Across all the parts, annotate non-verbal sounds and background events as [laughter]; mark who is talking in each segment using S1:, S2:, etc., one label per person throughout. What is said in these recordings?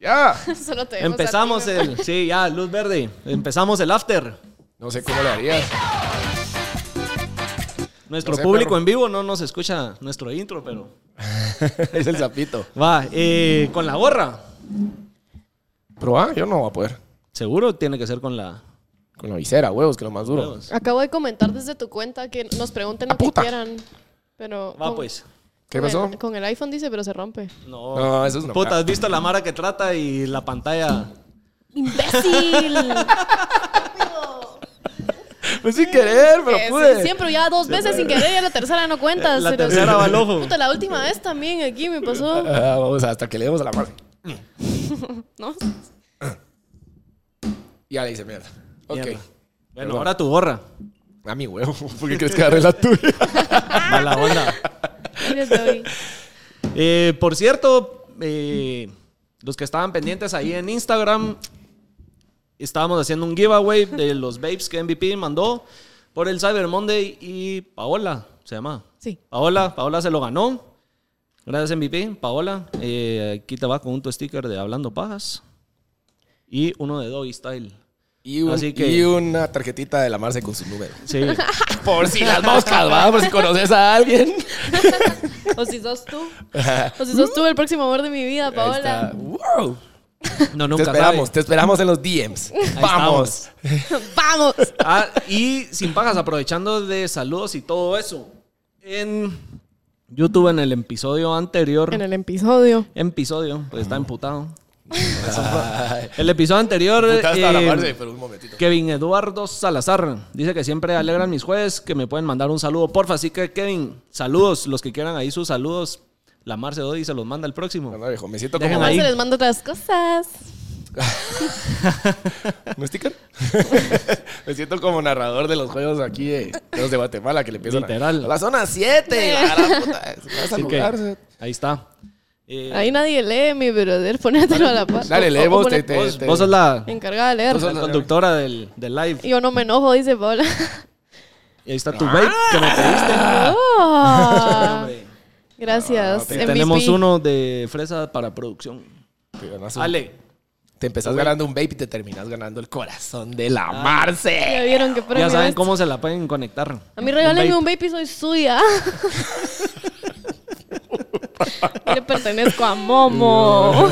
S1: Ya.
S2: [laughs] Solo te dejo
S3: Empezamos
S2: a ti,
S3: el. Sí, ya, luz verde. Empezamos el after.
S1: No sé cómo lo [laughs] harías.
S3: Nuestro
S1: No sé,
S3: público
S1: perro.
S3: en vivo no nos escucha nuestro intro, pero.
S1: es el zapito.
S3: Va, eh, con la gorra.
S1: Pero ah, yo no voy a poder.
S3: Seguro tiene que ser con la.
S1: Con la visera, huevos, que es lo más duro.
S3: huevos.
S2: ¿no? Acabo de comentar desde tu cuenta que nos pregunten lo que
S1: puta!
S2: quieran. Pero
S3: Va,
S2: con-
S3: pues.
S1: ¿Qué
S2: con
S1: pasó?
S2: el- con el iPhone dice, pero se rompe.
S3: No.
S1: No, eso es una
S3: Puta, has visto la mara que trata y la pantalla.
S2: [laughs] ¡Imbécil!
S1: [laughs] Pues sin querer, pero
S2: Que
S1: pude.
S2: sí, siempre ya dos veces sin querer y a la tercera no cuentas.
S3: La
S2: pero-
S3: tercera va al ojo.
S2: Puta, la última vez también aquí me pasó.
S1: Ah, vamos, hasta que le demos a la madre.
S2: [laughs] ¿No?
S1: Ya le hice mierda. Ok.
S3: Mierda. Bueno,
S1: Perdón.
S3: ahora tu gorra.
S1: A mi huevo. [laughs] ¿Por qué crees que agarré la tuya? [laughs]
S3: Mala onda.
S2: Mire, Toby.
S3: Eh, por cierto, eh, los que estaban pendientes ahí en Instagram, estábamos haciendo un giveaway de los babes que MVP mandó por el Cyber Monday y Paola se llama.
S2: Sí.
S3: Paola, Paola se lo ganó. Gracias MVP, Paola. Eh, aquí te va con un tu sticker de Hablando Pajas y uno de Doggy Style.
S1: Y, un-
S3: Así que-
S1: y una tarjetita de la Marce con su número.
S3: Sí.
S1: Por si [laughs] las moscas, va, por si conoces a alguien.
S2: O si sos tú. O si sos tú el próximo amor de mi vida,
S1: Ahí está.
S2: Paola.
S1: Wow.
S3: No,
S1: Te
S3: nunca
S1: esperamos,
S3: sabe.
S1: te esperamos en los DMs. Vamos.
S2: [laughs] ¡Vamos!
S3: Ah, y sin pajas, aprovechando de saludos y todo eso. En YouTube, en el episodio anterior.
S2: En el episodio.
S3: Episodio, pues está emputado.
S1: Ay,
S3: El episodio anterior.
S1: puta, hasta la
S3: eh,
S1: Marce, pero un momentito.
S3: Kevin Eduardo Salazar dice que siempre alegran mis jueves, que me pueden mandar un saludo, porfa. Así que, Kevin, saludos, los que quieran ahí sus saludos. La Marce Dodi se los manda el próximo.
S1: No, viejo, me siento
S3: Dejen
S1: como.
S2: Además
S3: ahí.
S2: se les mando otras cosas.
S1: ¿Un sticker? [laughs] Me siento como narrador de los juegos aquí eh, de los de Guatemala que le empiezan a-
S3: Literal.
S1: a la zona 7. la gran puta, vas a
S3: Así que,
S1: jugarse.
S3: ahí está. Eh,
S2: Ahí nadie lee, mi brother. [laughs] Ponételo a la par.
S1: Dale,
S2: O-
S1: lee
S2: o
S1: vos,
S2: poné-
S1: te- te-
S3: vos, vos sos la,
S2: Encargada de leer.
S1: Vos sos
S3: la conductora del, del live.
S2: Yo no me enojo, dice
S3: [laughs]
S2: Paola.
S3: Y ahí
S1: Ah.
S3: está tu vape que me pediste.
S2: Oh.
S3: Hombre.
S2: Ah. Gracias. MVP.
S3: Ah. Tenemos uno de fresa para producción.
S1: Te ganas un-
S3: Ale.
S1: Te empezás ganando un vape y te terminas ganando el corazón de la Marce.
S2: Ya vieron que premio
S3: Ya saben
S2: es.
S3: cómo se la pueden conectar.
S2: A mí regálenme
S3: vape.
S2: un baby, soy suya. [laughs] Yo le pertenezco a
S3: [laughs]
S2: Momo.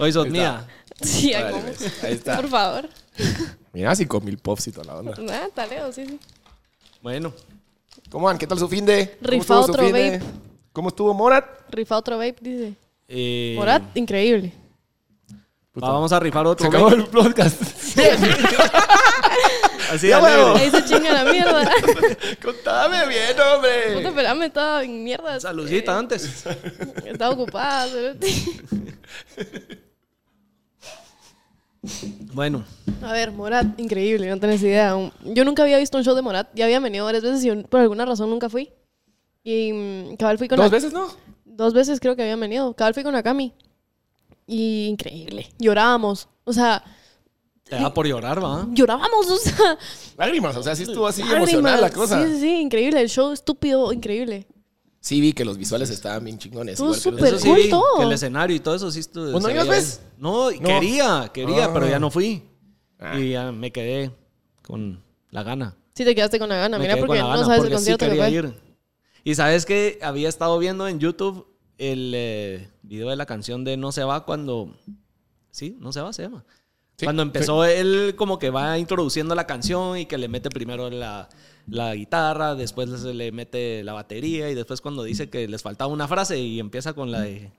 S3: Hoy sos mía.
S2: sí, a
S1: Dale,
S2: Momo.
S3: pues,
S1: ves, Ahí está.
S2: Por favor.
S1: Mira, si con mil pops y toda la onda.
S2: Ah, taleo, sí, sí.
S3: Bueno,
S1: ¿Cómo van? ¿Qué tal su fin de? ¿Cómo
S2: Rifa
S1: estuvo su
S2: otro
S1: fin de?
S2: vape.
S1: ¿Cómo estuvo Morat?
S2: Rifa otro vape, dice.
S3: eh,
S2: Morat, increíble.
S3: va, vamos a rifar
S1: Se
S3: otro.
S1: acabó
S3: vape.
S1: el [laughs] podcast.
S3: Así
S1: Ya,
S3: de
S1: huevo.
S3: leve.
S2: Ahí se chinga la
S3: [laughs]
S2: mierda.
S1: Contame bien,
S2: Puta,
S1: hombre.
S2: espérame, estaba en mierda.
S3: Saludcita
S1: [laughs]
S3: antes.
S2: Estaba ocupada. cerote.
S3: Bueno,
S2: A ver, Morat, increíble, no tenés idea. Un- Yo nunca había visto un show de Morat. Ya había venido varias veces y yo, por alguna razón nunca fui. Y mm, cabal fui con
S1: ¿Dos
S2: la-
S1: veces no?
S2: Dos veces creo que habían venido. Cabal fui con Akami. Y increíble. Llorábamos. O sea,
S3: te da por llorar, va.
S2: llorábamos. [laughs] O sea,
S1: Lágrimas, o sea, sí estuvo así
S2: lágrimas.
S1: emocional la cosa.
S2: Sí, sí, sí, increíble. El show estúpido, increíble.
S1: Sí, vi que los visuales estaban bien chingones.
S2: Estuvo
S1: igual que los-
S2: súper
S3: Eso sí,
S2: cool todo.
S3: que el escenario y todo eso sí estuvo.
S1: ¿Vos no
S3: se
S1: ibas,
S3: veía
S1: pues?
S3: bien. No, y
S1: No.
S3: quería, quería,
S1: Ah.
S3: pero ya no fui.
S1: Ah.
S3: Y ya me quedé con la gana.
S2: Sí, te quedaste con la gana.
S3: Me
S2: Mira,
S3: quedé con
S2: porque
S3: la
S2: no
S3: gana,
S2: sabes el
S3: porque sí
S2: concierto que
S3: quería
S2: fue.
S3: ir. Y sabes que había estado viendo en YouTube el eh, video de la canción de No se va cuando. Sí, No se va, se llama.
S1: Sí,
S3: cuando empezó él como que va introduciendo la canción y que le mete primero la, la guitarra, después se le mete la batería y después cuando dice que les faltaba una frase y empieza con la de...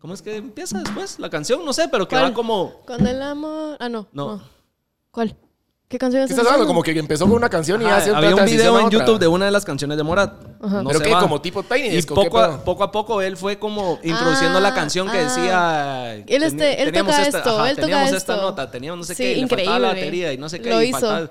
S3: ¿Cómo es que empieza después la canción? No sé, pero que
S2: ¿Cuál?
S3: va como...
S2: Cuando el amor. Ah, no.
S3: No.
S2: ¿Cuál? ¿Qué canción
S1: ¿Qué estás hablando? Como que empezó con una canción y
S3: Ajá,
S1: hace otra
S3: había un
S1: transición
S3: video
S1: a
S3: en
S1: otra.
S3: YouTube de una de las canciones de Morat.
S2: Ajá.
S3: No
S1: ¿Pero
S3: se
S1: qué?
S3: va.
S1: ¿Como tipo Tiny
S3: Y
S1: Disco? ¿Qué
S3: poco a,
S1: pedo?
S3: poco a poco él fue como introduciendo la canción que decía...
S2: Ah, Él este- él
S3: teníamos
S2: toca
S3: esta-
S2: esto,
S3: ajá,
S2: él toca
S3: teníamos esta
S2: esto.
S3: nota, teníamos no sé
S2: Sí,
S3: qué, y le faltaba la
S2: increíble.
S3: batería y no sé qué.
S2: Lo
S3: y
S2: hizo.
S3: faltaba-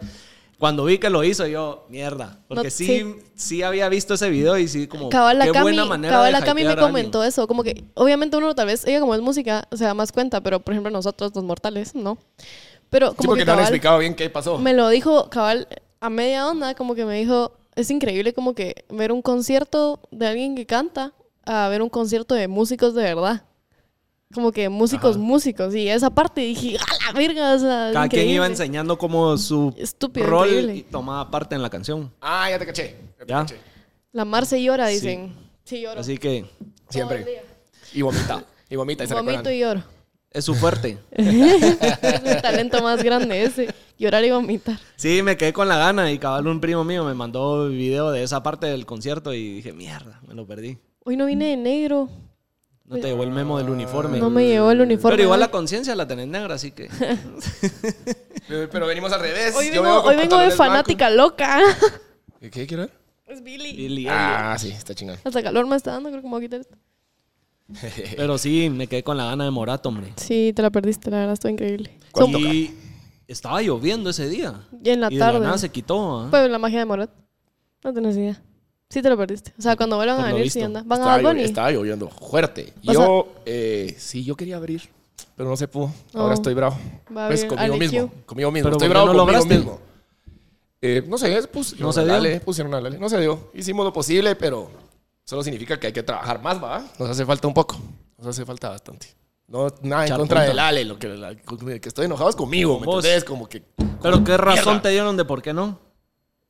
S3: Cuando vi que lo hizo, yo, mierda. Porque
S2: No,
S3: sí,
S2: sí.
S3: sí, había visto ese video y sí, como,
S2: Cabal la
S3: qué
S2: Cami,
S3: buena manera
S2: cabal
S3: de
S2: la Cami me
S3: hypear a
S2: comentó
S3: alguien.
S2: eso, como que obviamente uno tal vez, ella como es música, se da más cuenta, pero por ejemplo nosotros los mortales, ¿no? Pero
S1: Sí,
S2: como
S1: porque
S2: que
S1: no han
S2: cabal,
S1: explicado bien qué pasó.
S2: me lo dijo cabal a media onda, como que me dijo, es increíble como que ver un concierto de alguien que canta a ver un concierto de músicos de verdad. como que músicos,
S3: Ajá.
S2: músicos. Y esa parte dije, ¡a la verga! O sea,
S3: Cada quien iba
S2: increíble.
S3: enseñando como su
S2: Estúpido,
S3: rol
S2: increíble.
S3: y tomaba parte en la canción.
S1: Ah, ya te caché. Ya te
S3: ¿Ya?
S1: caché.
S2: La mar se llora,
S3: Sí.
S2: dicen. Sí, lloro.
S3: Así que
S2: Todo el
S1: Siempre.
S2: día.
S1: Y vomita. Y vomita y se
S2: Vomito
S1: recuerdan.
S2: y lloro.
S3: es su fuerte.
S2: es [laughs] el talento más grande ese. Llorar y vomitar.
S3: Sí, me quedé con la gana y cabal un primo mío me mandó video de esa parte del concierto y dije, mierda, me lo perdí.
S2: Hoy no vine de negro.
S3: No te llevó el memo del uniforme.
S2: No me llevó el uniforme.
S3: Pero igual
S2: hoy.
S3: la conciencia la tenés negra,
S2: [laughs]
S3: así que...
S1: Pero, pero venimos al revés.
S2: Hoy
S1: Yo
S2: vengo,
S1: veo con
S2: hoy vengo de
S1: pantalones blancos.
S2: fanática loca. [laughs]
S1: ¿Qué- ¿Qué quiero ver?
S2: Es Billy.
S3: Billy Elliot.
S1: Ah, sí, está chingón.
S2: Hasta calor me está dando, creo que me voy a quitar esto.
S3: Pero sí, me quedé con la gana de Morato, hombre.
S2: Sí, te la perdiste, la verdad, estuvo increíble.
S1: ¿Cuál
S2: Son-
S3: Y estaba lloviendo ese día.
S2: y en la
S3: y de
S2: tarde.
S3: la nada se quitó. ¿ah?
S2: Pues la magia de Morat. No tenés idea. Sí te lo perdiste. O sea, cuando vuelvan
S3: Por
S2: a
S3: lo
S2: venir,
S3: visto.
S2: sí anda. Van
S1: Estaba,
S2: a Bad
S1: llovi-
S2: Bunny.
S1: estaba lloviendo fuerte.
S2: Vas
S1: Yo, eh, sí, yo quería abrir, pero no se pudo. Ahora
S2: Oh.
S1: estoy bravo.
S2: Va a
S1: Pues
S2: abrir
S1: conmigo
S2: Alex
S1: mismo. Conmigo mismo.
S3: Pero
S1: estoy
S3: ¿por qué
S1: bravo
S3: no
S1: conmigo
S3: lograste?
S1: mismo. Eh, no sé, pus,
S3: No se dio.
S1: Dale, pusieron a Lale. No se dio. Hicimos lo posible, pero solo significa que hay que trabajar más, ¿va? Nos hace falta un poco. Nos hace falta bastante. No, nada en
S3: Echar
S1: contra
S3: punta.
S1: de Lale. Lo que, la- con el que estoy enojado es conmigo, ¿me
S3: vos.
S1: entendés? Como que...
S3: Pero qué razón
S1: Mierda.
S3: te dieron de por qué no.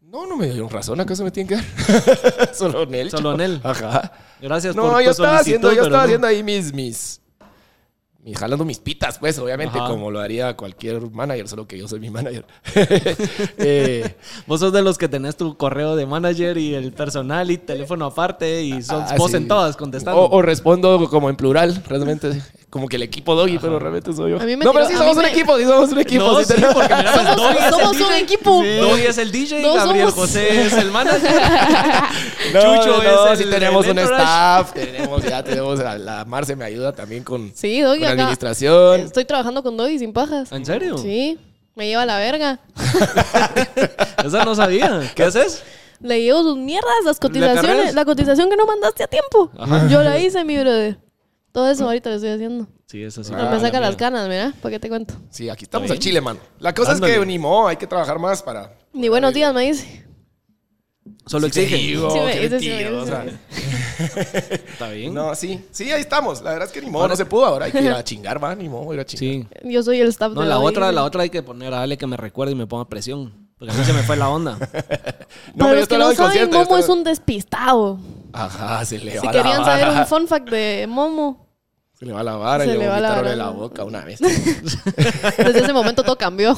S1: No, no me dieron razón. ¿Acaso me tienen que dar? [laughs] solo en él.
S3: Solo
S1: chavo.
S3: en él.
S1: Ajá.
S3: Gracias por
S1: No,
S3: tu
S1: yo estaba
S3: solicitud,
S1: haciendo, yo
S3: pero
S1: estaba
S3: no.
S1: haciendo ahí mis, mis, mis- jalando mis pitas, pues, obviamente,
S3: Ajá.
S1: como lo haría cualquier manager, solo que yo soy mi
S3: [laughs]
S1: manager. [laughs] Eh,
S3: Vos sos de los que tenés tu correo de manager y el personal y teléfono aparte y sos
S1: ah,
S3: vos
S1: sí.
S3: en todas contestando.
S1: O, o respondo como en plural, realmente, como que el equipo doggy, pero realmente soy yo.
S2: A mí me
S1: no, pero
S2: tiró-
S1: sí
S2: a
S1: somos
S2: mí
S1: un
S2: me-
S1: equipo, sí somos un equipo.
S3: no,
S1: sí
S3: sí, [laughs]
S1: tenemos-
S3: porque mira, pues, Doggy es el
S2: somos un
S3: DJ.
S2: equipo.
S3: Sí. Doggy es el DJ,
S2: No
S3: Gabriel
S2: somos-
S3: José es
S1: [laughs]
S3: el manager.
S1: No,
S3: Chucho
S1: no,
S3: es
S1: sí
S3: el-
S1: tenemos
S3: el
S1: un
S3: entourage.
S1: staff, tenemos, ya tenemos, a la Marce me ayuda también con,
S2: Sí, Doggy
S1: con
S2: acá.
S1: administración.
S2: Estoy trabajando con Doggy sin pajas.
S3: ¿En serio?
S2: Sí, me lleva a la verga.
S3: Esa no sabía. ¿Qué haces?
S2: Le llevo sus mierdas, las
S3: cargas?
S2: cotizaciones, la cotización que no mandaste a tiempo.
S3: Ajá.
S2: Yo la hice, mi brother. Todo eso ahorita lo estoy haciendo.
S3: Sí, eso sí.
S1: Ah,
S2: No me saca las canas, mira, ¿para qué te cuento?
S1: Sí, aquí estamos
S3: Está
S1: al chile, mano. La cosa es
S3: Dándole.
S1: que ni modo, hay que trabajar más para...
S2: Ni buenos días me dice.
S3: Solo
S1: Sí,
S3: exige.
S1: digo,
S2: Sí, me
S1: qué
S2: dice, sí, me
S1: mentirosa.
S2: dice, sí, me dice.
S3: Está bien.
S1: No, sí, sí, ahí estamos. La verdad es que ni modo, no se pudo. Ahora hay que ir a chingar, va, ni modo, ir a chingar.
S3: Sí.
S2: Yo soy el staff
S3: No,
S2: de
S3: la
S2: Doggy,
S3: otra,
S2: dice.
S3: la otra hay que poner a Ale que me recuerde y me ponga presión. Porque a mí se me fue la
S1: [laughs]
S3: onda.
S1: No,
S2: Para
S1: pero yo
S2: los que
S1: estoy
S2: no
S1: hablando del
S2: saben,
S1: concierto. yo
S2: Momo es
S1: estoy-
S2: un despistado.
S1: Ajá, se le
S2: Si
S1: va la
S2: querían
S1: vara.
S2: saber
S3: [laughs]
S2: un fun fact de Momo,
S1: Se le va la vara y
S2: Se
S1: le
S2: le va la
S1: vomitaron en
S2: vara.
S1: la boca una
S2: [laughs]
S1: vez.
S2: desde ese momento todo
S3: [laughs]
S2: cambió.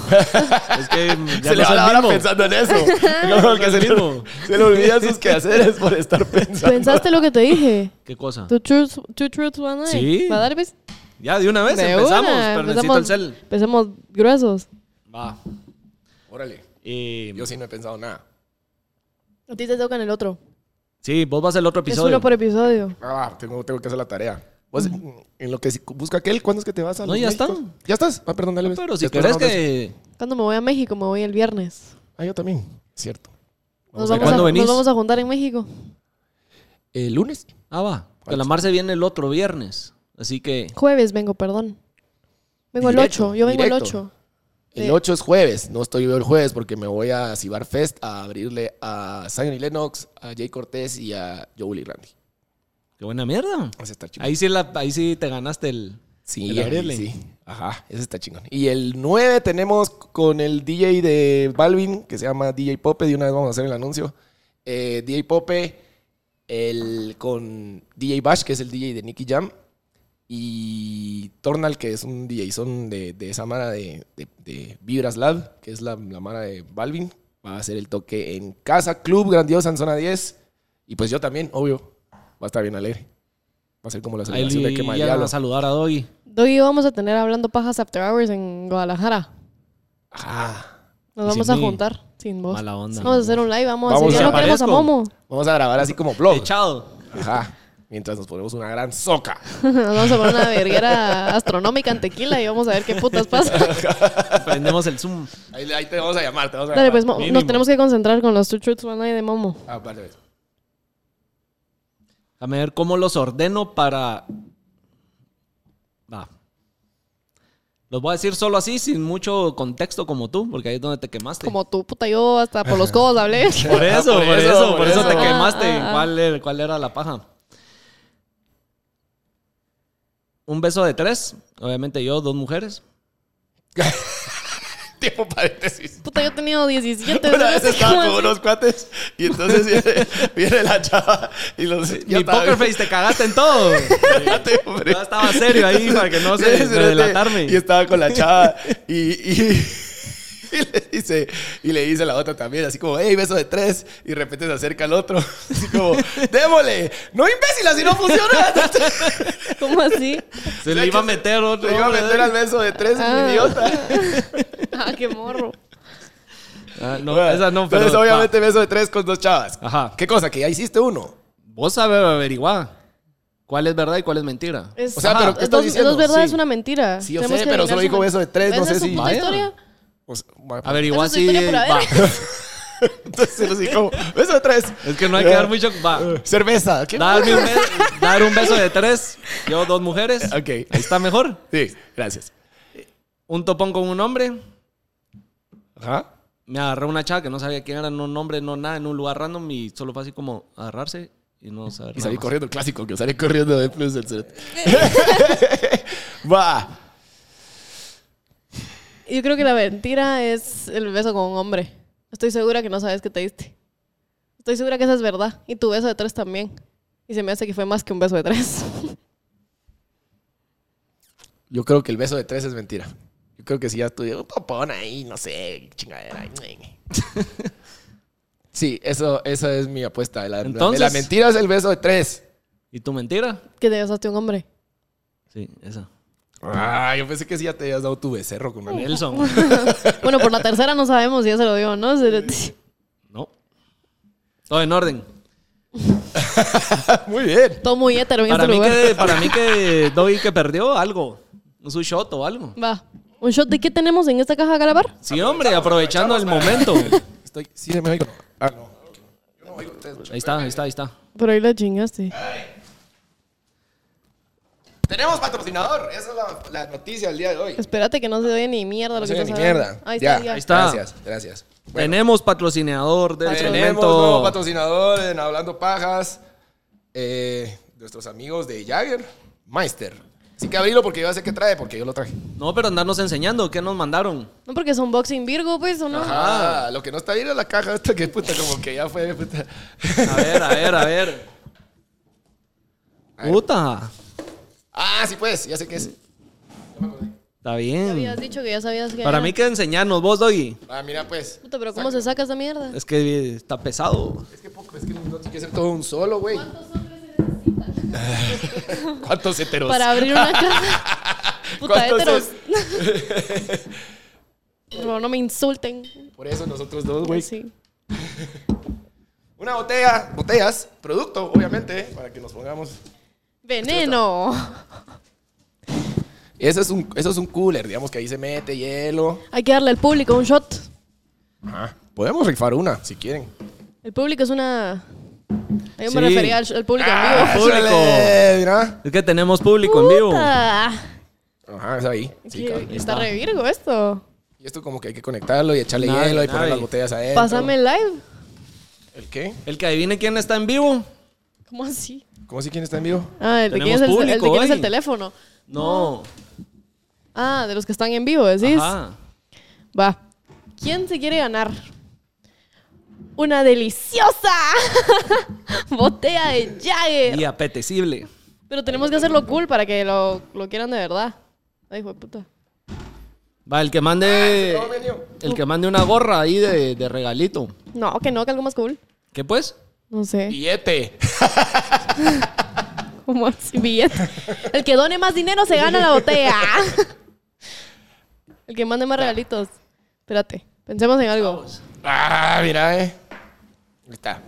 S3: Es que ya no
S1: se le
S3: soy
S1: va
S3: el
S1: la vara
S3: mismo.
S1: pensando en eso.
S3: [laughs]
S1: Como que se le,
S3: mismo.
S1: se le olvidan
S3: [laughs]
S1: sus quehaceres por estar pensando.
S2: ¿Pensaste lo que te dije?
S3: ¿Qué cosa?
S2: Two truths, two truths one lie.
S3: Sí.
S2: ¿Va a dar, pues?
S3: Ya, de una vez
S2: De
S3: empezamos,
S2: una,
S3: pero necesito el cel.
S2: Empezamos gruesos.
S3: Va.
S1: Órale,
S3: Eh,
S1: yo sí no he pensado nada.
S2: A ti te tocan el otro.
S3: sí, vos vas al otro
S2: Es
S3: episodio.
S2: uno por episodio.
S1: Ah, tengo, tengo que hacer la tarea. Vos, en lo que si- busca aquel, ¿cuándo es que te vas a
S3: No,
S1: los
S3: ya
S1: Méxicos?
S3: están.
S1: ¿Ya estás? Ah, perdón, dale. ves.
S3: Pero si
S1: Después
S3: querés
S1: hablamos de eso.
S3: que...
S2: ¿Cuándo me voy a México? Me voy el viernes.
S1: Ah, yo también. Cierto.
S2: Nos
S1: a
S2: vamos, a,
S3: ¿Cuándo venís?
S2: nos vamos a juntar en México.
S1: ¿El lunes?
S3: Ah, va. Que la Marce viene el otro viernes. Así que...
S2: Jueves vengo, perdón. Vengo el
S1: Directo,
S2: 8. Yo vengo el
S1: directo.
S2: 8.
S1: El
S2: Sí.
S1: 8 es jueves, no estoy yo el jueves porque me voy a Cibar Fest a abrirle a Zion y Lennox, a Jay Cortés y a Joel y Randy.
S3: Qué buena mierda.
S1: Ese está chingón.
S3: Ahí sí, la, ahí sí te ganaste el...
S1: sí,
S3: el
S1: ahí
S3: abrirle.
S1: sí. Ajá, ese está chingón. Y el 9 tenemos con el DJ de Balvin, que se llama DJ Pope, de una vez vamos a hacer el anuncio. Eh, DJ Pope, el, con DJ Bash, que es el DJ de Nicky Jam, y Tornal, que es un DJ son de, de esa mara de, de, de Vibras Lab, que es la, la mara de Balvin. Va a hacer el toque en casa, Club Grandiosa en zona 10. Y pues yo también, obvio. Va a estar bien alegre. Va a ser como la
S3: Ahí
S1: celebración de Quema el
S3: llegan
S1: Diablo.
S3: a saludar a Doggy.
S2: Doggy vamos a tener hablando pajas after hours en Guadalajara.
S1: Ajá.
S2: Nos
S3: Y
S2: vamos
S3: sin
S2: a
S3: mí.
S2: juntar sin vos.
S3: Mala onda.
S2: Vamos a hacer un live, vamos,
S1: Vamos
S2: a
S1: a-
S2: hacer. Ya no queremos a
S3: Aparezco.
S2: Momo. [laughs]
S1: Vamos a grabar así como
S3: Oh.
S1: blog.
S3: Echado.
S1: Ajá. Mientras nos ponemos una gran soca.
S2: Nos vamos a poner una verguera [laughs] astronómica en tequila y vamos a ver qué
S1: [laughs]
S2: putas pasa.
S3: Prendemos el Zoom.
S1: Ahí, ahí te vamos a llamar, te vamos a
S2: Dale,
S1: llamar.
S2: pues Mo- nos
S3: mínimo.
S2: tenemos que concentrar con los Two Truths One Lie de Momo.
S1: Ah, vale, pues.
S3: Déjame ver cómo los ordeno para. Va. Los voy a decir solo así, sin mucho contexto como tú, porque ahí es donde te quemaste.
S2: Como tú, puta, yo hasta por los codos
S1: [laughs]
S2: hablé.
S3: [laughs] Por eso, Ah, por, eso, por eso, te
S2: Ah,
S3: quemaste.
S2: ah, ah.
S3: ¿Cuál, era, ¿Cuál era la paja? Un beso de tres. Obviamente yo, dos mujeres.
S1: Tiempo paréntesis.
S2: Puta, yo he tenido 17.
S1: Una vez
S2: ¿no?
S1: estaba
S2: ¿Cómo
S1: con unos cuates y entonces [laughs] viene, viene la chava y los.
S3: Mi poker face, te cagaste en
S1: [laughs]
S3: todo.
S1: Espérate, hombre.
S3: Yo estaba serio ahí para que no se
S1: Entonces,
S3: me delatarme.
S1: Y estaba con la chava y, y, [laughs] y le dice, y le dice a la otra también, así como, hey, beso de tres. Y de repente se acerca al otro, así como, démosle, no imbécil, así no funciona.
S2: ¿Cómo así?
S3: Se le iba a meter otro.
S1: Le iba a meter al beso de tres,
S2: Ah.
S1: idiota.
S2: Ah, qué morro.
S3: Ah, no,
S1: Bueno,
S3: esa no, pero.
S1: Entonces,
S3: va.
S1: obviamente, beso de tres con dos chavas.
S3: Ajá.
S1: ¿Qué cosa? Que ya hiciste uno.
S3: Vos sabés averiguar cuál es verdad y cuál es mentira.
S2: Es-
S1: O sea, pero ¿qué estás
S2: dos,
S1: diciendo?
S2: dos verdades,
S1: Sí.
S2: una mentira.
S1: Sí, yo
S2: Tenemos
S1: sé,
S2: que
S1: pero
S2: adivinar
S1: solo
S2: su
S1: dijo
S2: men-
S1: beso de tres, no
S2: ¿Esa
S1: sé
S2: es su
S1: si-
S2: puta
S3: Vaya.
S2: historia?
S1: O sea, bueno,
S3: Averiguar
S2: Esa es
S3: si.
S2: historia por haber.
S3: va.
S1: Entonces, solo así como, beso de tres.
S3: Es que no hay que dar mucho. Va.
S1: [laughs] Cerveza. ¿Qué?
S3: Darme un beso, dar un beso de tres. Yo, dos mujeres.
S1: Ok.
S3: Ahí está mejor.
S1: Sí, gracias.
S3: Un topón con un hombre.
S1: Ajá.
S3: Me agarró una chava que no sabía quién era, no nombre, no nada, en un lugar random y solo fue así como agarrarse y no saber.
S1: Y
S3: nada
S1: salí
S3: más.
S1: corriendo, el clásico, que salí corriendo de plus el
S3: [laughs]
S1: set. [laughs] Va.
S2: Yo creo que la mentira es el beso con un hombre. Estoy segura que no sabes que te diste. Estoy segura que esa es verdad. Y tu beso de tres también. Y se me hace que fue más que un beso de tres. [laughs]
S1: Yo creo que el beso de tres es mentira. Yo creo que si ya estudié un popón ahí, no sé, chingadera. ay, ay. Sí, eso, esa es mi apuesta. de La, de
S3: Entonces-
S1: la mentira es el beso de tres.
S3: ¿Y tu mentira?
S2: que te besaste a un hombre. [laughs]
S3: Sí, esa.
S1: Ah, yo pensé que sí ya te habías dado tu becerro con
S3: [laughs]
S1: una
S3: Nelson.
S2: Bueno, por la tercera no sabemos si ya se lo dio, ¿no? Se [laughs] le-
S3: No. Todo en orden.
S1: Muy bien.
S2: Todo muy hétero en
S3: Para
S2: este
S3: mí,
S2: lugar.
S3: que, para mí que Doy que perdió algo. Su shot o algo.
S2: Va. ¿Un shot de qué tenemos en esta caja, Galabar?
S3: Sí, hombre, aprovechando el momento.
S1: Estoy, sí, me oigo. Ah, no. Yo no oigo ustedes, muchachos.
S3: Ahí está, ahí está, ahí está.
S2: Por ahí la chingaste.
S1: Tenemos patrocinador. Esa es la, la noticia del día de hoy.
S2: Espérate que no se doy ni mierda
S1: No
S2: lo que
S1: sé,
S2: estás
S1: ni
S2: hablando.
S1: mierda.
S2: Ahí
S1: Ya,
S2: está, ya.
S3: ahí está.
S1: Gracias, gracias. Bueno.
S3: Tenemos patrocinador del
S1: Tenemos
S3: segmento.
S1: nuevo patrocinador en Hablando Pajas. eh, nuestros amigos de Jagger, Meister. Así que abrilo porque yo sé qué trae, porque yo lo traje.
S3: No, pero andarnos enseñando. ¿Qué nos mandaron?
S2: No porque es unboxing Virgo, pues, ¿o no?
S3: Ah.
S1: Ajá, Ah, lo que no está bien es la caja esta que puta, como que ya fue puta.
S3: A ver, a ver, a ver. Puta.
S1: [laughs] Ah, sí pues, ya sé qué es. Ya me acordé.
S3: Está
S2: Habías
S3: bien.
S2: dicho que ya sabías que
S3: Para
S2: era.
S3: mí que enseñarnos vos, Doy.
S1: Ah, mira pues.
S2: Puta, pero ¿cómo se saca esa mierda?
S3: Es que está pesado.
S1: Es que poco, es que no tiene que ser todo un solo, güey. [laughs] ¿Cuántos heteros?
S2: Para abrir
S3: [laughs]
S2: una caja. Puta,
S1: ¿Cuántos
S2: héteros. no, no me insulten.
S1: Por eso nosotros
S2: [laughs]
S1: dos, güey.
S2: Pues Sí.
S1: Una botella, botellas, producto, obviamente, para que nos pongamos
S2: Veneno.
S1: Eso es, un, eso es un cooler, digamos que ahí se mete hielo.
S2: Hay que darle al público un shot.
S1: Podemos rifar una, si quieren.
S2: El público es una. Yo me
S3: Sí.
S2: refería al, al Ah, público en vivo.
S3: público.
S1: ¡Ándale! Mira.
S3: Es que tenemos público en vivo.
S2: Puta.
S1: Ajá, es ahí. Sí,
S2: Que-
S1: cabrón.
S2: está re virgo
S3: Eh,
S2: esto.
S1: y esto como que hay que conectarlo y echarle
S3: Nadie,
S1: hielo y poner
S3: nadie.
S1: las botellas adentro.
S2: Pásame el live.
S1: ¿El qué?
S3: El que adivine quién está en vivo.
S2: ¿Cómo así?
S1: ¿Cómo así quién está en vivo?
S2: Ah, el de quién es el,
S3: Tenemos
S2: el de
S3: público
S2: quién es
S3: hoy.
S2: el teléfono.
S3: No.
S2: Ah, de los que están en vivo, decís.
S3: Ajá.
S2: Va. ¿Quién se quiere ganar? Una deliciosa [laughs] botella de Jagger.
S3: Y apetecible.
S2: Pero tenemos que hacerlo cool para que lo, lo quieran de verdad. Ay, hijo de puta.
S3: Va, el que mande.
S1: Ah, No, venido.
S3: El que mande una gorra ahí de, de regalito.
S2: No, que no, que algo más cool.
S3: ¿Qué pues?
S2: No [laughs] sé.
S1: Billete.
S2: ¿Cómo así? Billete. El que done más dinero se gana
S1: [laughs]
S2: la botella. El que mande más regalitos. Espérate, pensemos en algo.
S1: Ah, mira, eh. Ahí está.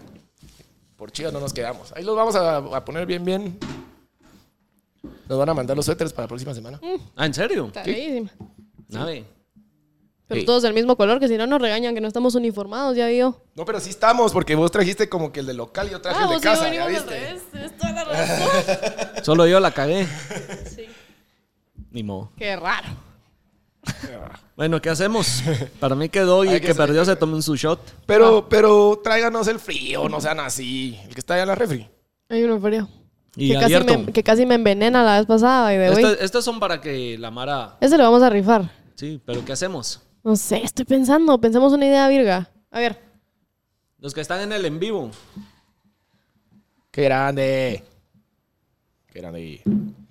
S1: Por chido no nos quedamos. Ahí los vamos a, a poner bien, bien. Nos van a mandar los suéteres para la próxima semana.
S2: Mm.
S3: Ah, ¿en serio? Ah,
S2: Carísima.
S3: Nave.
S2: Pero
S1: Sí.
S2: todos del mismo color, que si no nos regañan, que no estamos uniformados, ya vio.
S1: No, pero sí estamos, porque vos trajiste como que el de local y yo traje
S2: Ah,
S1: el de
S2: vos sí,
S1: casa, ¿ya
S2: venimos al
S1: viste?
S2: revés. Tienes toda
S1: [laughs]
S2: la razón.
S3: Solo yo la cagué.
S2: Sí.
S3: Ni modo.
S2: Qué raro.
S3: Bueno,
S1: [laughs]
S3: ¿qué hacemos? Para mí que Doy
S1: Hay
S3: y
S1: que
S3: que
S1: ser-
S3: perdió se tomen su shot. Ah.
S1: Pero, pero tráiganos el frío, no sean así. El que está allá en la refri.
S2: Hay uno frío.
S3: Y
S2: Que casi,
S3: abierto.
S2: me, que casi me envenena la vez pasada, y de hoy.
S3: Estas- estas Este, son para que la Mara.
S2: Ese lo vamos a rifar.
S3: Sí, pero ¿qué hacemos?
S2: No sé, estoy pensando. Pensemos una idea, Virga. A ver.
S3: Los que están en el en vivo.
S1: ¡Qué grande! ¡Qué grande!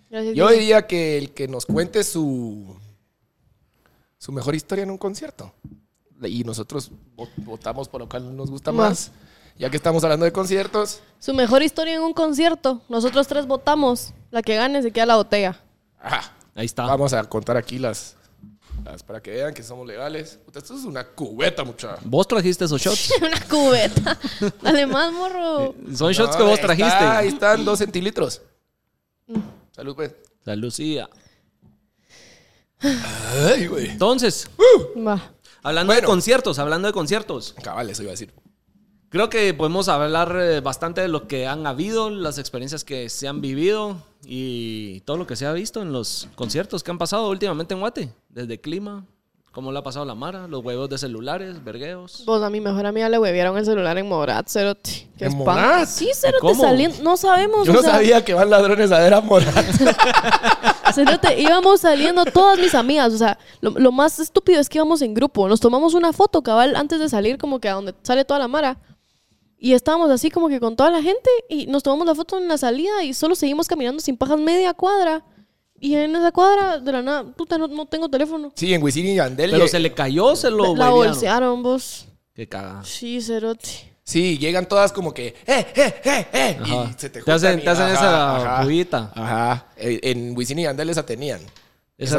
S2: Gracias,
S1: Yo
S2: Virga.
S1: diría que el que nos cuente su, su mejor historia en un concierto. Y nosotros vo- votamos por lo cual nos gusta más. Ya que estamos hablando de conciertos.
S2: Su mejor historia en un concierto. Nosotros tres votamos. La que gane se queda la botella. [laughs]
S1: ajá,
S3: Ahí está.
S1: Vamos a contar aquí las, las para que vean que somos legales. Puta, esto es una cubeta, muchacha.
S3: Vos trajiste esos shots.
S2: una
S1: [laughs]
S2: cubeta. Dale más, morro.
S1: Eh.
S3: Son shots
S1: No,
S3: que vos
S1: ahí está, ahí
S3: trajiste. Mm.
S1: están dos centilitros. Salud, pues.
S3: La Lucía.
S1: Ay, güey.
S3: Entonces,
S2: Va.
S3: hablando de
S1: Bueno.
S3: conciertos, hablando de conciertos.
S1: Cabal, eso iba a decir.
S3: Creo que podemos hablar eh, bastante de lo que han habido, las experiencias que se han vivido y todo lo que se ha visto en los conciertos que han pasado últimamente en Guate. Desde clima, cómo le ha pasado la Mara, los huevos de celulares, vergueos.
S2: Vos a mi mejor amiga le huevieron el celular en Morat, Cerote. ¿Qué
S1: ¿En
S2: espanto.
S1: Morat?
S2: Sí, Cerote
S3: ¿Cómo?
S2: saliendo. No sabemos.
S3: Pues,
S1: Yo
S2: o
S1: no
S2: sea,
S1: sabía que van ladrones a ver a Morat.
S3: [laughs]
S2: Cerote, íbamos saliendo todas mis amigas. O sea, lo, lo más estúpido es que íbamos en grupo. Nos tomamos una foto, cabal, antes de salir, como que a donde sale toda la Mara. Y estábamos así como que con toda la gente y nos tomamos la foto en la salida y solo seguimos caminando sin pajas media cuadra. Y en esa cuadra, de la nada, puta, no, no tengo teléfono.
S1: Sí, en Wisin y Yandel.
S3: Pero
S1: eh,
S3: se le cayó, se lo
S2: la
S3: huevearon.
S2: bolsearon, vos.
S3: Qué caga.
S2: Sí, Cerote.
S1: Sí, llegan todas como que, ¡eh, eh, eh, eh!
S3: Ajá.
S1: Y se te,
S3: Te
S1: juntan
S3: hacen-
S1: y-
S3: te hacen esa juguita.
S1: Ajá. Eh, En Wisin y Yandel esa tenían.
S3: Esa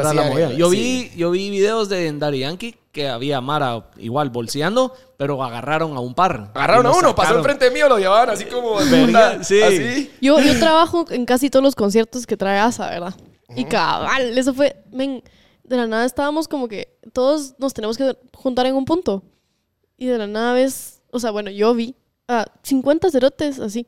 S1: Esa
S3: era
S1: sí
S3: la
S1: era-
S3: movida. Yo,
S1: sí.
S3: vi, yo vi videos de Dari Yankee que había Mara igual bolseando, pero agarraron a un par.
S1: Agarraron
S3: Y
S1: a
S3: lo
S1: uno, pasó
S3: sacaron.
S1: enfrente mío, lo llevaban así como de
S3: Verga,
S1: punta,
S3: sí.
S1: Así.
S2: Yo, yo trabajo en casi todos los conciertos que trae ASA, ¿verdad? Y cabal, eso fue. men, de la nada estábamos como que todos nos tenemos que juntar en un punto. Y de la nada ves, o sea, bueno, yo vi a 50 cerotes así.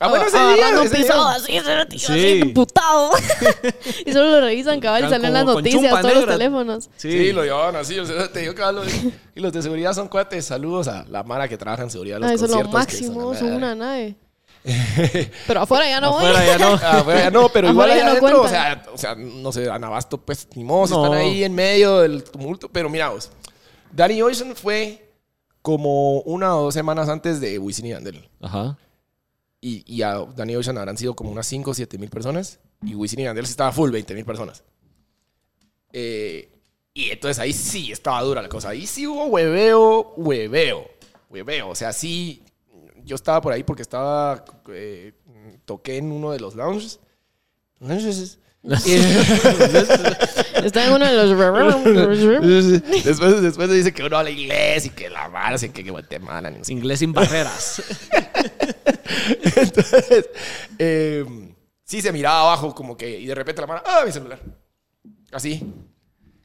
S1: Ah, bueno, ese día,
S2: agarrando un
S1: ese día.
S2: pisado así, cerote, yo así,
S3: Sí. [laughs]
S2: emputado. [laughs] y solo lo revisan, cabal, y
S3: Están
S2: salen las
S3: como con
S2: noticias,
S3: chumpa
S2: todos los
S3: negra.
S2: teléfonos.
S1: Sí. lo llevaban así. o sea, te digo, cabrón, y los de seguridad son cuates. Saludos a la Mara que trabaja en seguridad. en Los
S2: Ah, eso es lo
S1: conciertos que
S2: máximo,
S1: la
S2: son
S1: verga.
S2: una
S3: [laughs]
S2: nave. Pero afuera ya no voy.
S3: Afuera ya no.
S1: Ah, bueno, ya no, pero igual
S2: Afuera
S1: allá
S2: ya no
S1: adentro, o
S2: cuentan.
S1: sea, o sea, no sé, Anabasto, pues, ni modo, si
S3: No.
S1: están ahí en medio del tumulto. Pero mira vos, Danny Ocean fue como una o dos semanas antes de Wisin y Yandel.
S3: Ajá.
S1: Y, y a Danny Ocean habrán sido como unas 5 o 7 mil personas. Y Wisin y Yandel sí estaba full, 20 mil personas. Eh, y entonces ahí sí estaba dura la cosa. Ahí sí hubo hueveo, hueveo, hueveo. O sea, sí, yo estaba por ahí porque estaba, eh, toqué en uno de los lounges. Lounges. [laughs]
S2: Está en uno
S3: [laughs]
S2: de los.
S1: después, después se dice que uno habla inglés y que la mara, y que Guatemala. ni no sé
S3: Inglés
S1: [laughs]
S3: sin barreras.
S1: Entonces, eh, sí se miraba abajo como que, y de repente la mano, ah, mi celular. Así.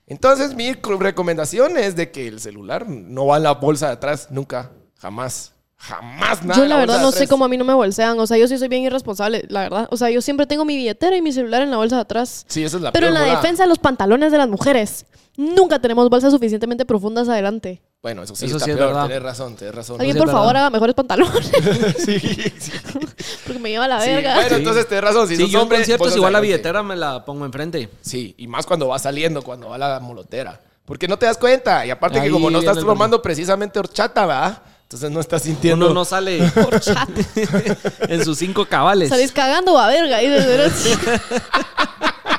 S1: Entonces, mi co- recomendación es de que el celular no va en la bolsa de atrás, nunca, jamás. Jamás nada.
S2: Yo
S1: en
S2: la
S1: bolsa
S2: verdad
S1: de
S2: no
S1: atrás.
S2: sé cómo a mí no me bolsean. O sea, yo sí soy bien irresponsable, la verdad. O sea, yo siempre tengo mi billetera y mi celular en la bolsa de atrás.
S1: Sí, esa es la
S2: Pero en
S1: peor
S2: la
S1: volada.
S2: defensa, los pantalones de las mujeres. Nunca tenemos bolsas suficientemente profundas adelante.
S1: Bueno, eso sí,
S3: Eso
S1: está
S3: sí es
S1: peor.
S3: verdad.
S1: Tienes razón, tienes razón. [laughs]
S2: Alguien,
S3: sí,
S2: por
S3: es
S2: favor,
S3: verdad.
S2: haga mejores pantalones. [laughs]
S1: sí, sí, sí.
S2: Porque me lleva la verga.
S1: Bueno,
S3: Sí.
S1: entonces tienes razón. Si
S3: Sí,
S1: sos
S3: yo en
S1: hombre,
S3: conciertos
S1: bolsas
S3: igual la
S1: adelante.
S3: billetera me la pongo enfrente.
S1: Sí, y más cuando va saliendo, cuando va la molotera. Porque no te das cuenta. Y aparte
S3: Ahí
S1: que como no
S3: viene
S1: estás
S3: el
S1: tomando precisamente horchata, ¿verdad? Entonces no estás sintiendo...
S3: Uno no sale [laughs] en sus cinco cabales.
S2: Salís cagando a verga. Y de
S1: [laughs]
S2: verdad,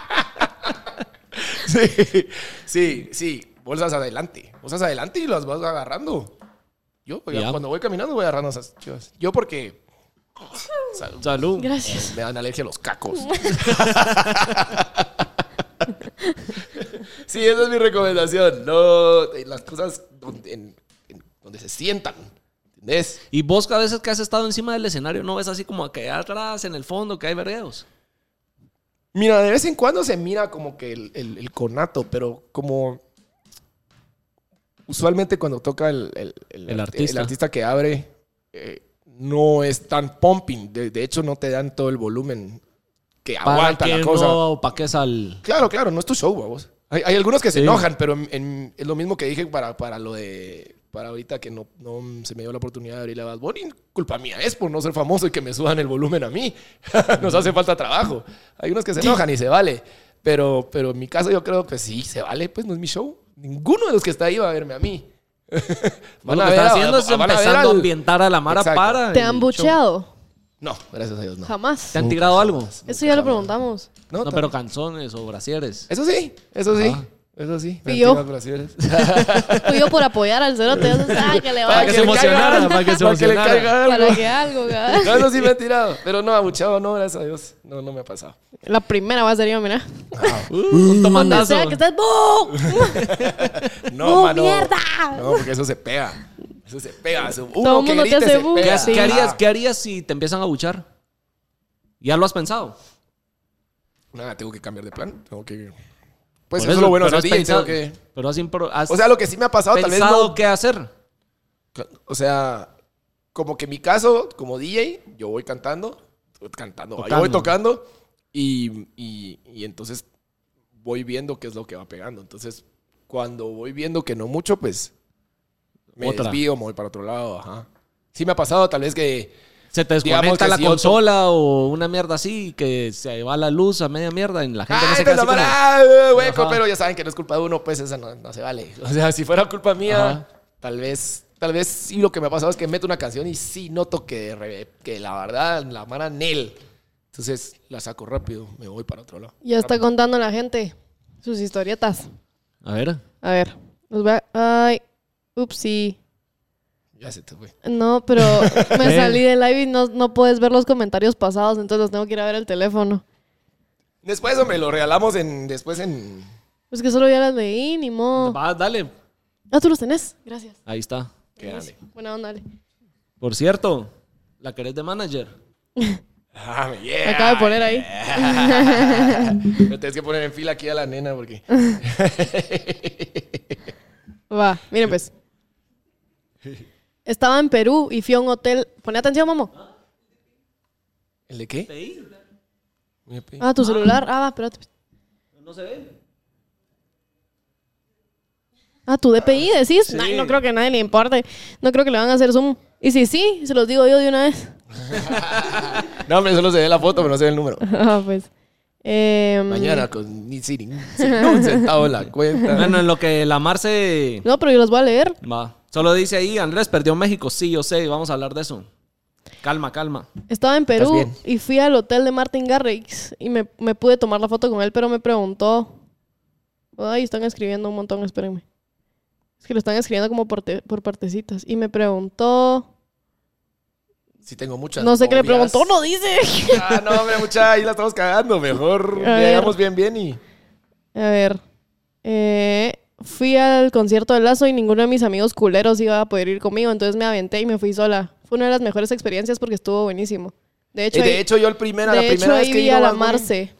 S1: [laughs] Sí, sí, sí. Bolsas adelante. Bolsas adelante y las vas agarrando. Yo, oiga,
S3: Ya.
S1: cuando voy caminando, voy agarrando esas chivas. Yo porque Sal-
S3: Salud.
S2: [laughs] gracias.
S1: me dan alergia a los cacos. [laughs] sí, esa es mi recomendación. No, eh, las cosas donde, en- en- donde se sientan. ¿Entendés?
S3: Y vos a veces que has estado encima del escenario no ves así como que atrás, en el fondo, que hay vergueos.
S1: Mira, de vez en cuando se mira como que el, el- el conato, pero como. Usualmente cuando toca el, el- el
S3: El
S1: arti-
S3: artista.
S1: el artista que abre, eh, no es tan pumping. De, de hecho, no te dan todo el volumen que
S3: Para
S1: aguanta
S3: que
S1: la cosa.
S3: no opaques al...
S1: Claro, claro, no es tu show, vos. Hay, hay algunos que se
S3: Sí.
S1: enojan, pero en- en- es lo mismo que dije para, para lo de para ahorita que no, no se me dio la oportunidad de abrir la Bad Bunny, culpa mía es por no ser famoso y que me suban el volumen a mí. [laughs] Nos hace falta trabajo. Hay unos que se enojan y se vale. Pero, pero en mi caso yo creo que sí, se vale, pues no es mi show. Ninguno de los que está ahí va a verme a
S3: [laughs]
S1: mí.
S3: Lo
S1: Van
S3: que
S1: a ver
S3: está
S1: a-
S3: haciendo es
S1: van a ver
S3: empezando a
S1: al-
S3: ambientar a la Mara
S1: Exacto.
S3: para.
S2: ¿Te
S3: el
S2: han
S3: show.
S2: bucheado?
S1: No, gracias a Dios, no.
S2: Jamás.
S3: ¿Te han tirado algo?
S2: Eso ya lo preguntamos.
S1: No,
S3: No, pero canciones o brasieres.
S1: Eso sí, eso sí.
S3: Ajá.
S1: Eso sí.
S2: Y yo.
S1: Mentiras brasileras.
S2: Fui yo por apoyar al cerote. ya sabes, ah, que le
S1: Para
S2: vaya.
S1: que
S3: que
S1: se
S3: se emocionara,
S1: emocionara,
S3: para que se
S1: Para que le
S3: emocionara.
S1: caiga algo.
S2: Para que algo, cabrón.
S1: No, eso sí me he tirado. Pero no, abuchado, no, gracias a Dios. No, no me ha pasado.
S2: La primera va a ser yo, mira.
S3: Uh, un
S2: Donde
S3: tomatazo.
S2: sea que estés, ¡bu!
S1: ¡Oh,
S2: ¡Bu, mierda!
S1: No, porque eso se pega. Eso se pega. Eso, uno
S2: Todo el
S1: que
S2: mundo te
S1: grite
S2: hace
S1: se
S2: bu.
S1: pega.
S2: ¿Qué Sí.
S3: ¿Qué harías,
S1: Ah,
S3: ¿Qué harías si te empiezan a buchar? ¿Ya lo has pensado?
S1: Nada, tengo que cambiar de plan. Tengo que... Pues
S3: Por
S1: eso es lo bueno de
S3: pero
S1: ser
S3: has
S1: DJ.
S3: pensado-
S1: Tengo que...
S3: Pero has, impro- has
S1: O sea, lo que sí me ha pasado, tal vez
S3: pensado
S1: no...
S3: qué hacer.
S1: O sea, como que en mi caso, como DJ, yo voy cantando, cantando, yo voy
S3: Tocando.
S1: tocando y, y- y entonces voy viendo qué es lo que va pegando. Entonces, cuando voy viendo que no mucho, pues me
S3: Otra.
S1: desvío, me voy para otro lado, ajá. Sí me ha pasado tal vez que...
S3: Se te
S1: Digamos
S3: desconecta
S1: que
S3: la
S1: si yo to-
S3: consola o una mierda así y que se va la luz a media mierda y la gente no
S1: ¡Ay,
S3: se
S1: te
S3: queda
S1: la
S3: así como-
S1: mara- ah, hueco!
S3: Ajá.
S1: Pero ya saben que no es culpa de uno, pues esa no, no se vale. [laughs] O sea, si fuera culpa mía,
S3: Ajá.
S1: tal vez, tal vez sí lo que me ha pasado es que meto una canción y sí noto que, re- que la verdad la mara Nel. Entonces la saco rápido, me voy para otro lado.
S2: Ya está contando la gente sus historietas.
S3: A ver.
S2: A ver, los voy a... Ay, upsí.
S1: Ya se te fue.
S2: No, pero me salí del live y no, no puedes ver los comentarios pasados, entonces los tengo que ir a ver el teléfono.
S1: Después, hombre, lo regalamos en. Después en.
S2: Es Pues que solo ya las leí, ni modo.
S3: Va, dale.
S2: Ah, tú los tenés. Gracias.
S3: Ahí está.
S1: Qué grande.
S2: Buena onda, Ale.
S3: Por cierto, la querés de manager.
S1: Ah,
S2: Me
S1: yeah.
S2: acabo de poner ahí.
S1: Me tienes que poner en fila aquí a la nena porque.
S2: Va, miren pues. Estaba en Perú y fui a un hotel. Pon atención, mamo.
S1: ¿El de qué? Mi pe-
S2: Ah, tu celular. Ah, va, espérate.
S3: No se ve.
S2: Ah, tu DPI decís. Ay, no creo que a nadie le importe. No creo que le van a hacer zoom. Y si sí, se los digo yo de una vez. [laughs]
S1: No, hombre, solo se ve la foto, pero no se ve el número.
S2: Ah, pues. Em,
S1: Mañana con ni sin, sin un centavo en la
S2: Ah,
S1: cuenta.
S3: Bueno, en lo que la Mar se...
S2: No, pero yo los voy a leer.
S3: Va. Solo dice ahí, Andrés perdió México. Sí, yo sé. Vamos a hablar de eso. Calma, calma.
S2: Estaba en
S1: ¿Estás
S2: Perú
S1: bien?
S2: y fui al hotel de Martin Garrix y me, me pude tomar la foto con él, pero me preguntó. Ay, están escribiendo un montón, espérenme. Es que lo están escribiendo como por, te- por partecitas. Y me preguntó.
S1: Si tengo muchas.
S2: no sé qué le
S1: novias.
S2: preguntó, no dice. [laughs]
S1: Ah, no, hombre, mucha, ahí la estamos cagando. Mejor
S2: A ver.
S1: llegamos bien, bien y.
S2: A ver. eh, fui al concierto de Lazo y ninguno de mis amigos culeros iba a poder ir conmigo, entonces me aventé y me fui sola. Fue una de las mejores experiencias porque estuvo buenísimo. De hecho,
S1: Eh, de
S2: ahí-
S1: hecho, yo el primero, la
S2: de
S1: primera
S2: hecho,
S1: vez
S2: ahí
S1: que
S2: vi
S1: vino
S2: a la
S1: Bad Bunny-
S2: Marce.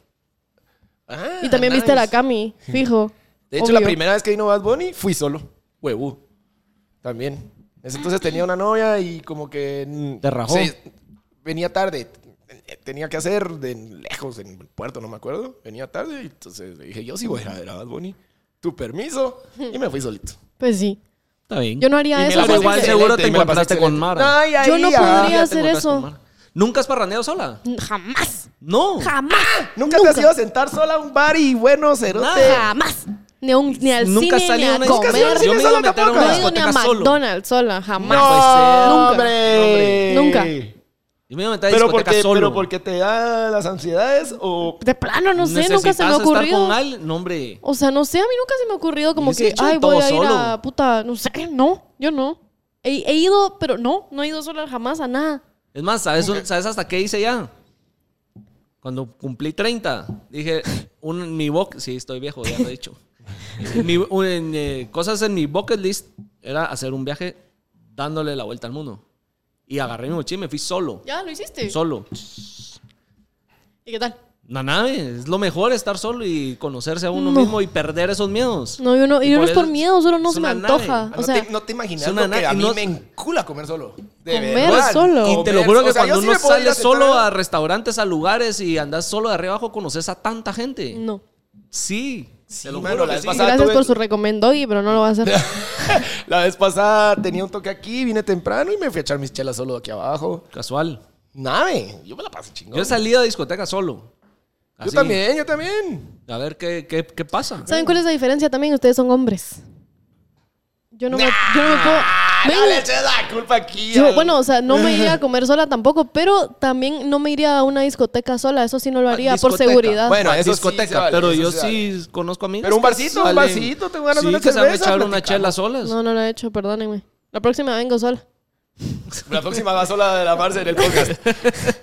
S1: Ah,
S2: Y también viste a la
S1: nice.
S2: Cami, fijo.
S1: De hecho, la
S2: obvio.
S1: primera vez que vino Bad Bunny, fui solo. Huevú. También. En ese Entonces tenía una novia y como que. mm,
S3: Te rajó.
S1: sí, venía tarde. Tenía que hacer de lejos, en el puerto, no me acuerdo. Venía tarde y entonces le dije, yo sí voy a ir a ver a Bad Bunny. Tu permiso. Y me fui
S2: [laughs]
S1: solito.
S2: Pues sí.
S3: Está bien.
S2: Yo no haría
S1: Y me
S2: eso.
S1: la pasé
S2: porque-
S3: Pero igual seguro
S1: excelente,
S3: te
S1: me la pasé
S3: encontraste con
S1: excelente.
S3: Mara.
S1: Ay, ah, ay,
S2: Yo no
S1: ay,
S2: podría
S1: ay.
S2: Voy a
S3: Ya
S2: hacer
S3: te encontraste
S2: eso.
S3: con Mara. ¿Nunca has parraneado sola?
S2: Jamás,
S3: No.
S2: jamás,
S1: ¿Nunca, te has ido a sentar sola a un bar y bueno, cerote?
S3: Nada.
S2: jamás. Ni, a un- ni al
S3: Nunca has
S2: cine, ni
S3: salido
S2: a
S3: a una
S2: comer.
S1: discoteca.
S3: Yo me iba a
S1: sola
S3: meter a
S1: tampoco.
S3: una
S2: No he ido ni a
S3: discoteca solo.
S2: McDonald's sola, jamás.
S1: No,
S2: Nunca.
S1: hombre.
S2: Nunca.
S3: Yo me iba a meter a
S1: Pero
S3: discoteca
S1: porque, pero
S3: solo.
S1: porque te da las ansiedades o
S2: De plano, no sé, nunca
S3: Necesitas
S2: se me ha
S3: estar
S2: ocurrido.
S3: con alguien. No, hombre.
S2: O sea, no sé, a mí nunca se me ha ocurrido como
S3: Yo sí he
S2: que,
S3: hecho de
S2: ay, voy
S3: todo
S2: a ir a
S3: solo.
S2: puta, no sé, [laughs] no, yo no. He, he ido, pero no, no he ido sola jamás a nada.
S3: Es más, ¿sabes, ¿sabes hasta qué hice ya? Cuando cumplí 30, dije, un, mi bucket... Sí, estoy viejo, ya lo he dicho. [laughs] Mi- un- en, eh, cosas en mi bucket list era hacer un viaje dándole la vuelta al mundo. Y agarré mi mochila y me fui solo.
S2: Ya, lo hiciste.
S3: Solo.
S2: ¿Y qué tal?
S3: La nave, es lo mejor estar solo y conocerse a uno
S2: No.
S3: mismo y perder esos miedos.
S2: No, yo no,
S3: Y
S2: yo no
S3: por
S2: es por
S3: eso
S2: miedo, solo no
S3: es
S2: se me
S3: una nave.
S2: antoja.
S1: Ah,
S2: O
S1: no,
S2: sea,
S1: te, no te imaginas
S3: es una
S1: lo que a
S3: nada-
S1: mí
S3: no-
S1: me encula comer solo. De
S2: Comer
S1: verdad.
S2: solo.
S3: Y te lo juro que
S1: O sea, yo
S3: cuando
S1: sí
S3: uno
S1: me podría
S3: sale
S1: sentar
S3: solo
S1: a-
S3: a restaurantes, a lugares y andas solo de arriba abajo, conoces a tanta gente.
S2: no.
S3: Sí,
S1: Sí,
S3: Te lo
S1: mano,
S3: juro
S1: la
S3: que
S1: vez
S3: sí.
S1: pasada
S2: Gracias
S1: tuve-
S2: por su recomendó y pero no lo va a
S3: [laughs]
S2: hacer.
S1: [laughs] La vez pasada tenía un toque aquí, vine temprano y me fui a echar mis chelas solo aquí abajo.
S3: Casual.
S1: Nave, yo me la pasé chingón.
S3: Yo he salido a discoteca solo.
S1: Yo
S3: Así.
S1: también, yo también.
S3: A ver qué, qué, qué pasa.
S2: ¿Saben cuál es la diferencia también? Ustedes son hombres. Yo no me, yo no me puedo... Ven,
S1: No le eches la culpa aquí.
S2: yo-
S1: al-
S2: bueno, o sea, no me iría
S3: [laughs]
S2: a comer sola tampoco, pero también no me iría a una discoteca sola. Eso sí no lo haría, por
S3: Ah, Discoteca.
S2: seguridad.
S1: Bueno,
S3: Ah,
S1: eso sí
S3: discoteca,
S1: se vale,
S3: pero
S1: eso
S3: yo
S1: se vale.
S3: sí conozco a mí.
S1: Pero un barcito, un barcito, tengo ganas de una
S3: que se van a
S1: cerveza,
S3: echar una
S1: platicamos.
S3: chela solas.
S2: No, no lo he hecho, perdónenme. La próxima vengo sola.
S1: La próxima va sola de la Marce en el podcast.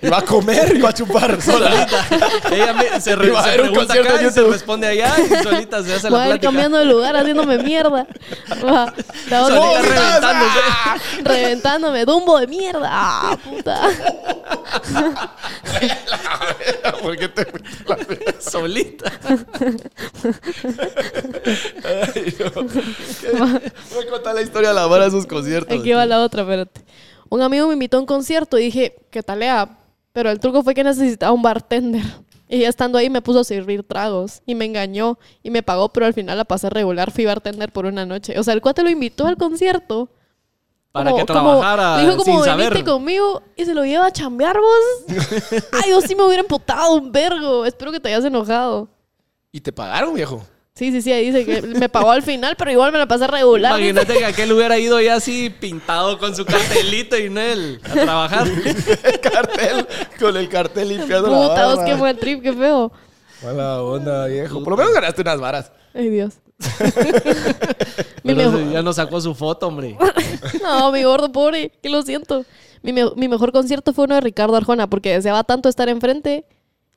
S1: Y va a comer y va a
S3: [laughs]
S1: chupar sola.
S3: [laughs] Ella
S1: [laughs]
S3: me- se,
S1: Y
S3: re,
S1: va a
S3: se
S1: haber un
S3: pregunta
S1: concierto
S3: acá
S1: en
S3: y se
S1: YouTube.
S3: responde allá y solita se hace
S2: Voy
S3: la
S2: a ir
S3: plática.
S2: cambiando de lugar haciéndome mierda.
S3: [laughs]
S2: Va, la otra-
S3: Solita
S1: ¡Vomitas!
S3: reventándose.
S1: ¡Ah! [laughs]
S2: [laughs] reventándome, dumbo de mierda. Ah,
S3: [laughs]
S2: puta.
S1: ¿Por qué te
S2: [laughs]
S1: fuiste a la verga?
S3: [laughs] Solita.
S1: Ay, no. Voy a contar la historia de la vara de sus conciertos.
S2: Aquí va la otra, espérate. Un amigo me invitó a un concierto y dije, ¿qué talea? Pero el truco fue que necesitaba un bartender. Y ya estando ahí me puso a servir tragos y me engañó y me pagó, pero al final la pasé regular. Fui bartender por una noche. O sea, el cuate lo invitó al concierto.
S3: Para
S2: como-
S3: que
S2: como-
S3: trabajara
S2: le dijo como
S3: sin
S2: venite
S3: saber.
S2: conmigo y se lo lleva a chambear
S3: [laughs]
S2: vos. Ay, yo sí me hubiera emputado un vergo. Espero que te hayas enojado.
S1: ¿Y te pagaron, viejo? [laughs]
S2: Sí, sí, sí, ahí dice que me pagó al final, pero igual me la pasé regular. dice.
S3: Imagínate que aquel hubiera ido ya así pintado con su cartelito y no él a trabajar.
S1: El cartel, con el cartel limpiando la
S2: Puta,
S1: barra.
S2: vos qué buen trip, qué feo.
S1: Mala onda, viejo. Por lo menos ganaste unas varas.
S2: Ay,
S3: [laughs]
S2: Dios. mi
S3: Pero
S2: mejor-
S3: ya no sacó su foto, hombre.
S2: [laughs] No, mi gordo, pobre, que lo siento. Mi, me- mi mejor concierto fue uno de Ricardo Arjona, porque deseaba tanto estar enfrente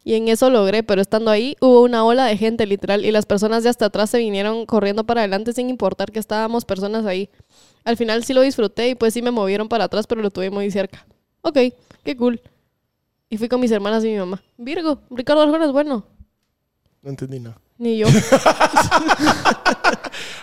S2: y en eso logré, pero estando ahí hubo una ola de gente, literal, y las personas de hasta atrás se vinieron corriendo para adelante sin importar que estábamos personas ahí. Al final sí lo disfruté y pues sí me movieron para atrás, pero lo tuve muy cerca. Ok, qué cool. Y fui con mis hermanas y mi mamá. Virgo, Ricardo Arjona es bueno.
S1: No entendí nada.
S2: Ni yo.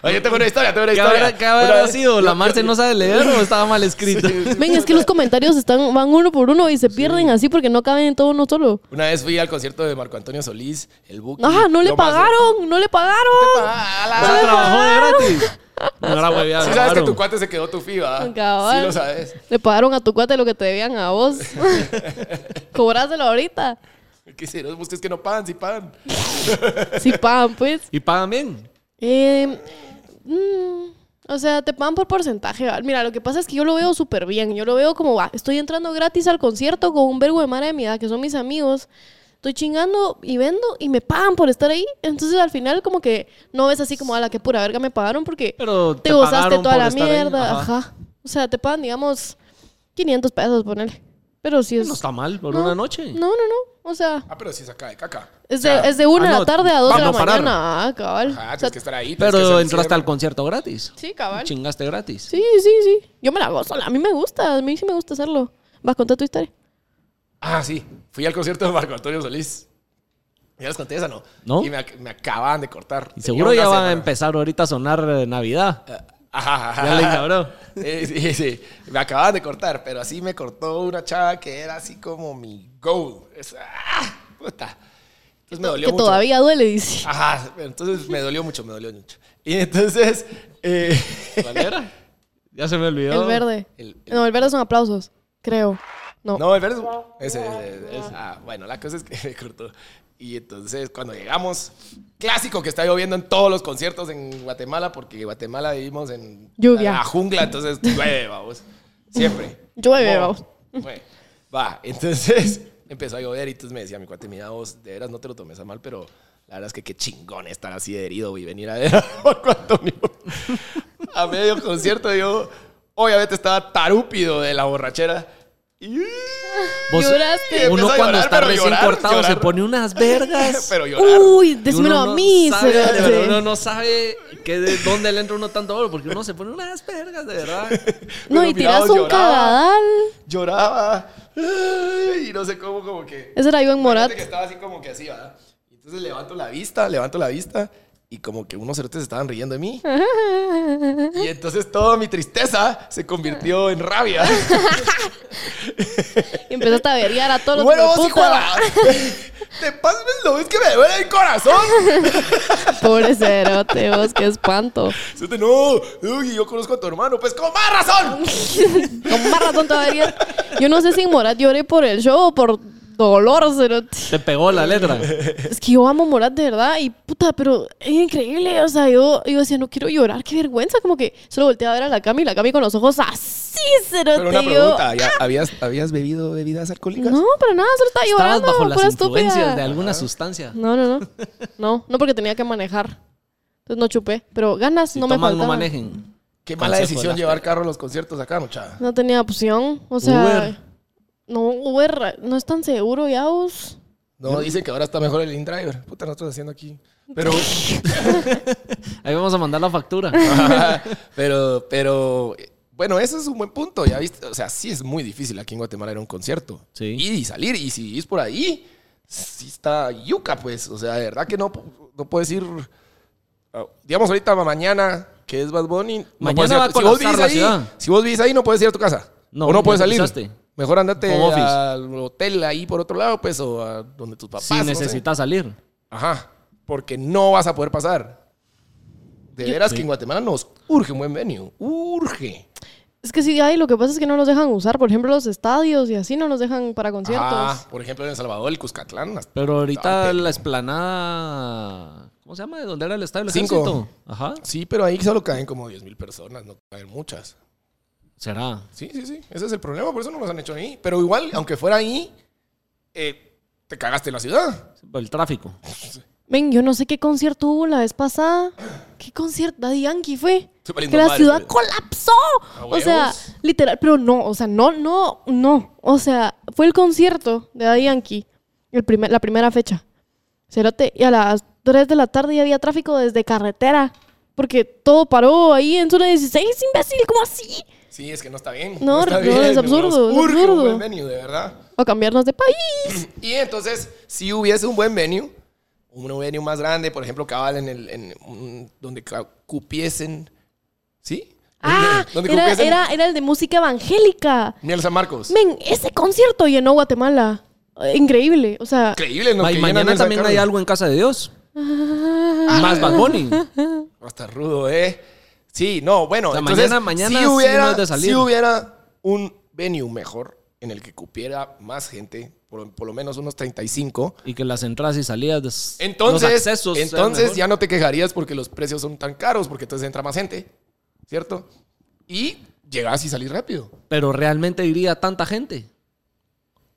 S1: Oye, tengo una historia, tengo una
S3: ¿Qué
S1: historia.
S3: habrá, qué habrá
S1: Una vez-
S3: sido? ¿La Marce no sabe leer o estaba mal escrito?
S2: Ven, es que los comentarios están, van uno por uno y se pierden así porque no caben en todo uno solo.
S1: Una vez fui al concierto de Marco Antonio Solís, el Buki.
S2: Ajá, no le
S1: Lo más-
S2: pagaron, no le
S1: Ah,
S2: pagaron.
S3: O
S1: la-
S3: sea, trabajó de gratis. No era hueveada.
S1: Sí sabes que
S3: claro.
S1: tu cuate se quedó tu fiba.
S2: Cabal.
S1: Sí lo sabes.
S2: Le pagaron a tu cuate lo que te debían a vos. [laughs] Cobráselo ahorita.
S1: Que si no busques que no pagan, si pagan.
S2: Si pagan, pues.
S3: Y pagan bien.
S2: Eh, mm, o sea, te pagan por porcentaje. ¿va? Mira, lo que pasa es que yo lo veo súper bien. Yo lo veo como, va, estoy entrando gratis al concierto con un vergo de mara de mi edad, que son mis amigos. Estoy chingando y vendo y me pagan por estar ahí. Entonces, al final, como que no ves así como, a la que pura verga me pagaron porque
S3: Pero
S2: te,
S3: te
S2: gozaste
S3: pagaron
S2: toda
S3: por
S2: la
S3: estar ahí.
S2: mierda. Ajá.
S3: Ajá.
S2: O sea, te pagan, digamos, 500 pesos, ponele. Pero si es...
S3: No está mal por
S2: No,
S3: una noche.
S2: No, no, no. O sea,
S1: Ah, pero si saca de caca.
S2: es de, es de una
S3: ah,
S2: de
S3: no,
S2: la tarde a dos de
S3: para
S2: la
S3: no parar.
S2: mañana. Ah, cabal.
S1: Ajá,
S2: O sea,
S1: tienes que estar ahí. tienes que
S3: Pero
S1: hacer
S3: entraste al
S1: cierre.
S3: concierto gratis.
S2: Sí, cabal.
S3: Chingaste gratis.
S2: Sí, sí, sí. Yo me la gozo. A mí me gusta. A mí sí me gusta hacerlo. Vas a contar tu historia.
S1: Ah, sí. Fui al concierto de Marco Antonio Solís. Ya les conté esa, ¿no?
S3: ¿No?
S1: Y me, ac- me acababan de cortar.
S3: Y
S1: Tenía
S3: seguro
S1: una
S3: ya va
S1: semana.
S3: a empezar ahorita a sonar eh, Navidad.
S1: [laughs] Ajá, ajá.
S3: Ya le ignoró.
S1: Eh, [laughs] sí, sí. Me acababan de cortar, pero así me cortó una chava que era así como mi goal. Es- ¡ah! puta. Entonces me dolió
S2: que
S1: mucho.
S2: todavía duele, dice.
S1: Ajá, entonces me dolió mucho, me dolió mucho. Y entonces. eh, [laughs]
S3: ¿Cuál era? Ya se me olvidó.
S2: El verde.
S1: el- el-
S2: No, el verde son aplausos. Creo. No.
S1: no, el verde. es- Ese, ese, ese. Ah, bueno, la cosa es que [laughs] me cortó. Y entonces, cuando llegamos, clásico que está lloviendo en todos los conciertos en Guatemala, porque Guatemala vivimos en
S2: Lluvia.
S1: la jungla, entonces llueve, vamos. Siempre.
S2: Llueve,
S1: No,
S2: vamos.
S1: güey. Va, entonces [laughs] empezó a llover y entonces me decía mi cuate, mira vos, de veras no te lo tomes a mal, pero la verdad es que qué chingón estar así de herido y venir a ver a [laughs] Marco Antonio. A medio concierto yo obviamente estaba tarúpido de la borrachera. Y-
S3: Vos- eh,
S2: Lloraste.
S3: Uno
S1: Empezó a
S3: cuando
S1: llorar,
S3: está
S1: pero
S3: recién
S1: llorar,
S3: cortado
S1: llorar.
S3: se pone unas vergas.
S1: [laughs] Pero llorar.
S2: Uy,
S3: Y uno
S2: decímelo a
S3: no
S2: mí.
S3: sabe, de
S2: cerote.
S3: verdad, uno no sabe que de dónde le entra uno tanto oro, porque uno se pone unas vergas, de verdad.
S2: No,
S1: Pero
S2: y
S1: mira,
S2: tiras un
S1: lloraba.
S2: cagadal.
S1: Lloraba. Ay, y no sé cómo, como que...
S2: Ese era Iván Morat.
S1: Fíjate
S2: [laughs]
S1: que estaba así como que así, ¿verdad? Y Entonces levanto la vista, levanto la vista y como que unos cerotes estaban riendo de mí. Y entonces toda mi tristeza se convirtió en rabia.
S2: Y empezaste a averiar a [laughs] todos los
S1: bueno, vos,
S2: puta.
S1: hijo de la- [laughs] Te pasas lo ves que me duele el corazón.
S2: Pobre cerote, vos, qué espanto.
S1: Cerote, no, uy, yo conozco a tu hermano, pues con más razón.
S2: Con más razón todavía. Yo no sé si en Morat lloré por el show o por dolor, cerote.
S3: [laughs] Te pegó la letra.
S2: Es que yo amo Morat de verdad y puta, pero es increíble. O sea, yo, yo decía, no quiero llorar, qué vergüenza. Como que solo volteé a ver a la Cami y la Cami con los ojos así, cerote.
S1: Pero una
S2: yo,
S1: pregunta, ¿ya ¿habías, ¿habías bebido bebidas alcohólicas?
S2: No, para nada, solo estaba
S3: Estabas
S2: llorando.
S3: bajo las
S2: pura
S3: influencias
S2: estúpida.
S3: de alguna sustancia.
S2: No, no, no. No, no porque tenía que manejar. Entonces no chupé. Pero ganas
S3: Si
S2: no me
S3: toman, no
S2: faltaban.
S3: manejen.
S1: Qué mala
S3: Consejo
S1: decisión
S3: de la-
S1: llevar carro a los conciertos acá, muchacha.
S2: No tenía opción. O sea.
S3: Uber.
S2: No, Uber no es tan seguro, ya vos.
S1: No, dicen que ahora está mejor el InDriver. Puta, nosotros haciendo aquí.
S2: [laughs]
S1: Pero,
S3: Ahí vamos a mandar la [laughs] factura.
S1: [laughs] pero, pero, eh, bueno, eso es un buen punto. Ya viste, o sea, sí es muy difícil aquí en Guatemala ir a un concierto.
S3: Sí.
S1: Ir y salir. Y si ir por ahí, sí está yuca, pues. O sea, de verdad que no, no puedes ir. ah, Digamos, ahorita mañana, que es Bad Bunny. no
S3: Mañana
S1: puedes ir
S3: va a
S1: tu- si vos
S3: colapsar
S1: vivís
S3: la
S1: ahí,
S3: ciudad.
S1: Si vos vivís ahí, no puedes ir a tu casa.
S3: No,
S1: o no puedes
S3: ya
S1: salir.
S3: pisaste.
S1: Mejor andate
S3: Home office.
S1: al hotel ahí por otro lado, pues, o a donde tus papás.
S3: si
S1: no sé.
S3: necesitas salir.
S1: Ajá, porque no vas a poder pasar. De veras que en Guatemala nos urge un buen venue. Urge.
S2: Es que sí, hay, lo que pasa es que no nos dejan usar, por ejemplo, los estadios y así no nos dejan para conciertos.
S3: Ah,
S1: Ajá, por ejemplo, en El Salvador, el Cuscatlán. las-
S3: Pero ahorita
S1: Ah,
S3: la esplanada. ¿Cómo se llama? ¿De dónde era el estadio del
S1: Cinco.
S3: ejército? Ajá.
S1: Sí, pero ahí solo caen como 10 mil personas, no caen muchas.
S3: Será.
S1: Sí, sí, sí. Ese es el problema, por eso no los han hecho ahí. Pero igual, aunque fuera ahí, eh, te cagaste la ciudad. [laughs]
S3: El tráfico.
S2: Ven, yo no sé qué concierto hubo la vez pasada. ¿Qué concierto? Daddy Yankee fue.
S1: Estoy valiendo
S2: Que la
S1: madre,
S2: ciudad
S1: güey.
S2: colapsó.
S1: A
S2: O sea,
S1: huevos.
S2: literal, pero no, o sea, no, no, no. O sea, fue el concierto de Daddy Yankee, el primer, la primera fecha. Cerote, y a las 3 de la tarde ya había tráfico desde carretera. Porque todo paró ahí en zona 16, imbécil, ¿cómo así?
S1: Sí, es que no está bien.
S2: No,
S1: está
S2: no, es absurdo,
S1: Nos
S2: es
S1: urge un
S2: absurdo.
S1: buen venue, de verdad.
S2: O cambiarnos
S1: [laughs]
S2: de país.
S1: Y entonces, si hubiese un buen venue, un venue más grande, por ejemplo, cabal en el en un- donde ca- cupiesen, ¿sí?
S2: Ah,
S1: [laughs] donde
S2: era,
S1: cupiesen
S2: era, era el de música evangélica.
S1: Miel San Marcos.
S2: Men, ese concierto llenó Guatemala. Eh, Increíble, o sea.
S1: Increíble, ¿no?
S3: Ma- y
S1: Que llenan
S3: mañana
S1: el San
S3: también hay
S1: Carlos.
S3: algo en casa de Dios.
S2: ah,
S3: Más Bad Bunny.
S1: Hasta rudo, ¿eh? Sí, no, bueno,
S3: O sea,
S1: entonces,
S3: mañana- mañana
S1: si
S3: sí no
S1: hubiera,
S3: es de salir.
S1: si hubiera un venue mejor en el que cupiera más gente, por, por lo menos unos 35,
S3: Y que las entradas y salidas. des- los
S1: entonces,
S3: accesos sean
S1: entonces
S3: mejor.
S1: ya no te quejarías porque los precios son tan caros, porque entonces entra más gente, ¿cierto? Y llegas y salís rápido.
S3: Pero realmente iría tanta gente.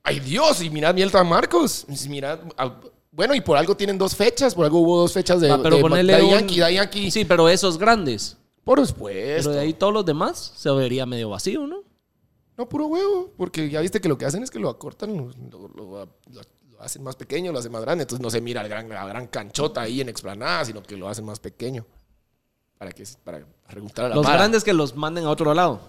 S1: ¡Ay, Dios! Y mirad Miel San Marcos. Y Mirad, ah, bueno, y por algo tienen dos fechas. Por algo hubo dos fechas de,
S3: Ah, pero
S1: de-
S3: ponerle
S1: Daddy
S3: un-
S1: Yankee, Daddy Yankee.
S3: Sí, pero esos grandes.
S1: Por supuesto.
S3: Pero de ahí todos los demás se vería medio vacío, ¿no?
S1: No, puro huevo. Porque ya viste que lo que hacen es que lo acortan, lo, lo- lo- lo- lo hacen más pequeño, lo hacen más grande. Entonces no se mira el gran, la gran canchota ahí en explanada, sino que lo hacen más pequeño. Para que para preguntar a la
S3: Los
S1: mara.
S3: grandes que los manden a otro lado.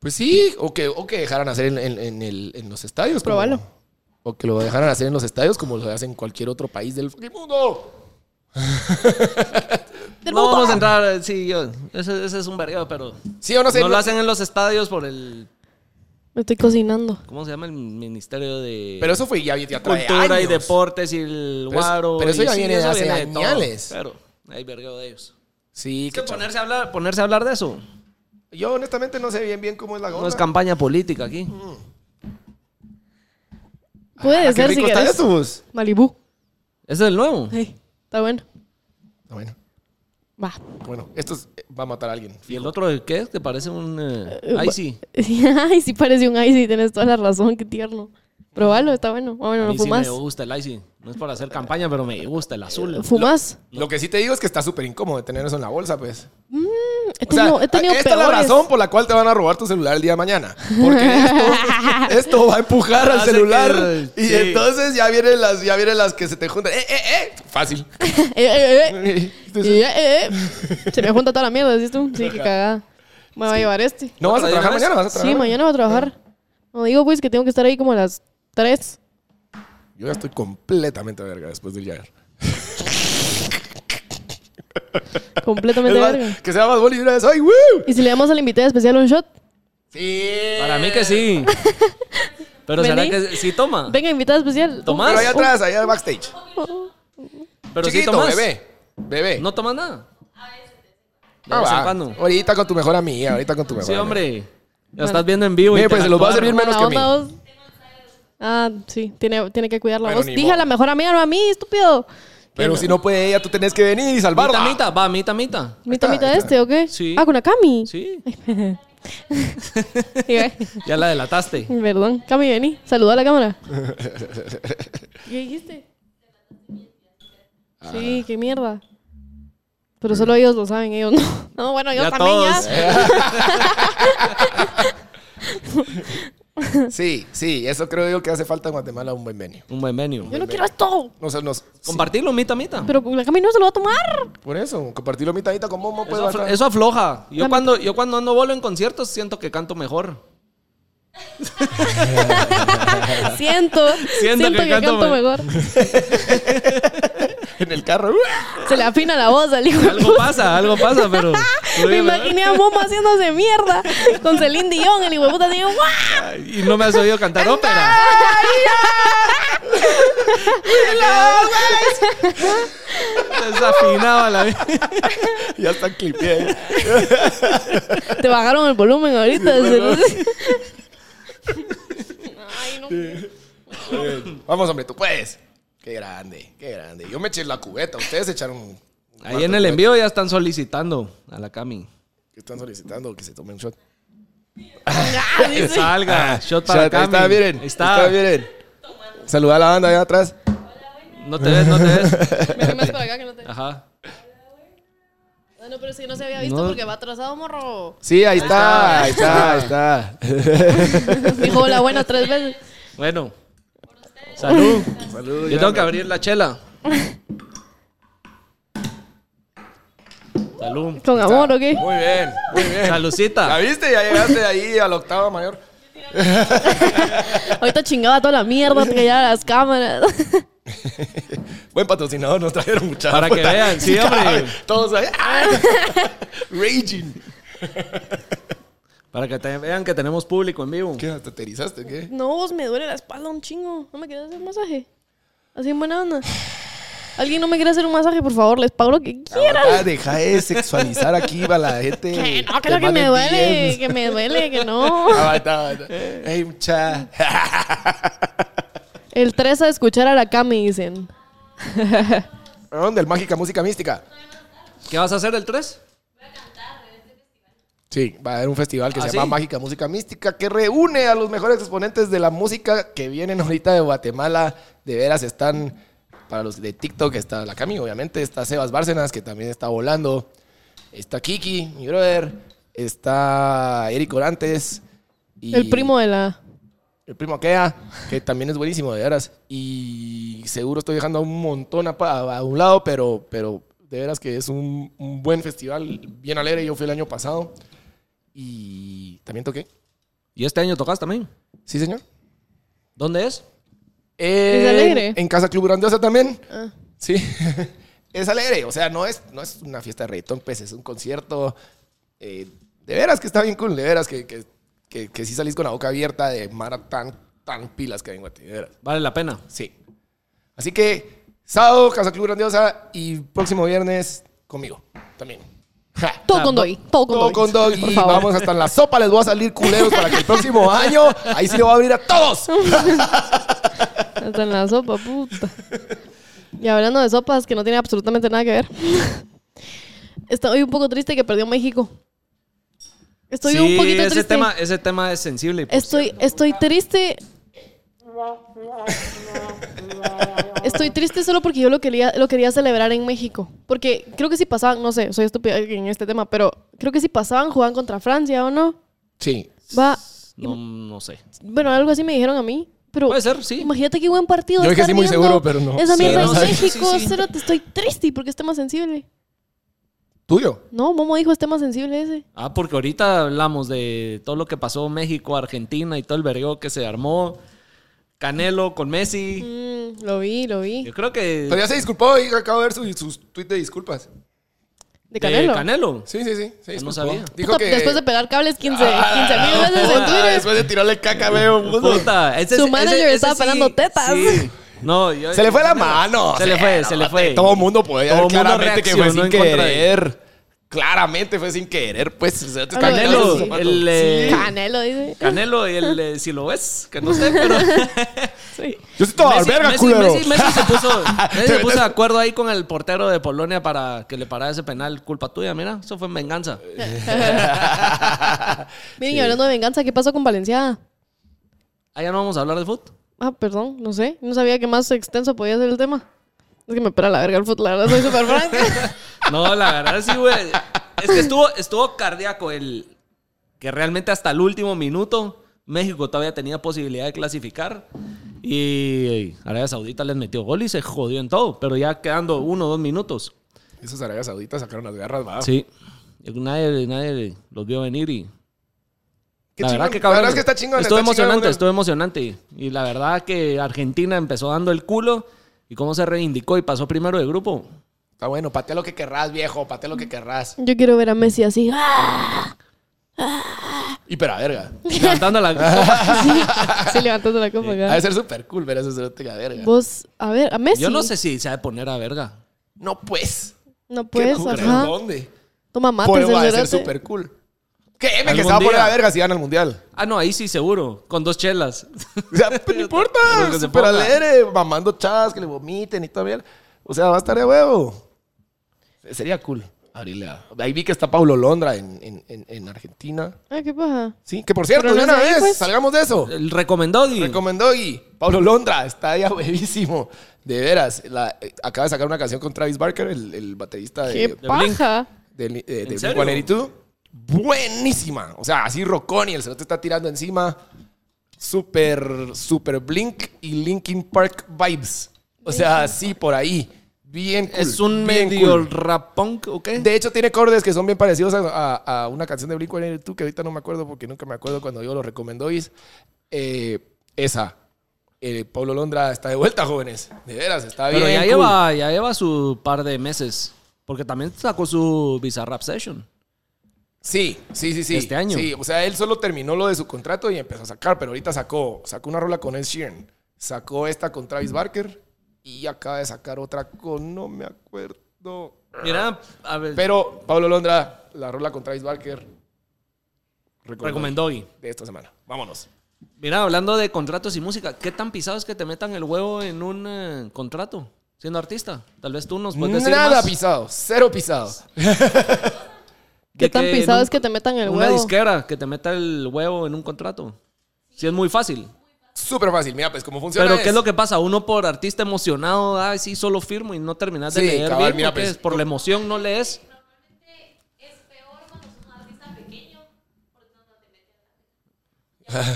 S1: Pues sí, o que, o que dejaran hacer en, en- en el- en los estadios. como-
S2: Próbalo.
S1: o que lo dejaran hacer en los estadios como lo hacen en cualquier otro país del fucking mundo.
S2: del
S3: No
S2: mundo.
S3: vamos a entrar, eh, sí, yo, ese, ese es un vergueo, pero
S1: Sí o no sé.
S3: no
S1: no-
S3: lo hacen en los estadios por el,
S2: Me estoy cocinando.
S3: ¿cómo se llama? El Ministerio de
S1: Pero eso fue ya, ya trae
S3: Cultura y
S1: años.
S3: Deportes y el
S1: Pero es-
S3: Guaro.
S1: pero eso
S3: y
S1: ya
S3: sí,
S1: viene de hace
S3: viene todo,
S1: añales.
S3: Pero hay vergueo de ellos.
S1: Sí,
S3: Es que
S1: qué chafa.
S3: ponerse a, hablar, ponerse a hablar de eso
S1: Yo honestamente no sé bien bien cómo es la
S3: no es
S1: cosa.
S3: campaña política aquí.
S2: Puede
S1: Ah, qué
S2: ser si
S1: rico están
S2: querés.
S1: estos.
S2: Malibú.
S3: Ese es el nuevo.
S2: Sí, está bueno.
S1: Ah, Bueno,
S2: Va.
S1: bueno, esto es- eh, va a matar a alguien.
S3: ¿Y el otro qué es? Que parece un... eh, ahí
S2: [laughs]
S3: sí.
S2: Ay, sí parece un icy, tenés toda la razón, qué tierno. Probalo, está bueno. Ah,
S3: A
S2: Bueno, no
S3: mí sí
S2: fumas.
S3: me gusta el Icy. No es para hacer campaña, pero me gusta el azul.
S1: Eh,
S2: ¿Fumas?
S1: Lo que sí te digo es que está súper incómodo de tener eso en la bolsa, pues.
S2: He
S1: O sea, ah,
S2: tenido, Pues he tenido
S1: esta es la
S2: peores.
S1: razón por la cual te van a robar tu celular el día de mañana. Porque esto, esto va a empujar al
S3: Hace
S1: celular.
S3: que-
S1: y
S3: sí.
S1: entonces ya vienen las, ya vienen las que se te juntan. ¡Eh, eh, eh!
S2: [laughs]
S1: Fácil.
S2: [laughs] Eh, eh,
S1: [laughs]
S2: eh.
S1: Entonces,
S2: Eh, eh, eh. Se me junta toda la mierda, ¿decís tú? Sí, qué cagada. Me va a llevar este.
S1: no vas a
S3: ¿Otra de
S1: trabajar
S3: una vez?
S1: mañana, vas a trabajar.
S2: Sí, mañana voy a trabajar. No digo, pues, que tengo que estar ahí como a las 3.
S1: Yo ya estoy completamente verga después del Jagger.
S2: Completamente
S1: [laughs] Es más,
S2: verga.
S1: Que sea más boli de una vez. ¡Ay, woo!
S2: ¿Y si le damos al invitado especial un shot?
S1: [laughs] Sí.
S3: Para mí que sí. Pero será
S2: Vení.
S3: que sí toma.
S2: Venga, invitada especial.
S3: Tomás.
S2: Un-
S1: Pero allá atrás, allá backstage.
S3: Pero sí
S1: Chiquito,
S3: tomas.
S1: bebé. Bebé.
S3: No tomas nada. De
S1: Ah,
S3: vez en
S1: va.
S3: cuando.
S1: Ahorita con tu mejor amiga, ahorita con tu mejor
S3: Sí,
S1: amiga.
S3: hombre. Lo estás viendo en vivo.
S1: Mire,
S3: y
S1: pues, se los va a
S3: interactuar.
S1: servir menos
S2: Buena
S1: que a mí.
S2: onda, vos. Ah, sí, tiene, tiene que cuidar la
S1: Pero
S2: voz.
S1: ni
S2: Dije
S1: modo.
S2: a la mejor amiga, no a mí, estúpido.
S1: Pero
S2: Que
S1: si no puede ella, tú tenés que venir y salvarla.
S3: Mita, mita, va, mita, mita.
S2: ¿Mita,
S1: Ahí está,
S2: mita
S1: ahí
S2: este o qué?
S3: Sí.
S2: Ah, con la Cami.
S3: Sí,
S2: Y ve,
S3: ya la delataste.
S2: [laughs] Perdón, Cami, vení. Saluda a
S1: [laughs]
S2: la cámara. ¿Qué dijiste?
S1: Ah.
S2: Sí, qué mierda. Pero solo ellos lo saben, ellos no. No, [laughs] bueno, yo
S3: Ya
S2: también
S3: todos.
S2: ya.
S1: Sí, sí, eso creo yo que hace falta en Guatemala un buen venio.
S3: Un buen menú.
S1: Eh,
S2: Yo no quiero esto.
S1: O sea, nos,
S3: Compartirlo, mita, mita.
S2: Pero la Cami no se lo va a tomar.
S1: por eso, compartirlo mitadita con Momo. Pues,
S3: Eso, aflo-
S1: acá.
S3: eso afloja. Yo
S2: La
S3: cuando, yo cuando ando bolo en conciertos siento que canto mejor.
S2: [laughs] Siento. Siento, que, canto, mejor.
S1: [laughs] En el carro. ¡uah!
S2: Se le afina la voz [laughs] al hijo. de
S3: Algo pasa, algo pasa, pero...
S2: Me imaginé a Momo haciéndose mierda con Celine Dion, el hijo de puta digo, ¡guau!
S3: Y no me has oído cantar ópera. [laughs] Desafinaba la vida.
S1: [laughs] ya está clipeé.
S2: Te bajaron el volumen ahorita. Ay, no.
S1: Eh, Vamos, hombre, tú puedes. Qué grande, qué grande. Yo me eché la cubeta, ustedes echaron. un-
S3: Ahí en el em- envío ya están solicitando a la Cami.
S1: que Están solicitando que se tome un shot.
S2: [laughs] Ah,
S3: Que
S2: dice.
S3: salga. Shot para
S1: Shot, ahí
S3: Cami.
S1: está, miren.
S3: Ahí está.
S1: Está, miren. Saluda a la banda allá atrás.
S3: No te ves, no te [laughs] ves.
S2: Vení más para acá que no te-
S3: Ajá.
S2: Ah, no, pero es que no se había visto
S3: No.
S2: porque va atrasado, morro.
S1: Sí, ahí,
S3: está.
S1: está, ahí está, ahí está.
S3: [laughs]
S2: Dijo la buena tres [laughs] veces.
S3: Bueno. Salud.
S1: Salud.
S3: Yo tengo que abrir la chela. Salud.
S2: Con amor, ¿o qué?
S1: Muy bien, muy bien. ¿La
S3: Salucita.
S1: viste? Ya llegaste ahí a la octava mayor.
S2: Ahorita chingaba toda la mierda que ya las cámaras. [laughs]
S1: Buen patrocinador nos trajeron mucha
S3: Para que
S1: puta. [laughs]
S3: vean, sí, hombre.
S1: Todos ahí.
S3: [laughs]
S1: ¡ah! Raging.
S3: Para que te vean que tenemos público en vivo.
S1: ¿Qué? ¿Te aterizaste? ¿Qué?
S2: No, vos me duele la espalda un chingo. ¿No me quieres hacer masaje? Así en buena onda. ¿Alguien no me quiere hacer un masaje? Por favor, les pago lo que quieran.
S1: Ah, deja de sexualizar aquí a la gente.
S2: [laughs] Que no, que lo que me duele, que me duele,
S1: [laughs]
S2: que no.
S1: Ah, Ey, mucha.
S3: Eh.
S2: El 3 a escuchar a la Cami, dicen.
S1: ¿A ¿Dónde? El Mágica Música Mística.
S3: ¿Qué vas a hacer el 3?
S1: Sí, va a haber un festival que
S3: ¿Ah,
S1: se
S3: sí?
S1: llama Mágica Música Mística que reúne a los mejores exponentes de la música que vienen ahorita de Guatemala. De veras están, para los de TikTok, está la Cami, obviamente, está Sebas Bárcenas, que también está volando. Está Kiki, mi brother. Está Eric Orantes. y-
S2: El primo de la.
S1: El primo Akea, que también es buenísimo, de veras. Y seguro estoy dejando a un montón a, pa- a un lado, pero, pero de veras que es un, un buen festival, bien alegre. Yo fui el año pasado y también toqué.
S3: ¿Y este año tocas también?
S1: ¿Sí, señor?
S3: ¿Dónde es?
S1: En-
S2: alegre?
S1: En Casa Club Grandiosa también.
S2: Ah.
S1: Sí. [laughs] es alegre, o sea, no es, no es una fiesta de reggaetón, pues es un concierto. eh, de veras que está bien cool, de veras que, que, que, que sí salís con la boca abierta de mar tan, tan pilas que hay en Guate, de veras.
S3: Vale la pena.
S1: Sí. Así que, sábado, Casa Club Grandiosa y próximo viernes conmigo también. Ja.
S2: Todo
S3: Ah,
S2: con
S3: no-
S2: Doy. Todo con
S1: Todo
S2: Doy.
S1: con dog
S2: Por
S1: y
S2: favor.
S1: vamos hasta en la sopa. Les voy a salir culeros para que el
S2: [laughs]
S1: próximo año ahí sí lo va a abrir a todos.
S2: Hasta en la sopa, puta. Y hablando de sopas, que no tiene absolutamente nada que ver. [laughs] Estoy un poco triste que perdió México. Estoy
S3: Sí,
S2: un poquito
S3: ese
S2: triste.
S3: Tema, ese tema es sensible. pues.
S2: Estoy, estoy triste. Estoy triste solo porque yo lo quería, lo quería celebrar en México. Porque creo que si pasaban, no sé, soy estúpida en este tema, pero creo que si pasaban, jugaban contra Francia o no.
S1: Sí.
S2: Va.
S3: No, no sé.
S2: Bueno, algo así me dijeron a mí. Pero
S3: Puede ser, sí.
S2: imagínate qué buen partido.
S1: Yo dije
S2: estar
S1: sí muy
S2: viendo
S1: seguro, pero no.
S2: Esa
S1: Sí,
S2: mierda
S1: no,
S2: en
S1: sí,
S3: sí,
S2: México,
S3: sí.
S2: cero, te estoy triste porque es tema sensible.
S1: ¿Tuyo?
S2: No, Momo dijo es tema sensible ese.
S3: Ah, porque ahorita hablamos de todo lo que pasó México, Argentina y todo el vergueo que se armó. Canelo con Messi.
S2: Mm, lo vi, lo vi.
S3: Yo creo que
S1: Pero ya se disculpó y acabo de ver su- sus tweets de disculpas.
S2: De Canelo.
S3: De Canelo.
S1: Sí, sí, sí. sí disculpó.
S3: sabía.
S1: Dijo
S2: Puta,
S1: que...
S2: Después de pegar cables 15 mil
S1: Ah,
S2: veces en
S1: puta,
S2: Twitter.
S1: Después de tirarle caca, veo.
S3: Puta, ese-
S2: Su
S3: ese-
S2: manager
S3: ese
S2: estaba
S3: sí-
S2: parando tetas.
S3: sí. No, yo-
S1: Se le fue la
S3: Canelo.
S1: mano. eh,
S3: Se le fue, se le fue.
S1: Todo el mundo podía
S3: Todo
S1: ver
S3: mundo
S1: claramente que fue
S3: reaccionó
S1: sin
S3: en contra de-
S1: querer. Claramente fue sin querer, pues. o sea, te
S2: Canelo,
S1: cambiaste los
S2: sí,
S1: zapatos.
S3: el, eh,
S2: Canelo, dice.
S3: Canelo, el, eh, si lo ves, que no sé, pero.
S2: [laughs] Sí.
S1: Yo soy toda
S3: Messi-
S1: verga,
S3: Messi-
S1: culero.
S3: Messi- Messi se puso, Messi se
S1: metes-
S3: puso de acuerdo ahí con el portero de Polonia para que le parara ese penal. Culpa tuya, mira, eso fue en venganza.
S2: Miren, y hablando de venganza, ¿qué pasó con Valenciaga?
S3: Allá no vamos a hablar de fútbol.
S2: Ah, perdón, no sé. No sabía que más extenso podía ser el tema. Es que me pela la verga el fútbol, la verdad, soy súper
S3: [laughs]
S2: franca.
S3: No, la verdad sí, güey. Es que estuvo, estuvo cardíaco el que realmente hasta el último minuto México todavía tenía posibilidad de clasificar. Y Arabia Saudita les metió gol y se jodió en todo, pero ya quedando uno o dos minutos.
S1: [laughs] Esos Arabia Sauditas sacaron las garras, va.
S3: Sí. Nadie, nadie los vio venir y.
S1: Qué
S3: la verdad
S1: chingón.
S3: que cabrón.
S1: La verdad es que está chingón. está
S3: Estuvo
S1: chingón el
S3: emocionante,
S1: mundial.
S3: estuvo emocionante. Y la verdad que Argentina empezó dando el culo y cómo se reivindicó y pasó primero
S1: [laughs]
S3: de grupo.
S1: Está bueno, patea lo que querrás, viejo. Patea lo que querrás.
S2: Yo quiero ver a Messi así. ¡ah!
S1: Y pero a verga.
S3: Levantando la.
S1: [laughs]
S2: Sí, levantando la copa
S1: Ha de
S2: acá.
S1: ser súper cool ver a ese cerote a verga.
S2: Vos, a ver, a Messi.
S3: Yo no sé si se ha de poner a verga.
S1: No, pues.
S2: No
S1: ¿Qué
S2: puedes,
S1: no crees?
S2: ajá.
S1: ¿Dónde?
S2: Toma
S1: Por
S2: mates
S1: eso
S2: el
S1: va a ser
S2: cerote.
S1: súper cool. Créeme que
S3: Algún
S1: se va a poner
S3: día.
S1: a verga si gana el mundial.
S3: Ah, no, ahí sí seguro. Con dos chelas. [laughs]
S1: O sea, pues, no [laughs] importa.
S3: Lo que se
S1: Súper
S3: ponga.
S1: alegre, mamando chas, que le vomiten y todo bien. O sea, va a estar de huevo. Sería cool. abrirle a- Ahí vi que está Paulo Londra en, en- en- en Argentina.
S2: Ah, qué paja.
S1: Sí, que por cierto,
S2: Pero
S1: de
S2: no
S1: una
S2: es ahí,
S1: vez,
S2: pues.
S1: salgamos de eso.
S3: El recomendó y
S1: Recomendó y Pablo Londra está ya huevísimo. De veras. La- eh, acaba de sacar una canción con Travis Barker, el, el baterista
S2: Qué
S1: de,
S2: paja.
S1: de, de, de
S3: ¿En
S1: Blink
S3: serio?
S1: 182. Buenísima. O sea, así rocón y el cerote está tirando encima. Súper, súper Blink y Linkin Park vibes. O sea, así por ahí. Bien cool,
S3: es un
S1: bien
S3: medio
S1: cool.
S3: rap punk, ¿o qué?
S1: De hecho, tiene acordes que son bien parecidos a, a- a una canción de Blink-182 que ahorita no me acuerdo porque nunca me acuerdo cuando yo lo recomendó. y es, eh, esa. Eh, Pablo Londra está de vuelta, jóvenes. De veras, está
S3: Pero
S1: bien
S3: ya,
S1: cool.
S3: lleva, ya lleva su par de meses. Porque también sacó su Bizarrap Session.
S1: Sí, sí, sí, sí.
S3: Este año.
S1: Sí, o sea, él solo terminó lo de su contrato y empezó a sacar, pero ahorita sacó, sacó una rola con Ed Sheeran, sacó esta con Travis Barker y acaba de sacar otra con, no me acuerdo.
S3: Mira, a ver,
S1: Pero Pablo Londra, la rola con Travis Barker,
S3: recomendó y.
S1: de esta semana. Vámonos.
S3: Mira, hablando de contratos y música, ¿qué tan pisado es que te metan el huevo en un eh, contrato siendo artista? Tal vez tú nos Pues, puedes decir
S1: Nada
S3: más
S1: pisado, cero pisado.
S2: Qué
S3: de
S2: tan
S3: que
S2: pisado
S3: en un-
S2: es que te metan el
S3: Una
S2: huevo.
S3: disquera que te meta el huevo en un contrato. Sí, es muy fácil.
S1: Súper fácil, mira, pues cómo funciona.
S3: Pero ¿qué es lo que pasa? Uno por artista emocionado, ay, sí, solo firmo y no terminas de
S1: Sí,
S3: leer
S1: cabal,
S3: bien,
S1: mira,
S3: porque
S1: pues,
S3: es por la emoción no lees.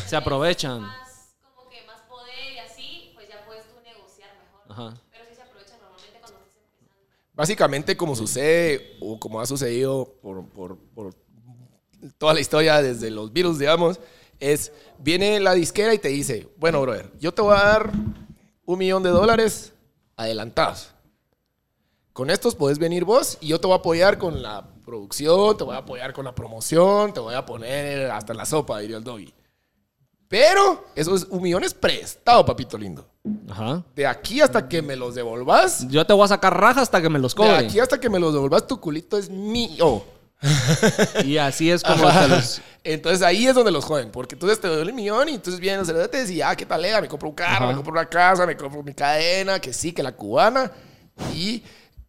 S3: Se aprovechan.
S4: más, como que más poder y así, pues ya puedes tú negociar mejor.
S3: Ajá.
S4: Pero sí se aprovecha normalmente cuando estás empezando.
S1: Básicamente, como sucede o como ha sucedido por, por- por toda la historia desde los virus, digamos, es viene la disquera y te dice, bueno, brother, yo te voy a dar un millón de dólares adelantados. Con estos podés venir vos y yo te voy a apoyar con la producción, te voy a apoyar con la promoción, te voy a poner hasta la sopa, diría el doggy. Pero esos un millón es prestado, papito lindo.
S3: Ajá.
S1: De aquí hasta que me los devolvás,
S3: Yo te voy a sacar raja hasta que me los
S1: de
S3: cobre.
S1: aquí hasta que me los devolvas, tu culito es mío.
S3: Y así es como
S1: [laughs]
S3: te los...
S1: Entonces ahí es donde los joden, porque entonces te doy el millón y entonces vienen los cerotes y ah, qué talega, me compro un carro,
S3: Ajá.
S1: me compro una casa, me compro mi cadena, que sí, que la cubana. Y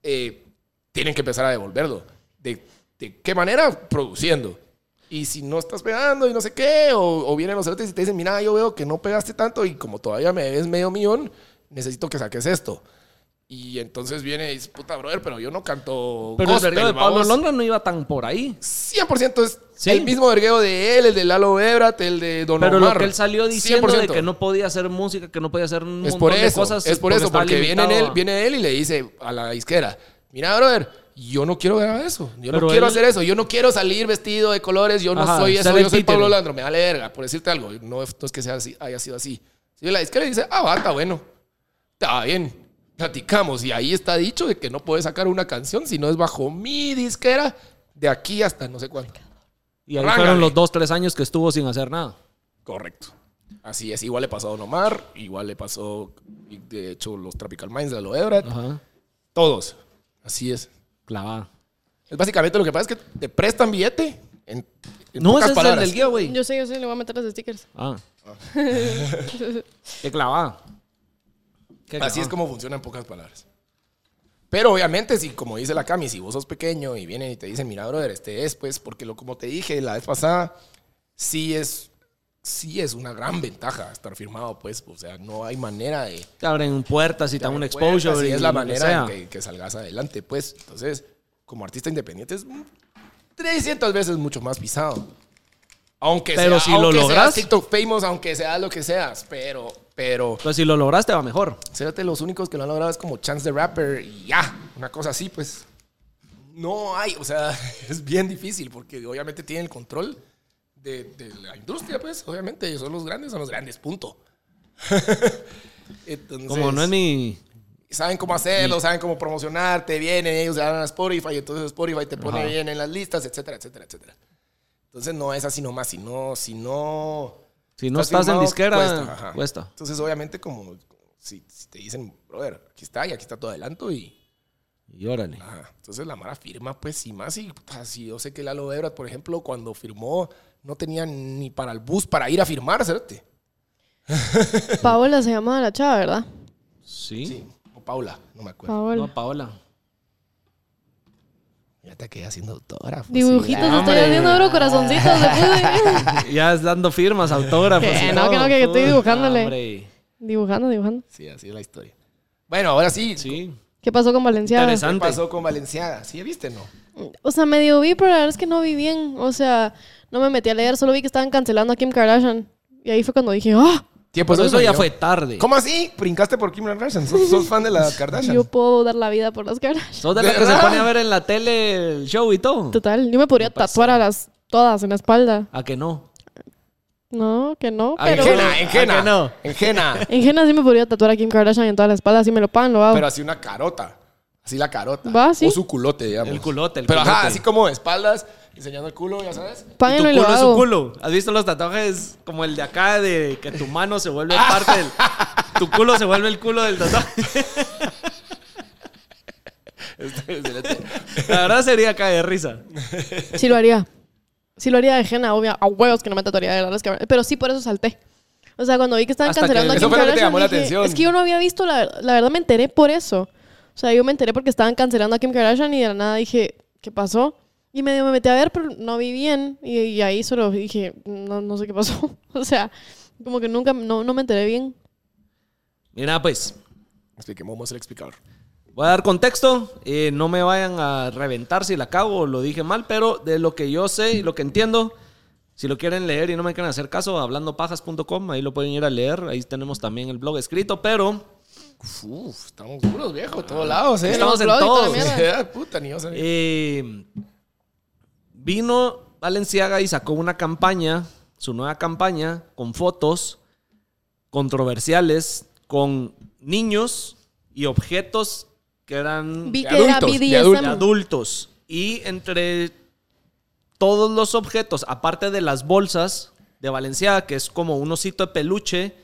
S1: eh, tienen que empezar a devolverlo. ¿De, de qué manera? Produciendo. Y si no estás pegando y no sé qué, o, o vienen los cerotes y te dicen, mira, yo veo que no pegaste tanto y como todavía me debes medio millón, necesito que saques esto. Y entonces viene y dice, puta, brother, pero yo no canto
S3: Pero el
S1: gospel,
S3: verguero de Pablo
S1: vamos".
S3: Londra no iba tan por ahí.
S1: 100% es
S3: Sí.
S1: el mismo vergueo de él, el de Lalo Ebrat, el de Don
S3: Pero
S1: Omar.
S3: lo que él salió diciendo de
S1: 100%.
S3: que no podía hacer música, que no podía hacer un
S1: es
S3: montón
S1: por
S3: de
S1: eso,
S3: cosas.
S1: es por eso,
S3: estaba
S1: porque viene
S3: limitado
S1: él,
S3: a-
S1: viene él y le dice a la disquera, mira, brother, yo no quiero grabar eso, yo
S3: Pero
S1: no quiero
S3: él-
S1: hacer eso, yo no quiero salir vestido de colores, yo no
S3: Ajá,
S1: soy
S3: ser
S1: eso,
S3: el
S1: yo soy
S3: títere.
S1: Pablo Landro, me vale verga, por decirte algo, no, es- no es que sea así, haya sido así. Y la disquera dice, ah, va, está bueno, está bien. platicamos y ahí está dicho de que no puedes sacar una canción si no es bajo mi disquera de aquí hasta no sé cuánto.
S3: Y ahí
S1: Rángale.
S3: fueron los dos, tres años que estuvo sin hacer nada.
S1: Correcto. Así es, igual le pasó a Don Omar, igual le pasó, y de hecho, los Tropical Minds de Lo Ebrat,
S3: Ajá.
S1: todos. Así es.
S3: Clavada.
S1: Es básicamente lo que pasa es que te prestan billete en, en
S3: No,
S1: pocas
S3: ese es el
S1: palabras.
S3: del guía, güey.
S2: Yo sé, yo sé, le voy a meter los stickers.
S3: Ah. Qué clavada. Qué
S1: Así
S3: clavada.
S1: es como funciona en pocas palabras. Pero obviamente, si como dice la Cami, si vos sos pequeño y vienen y te dicen, mira, brother, este es, pues, porque lo, como te dije la vez pasada, sí es, sí es una gran ventaja estar firmado, pues, o sea, no hay manera de...
S3: Te abren puertas y te dan un exposure.
S1: pues, Así
S3: y
S1: es la
S3: lo que
S1: manera en
S3: sea.
S1: que, que salgas adelante, pues. Entonces, como artista independiente es mm, 300 veces mucho más pisado. Aunque
S3: Pero
S1: sea,
S3: si lo
S1: aunque seas
S3: logras.
S1: TikTok famous, aunque sea lo que seas, pero, pero...
S3: Pero Pues si lo lograste, va mejor.
S1: Cérate, los únicos que lo han logrado es como Chance the Rapper y ya, una cosa así, pues. No hay, o sea, [laughs] es bien difícil porque obviamente tienen el control de, de la industria, pues, obviamente, ellos son los grandes, son los grandes, punto. [laughs] Entonces,
S3: Como no es mi.
S1: saben
S3: Mm,
S1: cómo hacerlo, saben cómo promocionarte, vienen, ellos le dan a Spotify, entonces Spotify te pone
S3: Ajá.
S1: bien en las listas, etcétera, etcétera, etcétera. Entonces no es así nomás, si no, si no...
S3: Si no estás en
S1: firmado,
S3: disquera,
S1: ajá.
S3: cuesta.
S1: Entonces obviamente como si, si te dicen, brother, aquí está y aquí está tu adelanto y...
S3: Y órale.
S1: Ajá. Entonces la Mara firma, pues, y más. Y puta, si yo sé que Lalo Ebrat, por ejemplo, cuando firmó, no tenía ni para el bus para ir a firmar, ¿cierto?
S2: Paola se llamaba la chava, ¿verdad?
S3: Sí.
S1: Sí. O Paula, no me acuerdo.
S2: Paola.
S3: No, pues Paola.
S1: Ya te quedé haciendo autógrafo.
S2: Dibujitos,
S3: sí.
S2: estoy
S3: ah, Hombre.
S2: haciendo bro, corazoncitos.
S3: [laughs]
S2: le puse.
S3: Ya es dando firmas, autógrafos.
S2: Que
S3: y
S2: no,
S3: todo.
S2: que no, que estoy
S3: Uy,
S2: dibujándole.
S3: hombre.
S2: dibujando, dibujando.
S1: Sí, así es la historia. Bueno, ahora sí.
S3: Sí.
S2: ¿Qué pasó con Valenciaga?
S1: ¿Qué
S3: Interesante.
S1: pasó con Valenciaga? ¿Sí viste, no?
S2: O sea, medio vi, pero la verdad es que no vi bien. O sea, no me metí a leer, solo vi que estaban cancelando a Kim Kardashian. Y ahí fue cuando dije, ¡ah!
S1: Tiempo
S3: Pues eso ya fue tarde.
S1: ¿Cómo así? ¿Brincaste por Kim Kardashian? ¿Sos, sos fan de
S3: [laughs]
S1: la Kardashian?
S2: Yo puedo dar la vida por las Kardashian.
S3: Sos de la que se
S1: ¿Verdad?
S3: pone a ver en la tele el show y todo.
S2: Total, yo me podría tatuar a las todas en la espalda.
S3: ¿A que no?
S2: No, que no,
S3: Ay,
S2: pero...
S3: Jena.
S1: Engena, engena.
S3: ¿A Ah, que no?
S1: Engena.
S3: [laughs]
S2: En Jena sí me podría tatuar a Kim Kardashian en toda la espalda, así me lo pagan, lo hago.
S1: Pero así una carota. Así la carota.
S2: Va, sí.
S1: O su culote, digamos.
S3: El culote, el
S1: Pero ajá,
S3: culote.
S1: así como de espaldas, enseñando el culo, ya sabes. [laughs]
S3: Y tu
S2: Páguenlo y, lo
S3: culo es
S2: hago.
S3: su culo. ¿Has visto los tatuajes como el de acá de que tu mano se vuelve parte
S2: [laughs]
S3: del... Tu culo se vuelve el culo del tatuaje.
S1: Este,
S3: La verdad sería caer de risa.
S2: Sí lo haría. Sí lo haría de Jena, obvio. A huevos que no me tatuaría de las Kardashian. Pero sí, por eso salté. O sea, cuando vi que estaban
S3: Hasta
S2: cancelando a
S3: que-
S1: Eso
S2: Kim
S1: fue lo que te
S2: Kardashian,
S1: llamó la
S2: dije,
S1: atención.
S2: es que yo no había visto, la, la verdad me enteré por eso. O sea, yo me enteré porque estaban cancelando a Kim Kardashian y de la nada dije, ¿qué pasó? Y medio me metí a ver, pero no vi bien. Y, y ahí solo dije, no, no sé qué pasó. [laughs] O sea, como que nunca, no, no me enteré bien.
S3: Mira, pues,
S1: Expliquemos, vamos a explicar.
S3: Voy a dar contexto, eh, no me vayan a reventar si la cago o lo dije mal, pero de lo que yo sé y lo que entiendo, si lo quieren leer y no me quieren hacer caso, hablandopajas.com, ahí lo pueden ir a leer, ahí tenemos también el blog escrito, pero
S1: Uf, estamos duros, viejo, de todos lados, ¿eh?
S3: Estamos en
S2: Blog y toda la
S3: todos.
S2: mierda.
S3: [laughs]
S1: Ah, Puta, ni yo sabía.
S3: eh, vino Valenciaga y sacó una campaña, su nueva campaña, con fotos controversiales, con niños y objetos que eran...
S2: Vi
S1: De
S2: que
S1: adultos, de
S2: era
S3: de
S1: adultos.
S2: BDSM.
S3: adultos. Y entre todos los objetos, aparte de las bolsas de Valenciaga, que es como un osito de peluche,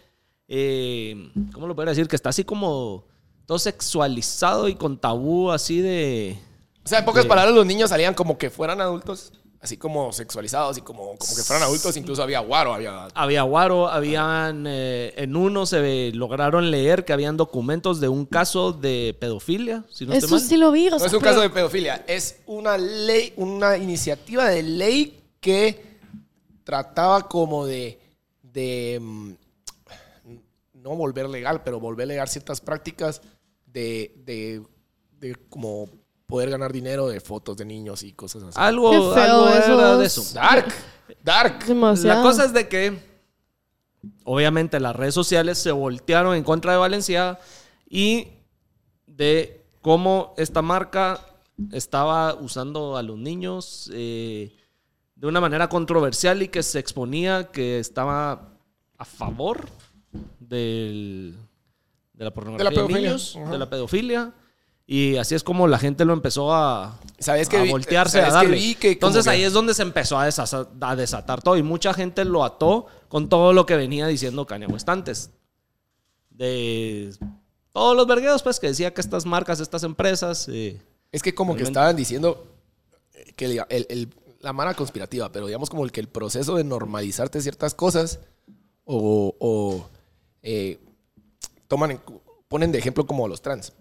S3: eh, ¿cómo lo puedo decir? Que está así como todo sexualizado y con tabú así de...
S1: O sea, en pocas
S3: eh.
S1: palabras, los niños salían como que fueran adultos, así como sexualizados y como, como que fueran adultos. Incluso había guaro, había.
S3: Había guaro, habían... eh, en uno se ve- lograron leer que habían documentos de un caso de pedofilia, si no estoy
S2: Eso
S3: mal.
S2: sí lo vi. o
S1: No
S2: sea,
S1: es un
S2: pero-
S1: caso de pedofilia, es una ley, una iniciativa de ley que trataba como de. de mm, no volver legal, pero volver legal ciertas prácticas de, de, de como poder ganar dinero de fotos de niños y cosas así.
S3: Algo,
S2: Qué feo
S3: algo era
S2: esos-
S3: de eso.
S1: Dark, dark.
S2: Demasiado.
S3: La cosa es de que, obviamente, las redes sociales se voltearon en contra de Valencia y de cómo esta marca estaba usando a los niños eh, de una manera controversial y que se exponía que estaba a favor del, de la pornografía de,
S1: pedofilia,
S3: niños,
S1: ajá.
S3: de la pedofilia. Y así es como la gente lo empezó a,
S1: ¿Sabes que
S3: a
S1: vi-
S3: voltearse,
S1: sabes
S3: a
S1: que
S3: darle.
S1: vi que como
S3: Entonces
S1: que-
S3: ahí es donde se empezó a, desasa- a desatar todo. Y mucha gente lo ató con todo lo que venía diciendo Kanye West antes. De todos los vergueos, pues, que decía que estas marcas, estas empresas... eh,
S1: Es que como que
S3: Realmente.
S1: estaban diciendo eh, que diga, el- el- la mara conspirativa, pero digamos como el que el proceso de normalizarte ciertas cosas o, o, eh, toman en cu- ponen de ejemplo como a los trans.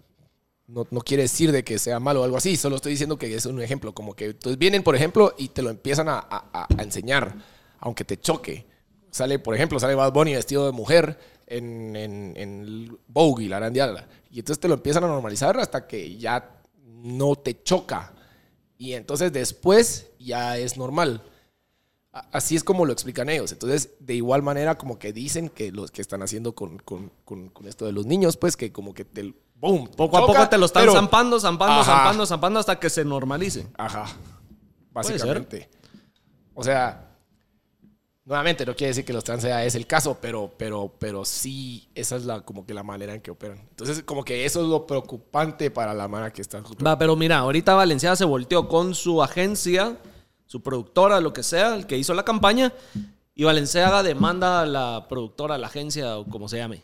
S1: No, no quiere decir de que sea malo o algo así, solo estoy diciendo que es un ejemplo. Como que entonces vienen, por ejemplo, y te lo empiezan a, a- a enseñar, aunque te choque. Sale, por ejemplo, sale Bad Bunny vestido de mujer en, en, en el Vogue y la grandiala. Y entonces te lo empiezan a normalizar hasta que ya no te choca. Y entonces después ya es normal. A- Así es como lo explican ellos. Entonces, de igual manera, como que dicen que los que están haciendo con, con- con- con esto de los niños, pues que como que te. ¡Boom!
S3: poco a
S1: choca,
S3: poco te lo están
S1: pero-
S3: zampando, zampando,
S1: Ajá.
S3: zampando, zampando hasta que se normalice.
S1: Ajá.
S3: Puede ser.
S1: Básicamente. O sea, nuevamente no quiere decir que los trans sea es el caso, pero, pero, pero sí, esa es la, como que la manera en que operan. Entonces, como que eso es lo preocupante para la mano que está.
S3: Va, pero mira, ahorita Valenciaga se volteó con su agencia, su productora, lo que sea, el que hizo la campaña, y Valenciaga demanda a la productora, a la agencia o como se llame.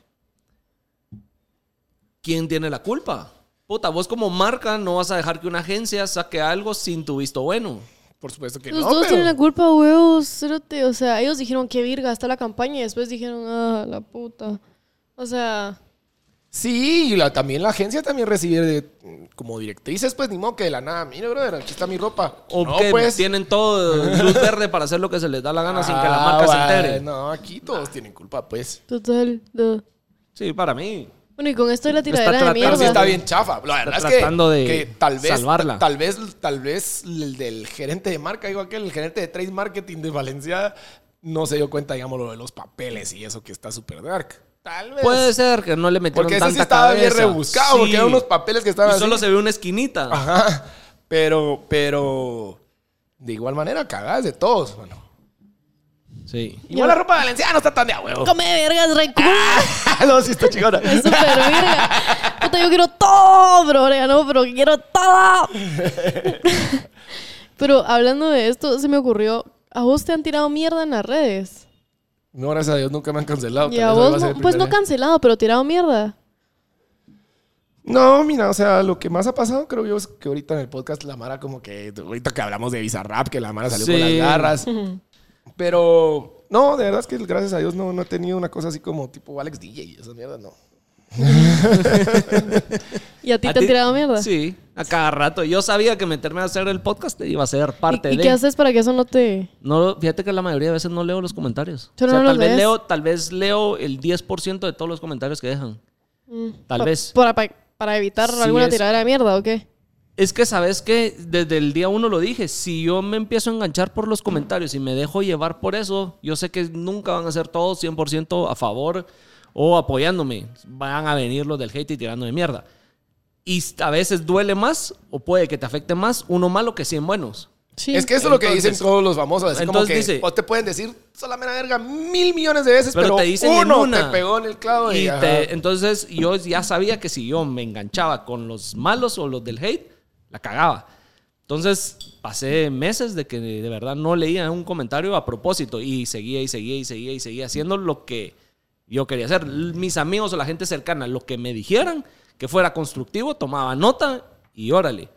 S3: ¿Quién tiene la culpa? Puta, vos como marca no vas a dejar que una agencia saque algo sin tu visto bueno.
S1: Por supuesto que
S2: Los
S1: no.
S2: dos
S1: pero-
S2: Pues tienen la culpa, huevos. cérate. O sea, ellos dijeron que virga está la campaña y después dijeron, ah, la puta. O sea,
S1: Sí, y la- también la agencia también recibe de- como directrices, pues ni modo que de la nada. Mira, brother, aquí está mi ropa.
S3: O
S1: no,
S3: que
S1: pues.
S3: tienen
S1: [laughs]
S3: todo luz verde para hacer lo que se les da la gana sin que la
S1: Ah,
S3: marca se
S1: va,
S3: entere.
S1: No, aquí todos tienen culpa, pues.
S2: total. da.
S3: Sí, para mí.
S2: Bueno, y con esto de la tiradera de
S3: tratando-
S1: Pero
S2: mierda.
S1: sí está bien chafa. La verdad es que,
S3: tratando de
S1: que tal vez,
S3: salvarla.
S1: Tal vez, tal vez el del gerente de marca, digo aquel, el gerente de trade marketing de Valencia, no se dio cuenta, digamos, lo de los papeles y eso que está súper dark. Tal vez.
S3: Puede ser que no le metieron
S1: Pues, porque ese
S3: tanta
S1: sí estaba bien
S3: cabeza.
S1: rebuscado, porque
S3: Sí.
S1: eran unos papeles que estaban
S3: Y solo
S1: así. Ah.
S3: se ve una esquinita.
S1: Ajá. Pero, pero. De igual manera, cagadas de todos, mano.
S3: Sí.
S1: Igual la ropa valenciana no está tan de a huevo.
S2: Come vergas, re cool.
S1: [laughs] no, sí está chingona.
S2: Es súper virga. Puta, yo quiero todo, bro. Ya no, pero quiero todo. [laughs] pero hablando de esto, se me ocurrió, ¿a vos te han tirado mierda en las redes?
S1: No, gracias a Dios nunca me han cancelado.
S2: Y
S1: tal
S2: a
S1: vez hoy va
S2: vos,
S1: ser
S2: no-
S1: el
S2: pues no
S1: primer día.
S2: cancelado, pero tirado mierda.
S1: No, mira, o sea, lo que más ha pasado, creo yo, es que ahorita en el podcast la Mara como que, ahorita que hablamos de Bizarrap, que la Mara salió con las
S3: Sí.
S1: garras. Pero, no, de verdad es que gracias a Dios no, no he tenido una cosa así como tipo Alex DJ, esa mierda, no.
S2: ¿Y a ti
S3: ¿A
S2: te han
S3: ti?
S2: tirado mierda?
S3: Sí, a cada rato. Yo sabía que meterme a hacer el podcast iba a ser parte
S2: ¿Y, y
S3: de.
S2: qué haces para que eso no te...
S3: No, fíjate que la mayoría de veces no leo los comentarios.
S2: Tú no los
S3: tal vez
S2: lees.
S3: leo, tal vez leo el 10% de todos los comentarios que dejan.
S2: Mm.
S3: Tal
S2: pa-
S3: vez.
S2: Para, pa- para evitar
S3: Sí
S2: alguna
S3: es.
S2: tiradera de mierda o qué?
S3: Es que sabes que desde el día uno lo dije, si yo me empiezo a enganchar por los comentarios y me dejo llevar por eso, yo sé que nunca van a ser todos 100% a favor o apoyándome. Van a venir los del hate y tirando de mierda. Y a veces duele más o puede que te afecte más uno malo que 100 buenos.
S2: Sí.
S1: Es que eso es lo que
S3: Entonces-
S1: dicen todos los famosos, así como que
S3: entonces dice-
S1: vos te pueden decir sola mera verga mil millones de veces, pero,
S3: Pero te dicen en
S1: uno
S3: una.
S1: te pegó en el clavo y,
S3: Y
S1: ajá.
S3: te- entonces yo ya sabía que si yo me enganchaba con los malos o los del hate, la cagaba. Entonces pasé meses de que de verdad no leía un comentario a propósito y seguía y seguía y seguía y seguía haciendo lo que yo quería hacer. L- Mis amigos o la gente cercana, lo que me dijeran que fuera constructivo, tomaba nota y órale.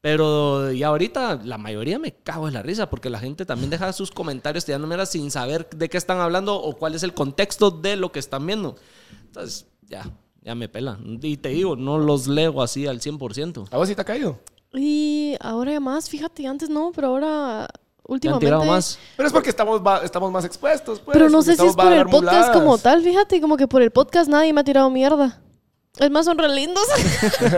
S3: Pero ya ahorita la mayoría me cago en la risa porque la gente también deja sus comentarios tirándome mierda sin saber de qué están hablando o cuál es el contexto de lo que están viendo. Entonces, ya, ya me pela. Y te digo, no los leo así al 100%.
S1: ¿A vos sí te ha caído?
S2: Y ahora más, fíjate, antes no, pero ahora
S3: ¿Te han
S2: últimamente...
S3: tirado más?
S1: Pero es porque estamos, va- estamos más expuestos, pues.
S2: Pero no
S1: porque
S2: sé si es
S1: estamos va a
S2: por el
S1: dar
S2: podcast
S1: muladas.
S2: como tal, fíjate, como que por el podcast nadie me ha tirado mierda. Es más, son re
S1: [laughs]
S2: lindos.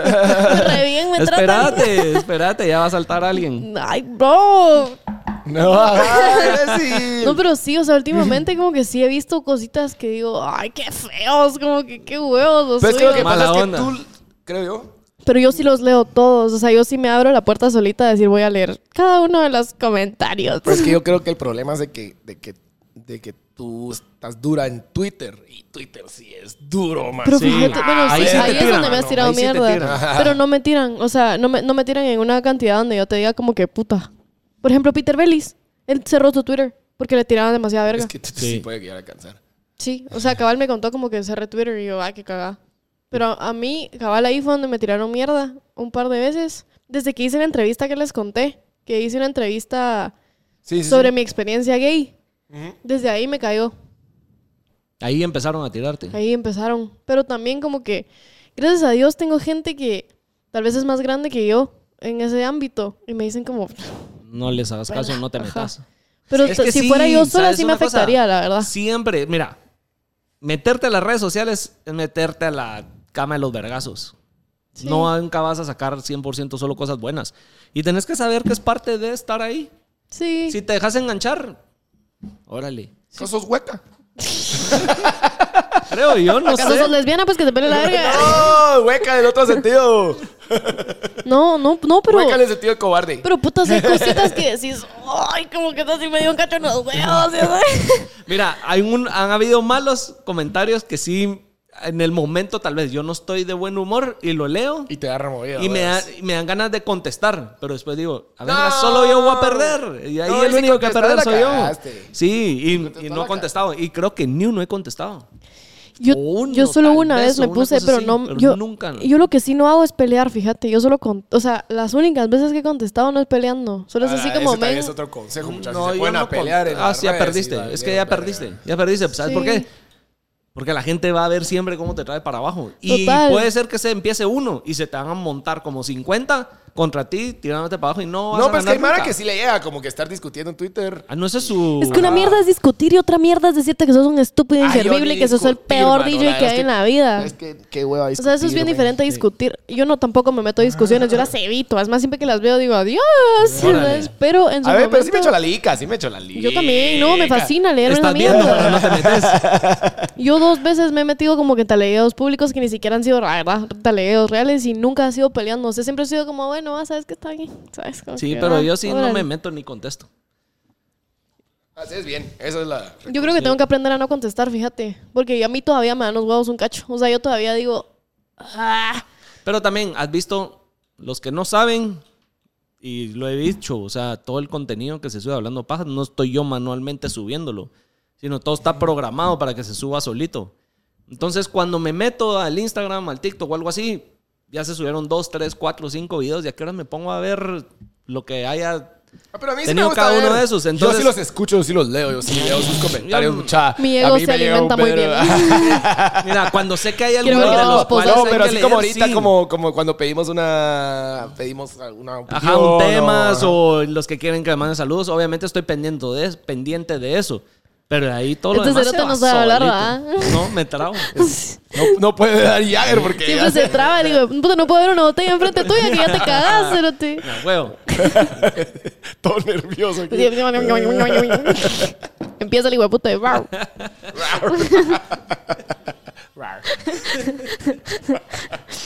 S2: re bien me tratan.
S3: Espérate, espérate, ya va a saltar alguien.
S2: Ay, bro.
S1: [laughs] No, ajá, sí.
S2: [laughs] No, pero sí, o sea, últimamente como que sí he visto cositas que digo, ay, qué feos, como que qué huevos los
S1: Pero es que lo Pues que
S2: suyos".
S1: pasa
S3: Mala
S1: es que
S3: onda.
S1: tú, creo yo,
S2: Pero yo sí los leo todos, o sea, yo sí me abro la puerta solita a decir, voy a leer cada uno de los comentarios.
S3: Pues,
S1: Pero es que yo creo que el problema es de que, de que de que tú estás dura en Twitter. Y Twitter sí es duro, man.
S2: Pero
S3: Sí.
S2: fíjate, bueno,
S3: Ahí
S2: sí, ahí,
S3: sí te
S2: es
S3: tiran,
S2: donde me has
S3: mano,
S2: tirado
S3: ahí sí te
S2: mierda.
S3: tiran.
S2: pero no me tiran, o sea, no me, no me tiran en una cantidad donde yo te diga como que puta. Por ejemplo, Peter Bellis, él cerró su Twitter porque le tiraban demasiada verga.
S1: Es que t- t-
S3: Sí.
S1: sí. puede llegar a cansar.
S2: Sí, o sea, Cabal me contó como que cerré Twitter y yo, ay, qué cagada. Pero a mí, Cabal ahí fue donde me tiraron mierda un par de veces. Desde que hice la entrevista que les conté, que hice una entrevista
S1: Sí, sí,
S2: sobre
S1: sí.
S2: mi experiencia gay,
S1: Ujú.
S2: desde ahí me cayó.
S3: Ahí empezaron a tirarte.
S2: Ahí empezaron. Pero también como que, gracias a Dios, tengo gente que tal vez es más grande que yo en ese ámbito. Y me dicen como,
S3: No les hagas caso, no te
S2: Ajá.
S3: metas.
S2: pero
S3: Es que
S2: si
S3: sí,
S2: fuera yo sola
S3: ¿sabes
S2: sí me
S3: una cosa?
S2: afectaría, la verdad.
S3: Siempre, mira, meterte a las redes sociales es meterte a la cama de los vergazos.
S2: Sí.
S3: No nunca vas a sacar 100% solo cosas buenas. Y tenés que saber que es parte de estar ahí.
S2: Sí.
S3: Si te dejas enganchar,
S2: [laughs]
S3: órale.
S1: Sos- sos hueca.
S3: Creo yo, no
S2: ¿Acaso
S3: sé.
S2: sos lesbiana? Pues que te pele la
S3: [laughs]
S2: verga.
S1: ¡Oh! Hueca del otro sentido.
S2: No, no, no, [laughs] pero...
S1: Hueca en el sentido de cobarde.
S2: Pero putas, hay cositas que
S3: [laughs]
S2: decís, ay, como que así me dio un cacho en los huevos. ¿sí?
S3: Mira, hay un, han habido malos comentarios que sí, en el momento tal vez yo no estoy de buen humor y lo leo
S1: Y te da removido.
S3: y me, da-
S1: ¿ves?
S3: y me dan ganas de contestar, pero después digo, a ver,
S1: No.
S3: solo yo voy a perder. Y ahí
S1: No,
S3: el
S1: si
S3: único que
S1: contestó,
S3: perder
S1: la
S3: soy yo.
S1: cagaste.
S3: Sí, y- y,
S1: contestó,
S3: no
S1: la
S3: he contestado. Y creo que ni uno he contestado.
S2: Yo,
S3: Uno,
S2: yo solo
S3: tal
S2: una vez
S3: vez, o
S2: me
S3: una
S2: puse,
S3: cosa
S2: pero
S3: así,
S2: no.
S3: pero
S2: yo,
S3: nunca, ¿no?
S2: yo lo que sí no hago es pelear, fíjate. Yo solo con. O sea, las únicas veces que he contestado no es peleando. Solo es
S1: Ah,
S2: así
S1: ese
S2: como.
S1: también
S2: men,
S1: es otro consejo, muchachos.
S3: No,
S1: se
S3: yo
S1: pueden
S3: no
S1: a pelear.
S3: con-
S1: en
S3: Ah,
S1: las
S3: sí, ya
S1: redes y
S3: perdiste.
S1: valieron
S3: es que ya
S1: verga.
S3: perdiste. Ya perdiste. ¿Sabes por
S2: Sí.
S3: qué? Porque la gente va a ver siempre cómo te trae para abajo. Y
S2: Total.
S3: puede ser que se empiece uno y se te van a montar como 50 contra ti, tirándote para abajo y no vas a
S1: No, pero es que
S3: ganar
S1: hay Mara
S3: nunca.
S1: que sí le llega como que estar discutiendo en Twitter.
S3: Ah, no, ese es su...
S2: Es que una mierda es discutir y otra mierda es decirte que sos un estúpido
S1: Ay, Ah, yo
S2: inservible
S1: ni
S2: y que sos el
S1: discutir,
S2: peor
S1: mano, la
S2: DJ que
S1: verdad
S2: hay
S1: es
S2: en la vida.
S1: Es que qué hueva
S2: O sea, eso es bien diferente a discutir. Yo no tampoco me meto a discusiones, yo las evito. Es más, siempre que las veo digo adiós. ¿sabes? Pero en su
S1: A ver, pero sí
S2: momento-
S1: me echo la lica, sí me echo la lica.
S2: Yo también, no, me fascina leer una
S3: Estás viendo, pero no
S2: mierda.
S3: te metes.
S2: Yo dos veces me he metido como que en talegueos públicos que ni siquiera han sido, la verdad, talegueos reales y nunca ha sido peleando. O sea, siempre he sido como, bueno, ah, sabes que está aquí, ¿sabes? Como [laughs]
S3: Sí,
S2: que,
S3: pero
S2: ah,
S3: yo sí no
S2: órale.
S3: me meto ni contesto.
S1: Así Ah, es bien, esa es la...
S2: Yo creo que tengo que aprender a no contestar, fíjate. Porque a mí todavía me dan los huevos un cacho. O sea, yo todavía digo, ah,
S3: Pero también, has visto, los que no saben, y lo he dicho, o sea, todo el contenido que se sube hablando paja, no estoy yo manualmente subiéndolo, sino todo está programado para que se suba solito. Entonces, cuando me meto al Instagram, al TikTok o algo así, ya se subieron dos, tres, cuatro, cinco videos, y a qué hora me pongo a ver lo que haya.
S1: Ah, Pero a mí sí
S3: Tenía
S1: me gusta
S3: cada uno
S1: ver.
S3: de esos,
S1: Yo
S3: entonces-
S1: sí los escucho, yo sí los leo, yo sí leo
S2: [laughs]
S1: sus comentarios,
S3: Yo-
S1: mucha...
S2: mi
S1: a
S2: ego
S1: mí
S2: se
S1: me llega
S2: alimenta
S1: un
S2: muy
S1: verbo.
S2: bien.
S3: Mira, cuando sé que hay
S2: [laughs] Quiero
S3: alguno
S2: ver
S3: de
S2: que
S3: los
S2: los
S3: cuales
S2: posas-
S1: no,
S3: hay
S1: pero
S3: que
S1: así como
S3: leer,
S1: ahorita,
S3: sí.
S1: como, como cuando pedimos una... Pedimos alguna opinión,
S3: Ajá, un temas
S1: o...
S3: o los que quieren que me manden saludos. Obviamente estoy pendiente de, es- pendiente de eso. Pero de ahí todo lo
S2: Este
S3: demás se
S2: cerote
S3: va
S2: no sabe hablar,
S3: solito.
S2: ¿verdad?
S3: No,
S2: [laughs]
S3: me trago.
S1: No, no puede dar Jagger porque...
S2: Siempre se traba. Digo, puta, no puedo ver una botella enfrente tuya que ya
S3: [laughs]
S2: te cagás, cerote.
S3: No, huevo.
S1: [laughs] Todo nervioso aquí.
S2: [laughs] Empieza el hijueputa de
S3: [laughs]
S2: wow.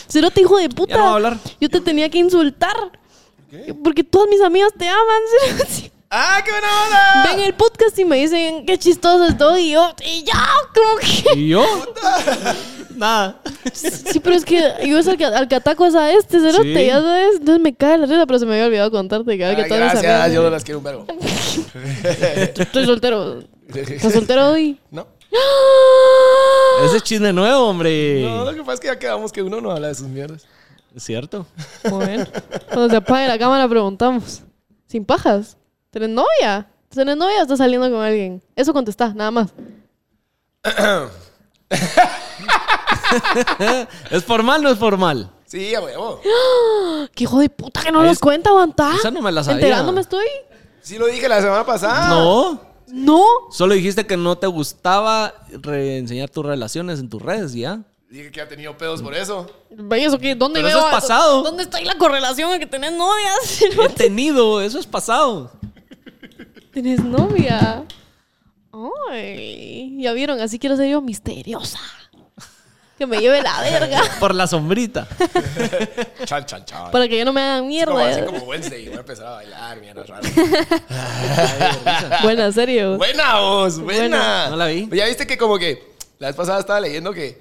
S2: Cerote, hijo de puta.
S3: Ya no va a hablar.
S2: Yo te tenía que insultar. Porque todas mis amigas te aman. cerote.
S1: ¡Ah, qué buena onda!
S2: Ven el podcast y me dicen qué chistoso estoy. Y yo, y yo, como que.
S3: [laughs] ¿Y yo? Nada.
S2: Sí, pero es que yo es al que, al que ataco es a este cerote.
S3: Sí. Ah,
S2: Ya sabes. Entonces me cae la risa, pero se me había olvidado contarte. Que, que
S1: Ay,
S2: todas mis
S1: gracias,
S2: amigas-
S1: yo no las quiero un
S3: [laughs]
S1: verbo.
S2: Estoy soltero. ¿Estás soltero
S3: [laughs]
S2: hoy?
S1: [laughs]
S2: ¡Ah!
S1: ¿No?
S3: Ese es chisme nuevo, hombre.
S1: No, lo que pasa es que ya quedamos que uno no habla de sus mierdas.
S3: ¿Es ¿Cierto?
S2: Bueno, cuando se apague la cámara preguntamos. Sin pajas. ¿Tenés novia? ¿Tenés novia o estás saliendo con alguien? Eso contestás, nada más.
S3: ¿Es formal o no es formal?
S1: Sí, a huevo.
S2: ¡Ah, ¡Qué hijo de puta que no
S3: Ahí
S2: nos
S3: es-
S2: cuenta, aguantá!
S3: Esa no me la sabía.
S2: ¿Enterándome estoy?
S1: Sí lo dije la semana pasada.
S3: No.
S2: ¡No!
S3: Solo dijiste que no te gustaba reenseñar tus relaciones en tus redes, ¿ya?
S1: Dije que ha tenido pedos por eso.
S2: Ve, ¿Eso qué? ¿Dónde
S3: Pero
S2: veo
S3: eso es
S2: a-
S3: pasado.
S2: ¿Dónde está ahí la correlación de que tenés novia? [laughs]
S3: He tenido, eso es pasado.
S2: ¿Tenés novia? ¡Ay! Ya vieron, así quiero ser yo misteriosa. Que me lleve la verga.
S3: [laughs] Por la sombrita.
S1: Chan, chan, chan.
S2: Para que yo no me hagan
S1: Es como, así
S3: ¿eh?
S2: mierda.
S1: como Wednesday. Voy a empezar a bailar, mierda rara.
S2: Buena, serio.
S1: Buena vos, buena.
S3: Buena. No la vi.
S1: Ya viste que como que la vez pasada estaba leyendo que,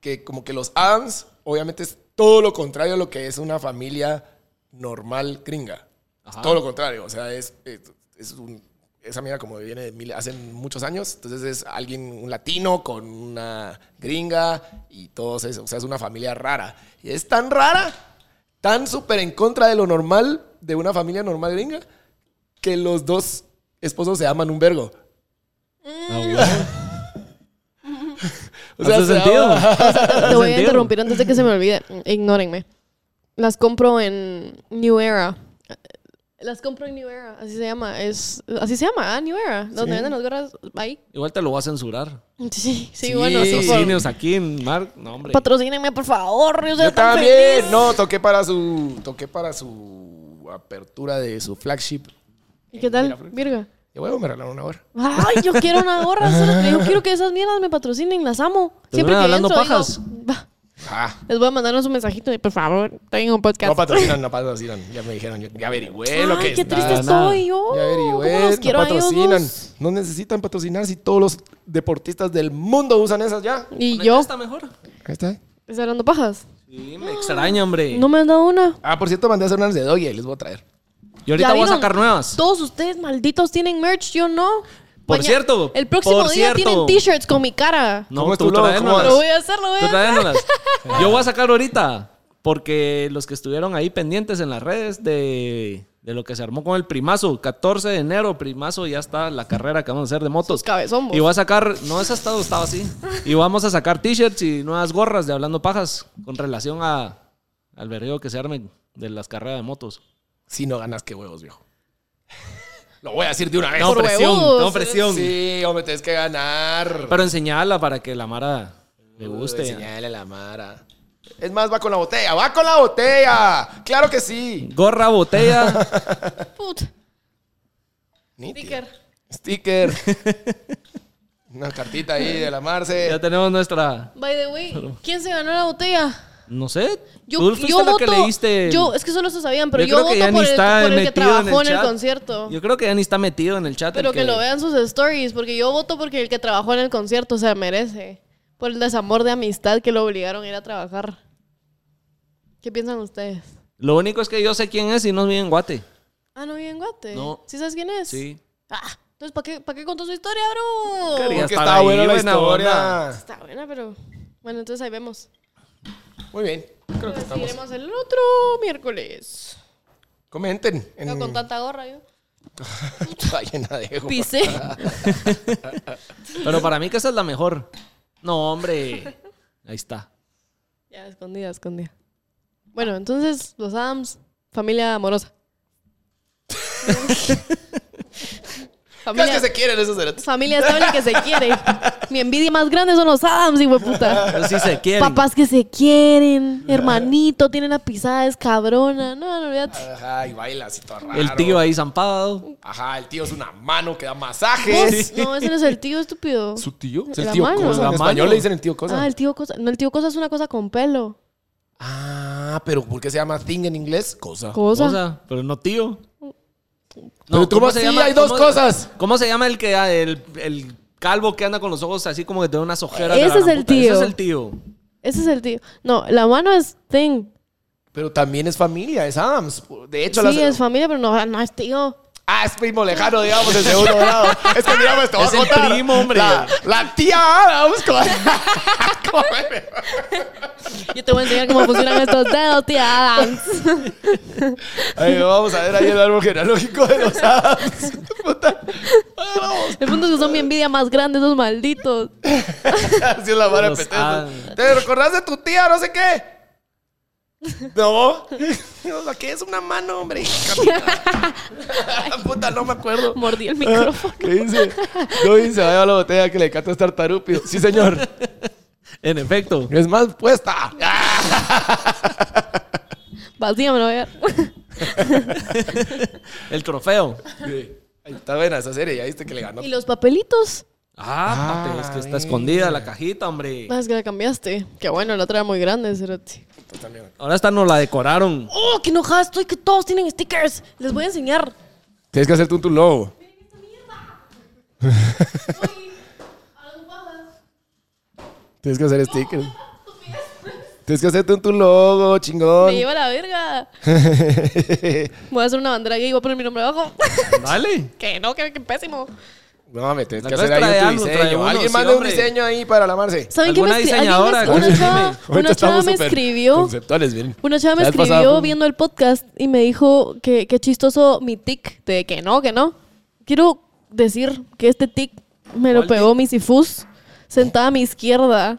S1: que como que los Adams obviamente es todo lo contrario a lo que es una familia normal gringa. Es
S3: Ajá.
S1: todo lo contrario. O sea, es, es, es un- esa mierda como viene de mil- hace muchos años. Entonces es alguien, un latino con una gringa y todos eso. O sea, es una familia rara. Y es tan rara, tan súper en contra de lo normal de una familia normal gringa que los dos esposos se aman un vergo. [laughs] O
S3: Ah, ¿Hace
S1: se
S3: sentido?
S1: aman-
S2: Te voy a
S3: Sentido.
S2: interrumpir antes de que se me olvide. Ignórenme. Las compro en New Era. Las compro en New Era, así se llama. Es, así se llama, ah, New Era. Donde venden las gorras ahí.
S3: Igual te lo voy a censurar.
S2: Sí, sí, bueno, sí. por-
S3: Patrocinios aquí en Mar. No, hombre.
S2: Patrocínenme, por favor. Yo, soy
S1: Yo
S2: tan
S1: también.
S2: feliz.
S1: No, toqué para su. Toqué para su apertura de su flagship.
S2: ¿Y qué tal, Virga?
S1: Y huevo, me regalaron una hora.
S2: Ay, yo quiero una gorra. solo que Yo quiero que esas mierdas me patrocinen, las amo.
S3: Te
S2: Siempre que
S3: ven hablando
S2: entro,
S3: pajas.
S2: digo, "Va".
S1: Ah.
S2: les voy a mandarnos un mensajito de, por favor, tengo un podcast.
S1: No patrocinan, no patrocinan. Ya me dijeron, yo- ya averigüé lo
S2: Ay,
S1: que
S2: qué
S1: está.
S2: triste
S3: nada, nada.
S2: soy yo.
S1: Ya
S2: ¿Cómo los
S1: averigüé, no
S2: quiero a ellos
S1: patrocinan.
S2: dos?
S1: No necesitan patrocinar si todos los deportistas del mundo usan esas ya.
S2: Y
S3: Ponete
S2: yo,
S3: esta mejor?
S1: Ahí está.
S2: ¿estás hablando pajas?
S3: Sí, me extraña, hombre.
S2: No me han dado una.
S1: Ah, por cierto, mandé a hacer unas de Doye les voy a traer.
S3: Yo ahorita
S2: ¿Ya
S3: voy a
S2: vieron?
S3: sacar nuevas.
S2: Todos ustedes malditos tienen merch, yo no.
S3: Por
S2: Maña-
S3: cierto,
S2: El próximo
S3: por
S2: día tienen
S3: cierto.
S2: t-shirts con mi cara.
S3: No,
S1: ¿Cómo es
S3: tú
S1: tu logo? ¿Cómo
S3: tráenoslas.
S1: es?
S2: Lo voy a hacer, lo voy
S3: Tú
S2: a hacer. [laughs]
S3: tráenoslas. Yo voy a sacar ahorita. Porque los que estuvieron ahí pendientes en las redes de, de lo que se armó con el primazo, 14 de enero, primazo, ya está la carrera que vamos a hacer de motos.
S2: Sus cabezón, vos.
S3: Y voy a sacar, no, esa estado estaba así. Y vamos a sacar t-shirts y nuevas gorras de Hablando Pajas con relación a, al berreo que se armen de las carreras de motos.
S1: Si no ganas, qué huevos, viejo. [laughs] Lo voy a decir de una vez.
S3: Tengo
S2: Por
S3: presión,
S2: huevos.
S3: tengo presión.
S1: Sí, hombre, tienes que ganar.
S3: Pero enseñala para que la Mara le guste.
S1: Señale la Mara. Es más, va con la botella, va con la botella. Claro que sí.
S3: Gorra, botella.
S2: Put.
S1: Nítido.
S2: Sticker.
S1: Sticker. [laughs] Una cartita ahí de la
S3: ya
S1: Marce.
S3: tenemos nuestra.
S2: By the way, ¿quién se ganó la botella?
S3: No sé.
S2: Yo,
S3: tú fuiste
S2: yo
S3: la
S2: voto,
S3: que leíste. el-
S2: Yo, es que solo se sabían, pero yo,
S3: creo
S2: voto
S3: que ya ni
S2: por el,
S3: está
S2: por el que
S3: metido
S2: trabajó en el,
S3: chat.
S2: concierto.
S3: Yo creo que ya ni está metido en el chat.
S2: pero
S3: el
S2: que... lo vean sus stories, porque yo voto porque el que trabajó en el concierto se merece. Por el desamor de amistad que lo obligaron a ir a trabajar. ¿Qué piensan ustedes?
S3: Lo único es que yo sé quién es y no vive en Guate.
S2: Ah, no vive en Guate.
S3: No.
S2: ¿Sí sabes quién es?
S3: Sí.
S2: Ah, entonces, ¿para qué, ¿para qué contó su historia, bro?
S1: Porque
S3: Quería- estar
S1: está
S3: ahí,
S1: buena la
S3: buena
S1: historia.
S2: Está buena, pero. Bueno, entonces ahí vemos.
S1: Muy bien. Creo que
S2: Entonces,
S1: estamos.
S2: iremos el otro miércoles.
S1: Comenten.
S2: Yo
S1: En...
S2: con tanta gorra, yo.
S1: [laughs] Está llena de ego.
S2: Pisé.
S1: [laughs]
S3: Pero para mí que esa es la mejor. No, hombre. Ahí está.
S2: ya, escondida, escondida. Bueno, entonces, los Adams,
S1: [laughs]
S2: familia amorosa.
S1: ¿Crees que
S2: familia,
S1: se quieren esos cerotes?
S2: familia estable que se quiere. Mi envidia más grande son los Adams, hijo de puta.
S3: Pero sí se quiere.
S2: Papás que se quieren, hermanito, tienen la pisada, es cabrona. No, no, olvídate.
S1: Ajá, y baila así todo raro.
S3: El tío ahí zampado.
S1: Ajá, el tío es una mano que da masajes.
S2: Vos, No, ese no es el tío, estúpido.
S1: ¿Su tío? Es
S2: La
S1: el tío
S2: mano.
S1: Cosa.
S3: La
S1: En español
S3: mano.
S1: le dicen el tío Cosa.
S2: Ah, el tío cosa. No, el tío cosa es una cosa con pelo.
S1: Ah, pero ¿por qué se llama thing en inglés? Cosa.
S2: Cosa.
S3: Cosa, pero no tío.
S1: Pero tú
S3: ¿cómo
S1: sí, hay dos
S3: cómo-
S1: cosas.
S3: ¿Cómo se llama el que ah, el, el calvo que anda con los ojos así como que tiene unas ojeras?
S2: Ese
S3: de la
S2: es
S3: gran
S2: el
S3: puta?
S2: tío.
S3: Ese es el tío.
S2: Ese es el tío. No, la mano es thing.
S1: Pero también es familia, es Adams. De hecho, las-
S2: Sí, es familia, pero no, no es tío.
S1: Ah, es primo lejano, digamos, de segundo grado. Es que mira, pues te voy a
S3: Es el
S1: contar.
S3: primo, hombre.
S1: La, la tía Adams con... [laughs] con-
S2: Yo te voy a enseñar cómo funcionan estos dedos, tía Adams.
S1: Ahí vamos a ver ahí el árbol genealógico de los Adams. [laughs] Puta. Ahí vamos.
S2: El punto es que son mi envidia más grande, esos malditos.
S1: [laughs] Así es la vara de
S3: Los
S1: Bethesda.
S3: Adams.
S1: ¿Te recordás de tu tía, no sé qué? [laughs] No. [laughs] No, Aquí es una mano, hombre. Camina. [laughs] Puta, no me acuerdo.
S2: Mordí el micrófono.
S1: [laughs] ¿Qué dice? No dice, va a llevar la botella que le encanta estar tarúpido. Sí, señor.
S3: En efecto. [laughs]
S1: Es más puesta. ¡Ah!
S2: Vacía, me lo voy a ver.
S3: El trofeo. [laughs]
S1: Sí. Ahí Está buena esa serie, ya viste que le ganó.
S2: ¿Y los papelitos?
S3: Ah, papi,
S1: Ah,
S3: es que está
S1: verga.
S3: escondida la cajita, hombre.
S2: Ah, Es que la cambiaste. Que bueno, la otra era muy grande, cerote.
S1: Pues también.
S3: Ahora esta nos la decoraron.
S2: ¡Oh, qué enojada estoy que todos tienen stickers! Les voy a enseñar.
S1: Tienes que hacerte un tu logo. Tienes que hacer sticker. Tienes que hacerte un tu logo, chingón.
S2: Me lleva la verga. Voy a hacer una bandera gay y voy a poner mi nombre abajo. [laughs]
S3: Dale.
S2: que no, que, que pésimo.
S1: No, me tienes
S3: La
S1: que
S3: cosa
S1: hacer
S3: es
S1: ahí
S3: trae
S1: un tu
S3: algo, trae
S1: diseño.
S3: uno,
S1: Alguien
S3: sí,
S1: manda un
S3: hombre.
S1: diseño ahí para alamarse.
S2: ¿Saben qué me
S3: ¿Alguna
S2: escri-
S3: diseñadora?
S2: alguien me- Una chava, una chava me escribió.
S1: Conceptuales, miren.
S2: Una chava me
S1: La vez pasada fue
S2: escribió
S1: un-
S2: viendo el podcast y me dijo que, que chistoso mi tic de que no, que no. Quiero decir que este tic me lo
S3: ¿Cuál
S2: pegó mi sifus sentada a mi izquierda.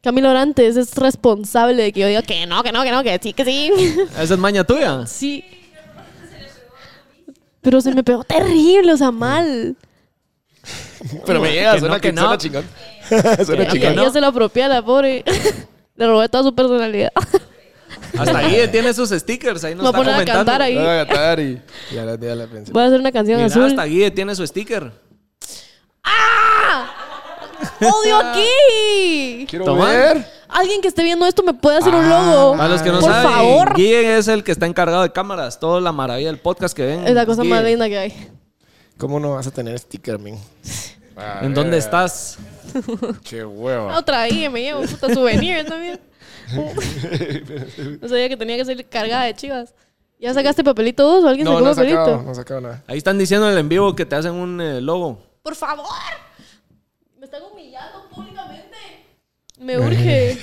S2: Camilo Orantes es responsable de que yo diga que no, que no, que no, que sí,
S1: [laughs]
S2: que sí.
S3: Esa es maña tuya.
S2: sí. Pero se me pegó terrible, o sea, mal.
S1: Pero me llega,
S3: Que no,
S1: suena
S3: que
S1: que
S3: no.
S1: suena chingón.
S2: [laughs] Que
S1: Suena
S2: no, que
S1: chingón.
S2: ella se lo apropia a la pobre. [laughs] Le robé toda su personalidad.
S3: Hasta ahí tiene sus stickers. Ahí nos
S2: Voy a
S3: está
S2: poner a
S3: comentando.
S2: cantar ahí.
S1: Voy a cantar y ya la, ya la pensé.
S2: Voy a hacer una canción
S3: Mira,
S2: azul.
S3: hasta Guille tiene su sticker.
S2: ¡Odio
S1: [laughs]
S2: aquí!
S1: Quiero
S3: Toma.
S1: ver.
S2: Alguien que esté viendo esto me puede hacer un
S1: Ah,
S2: logo.
S3: Para los que no
S2: Por
S3: saben,
S2: favor.
S3: Guille es el que está encargado de cámaras. Toda la maravilla del podcast que ven.
S2: Es la cosa
S3: Guille,
S2: más linda que hay.
S1: ¿Cómo no vas a tener sticker, men?
S3: ¿En dónde estás?
S1: Qué huevo.
S2: Ah, Otra ahí que me llevo, puta, souvenir
S3: [laughs]
S2: también. no sabía que tenía que ser cargada de chivas. ¿Ya sacaste papelito vos o alguien
S1: No,
S2: sacó
S1: no he
S2: papelito?
S1: sacado, no he sacado nada.
S3: Ahí están diciendo en el en vivo que te hacen un eh, logo.
S2: ¡Por favor! Me están humillando públicamente. Me
S3: [laughs]
S2: urge.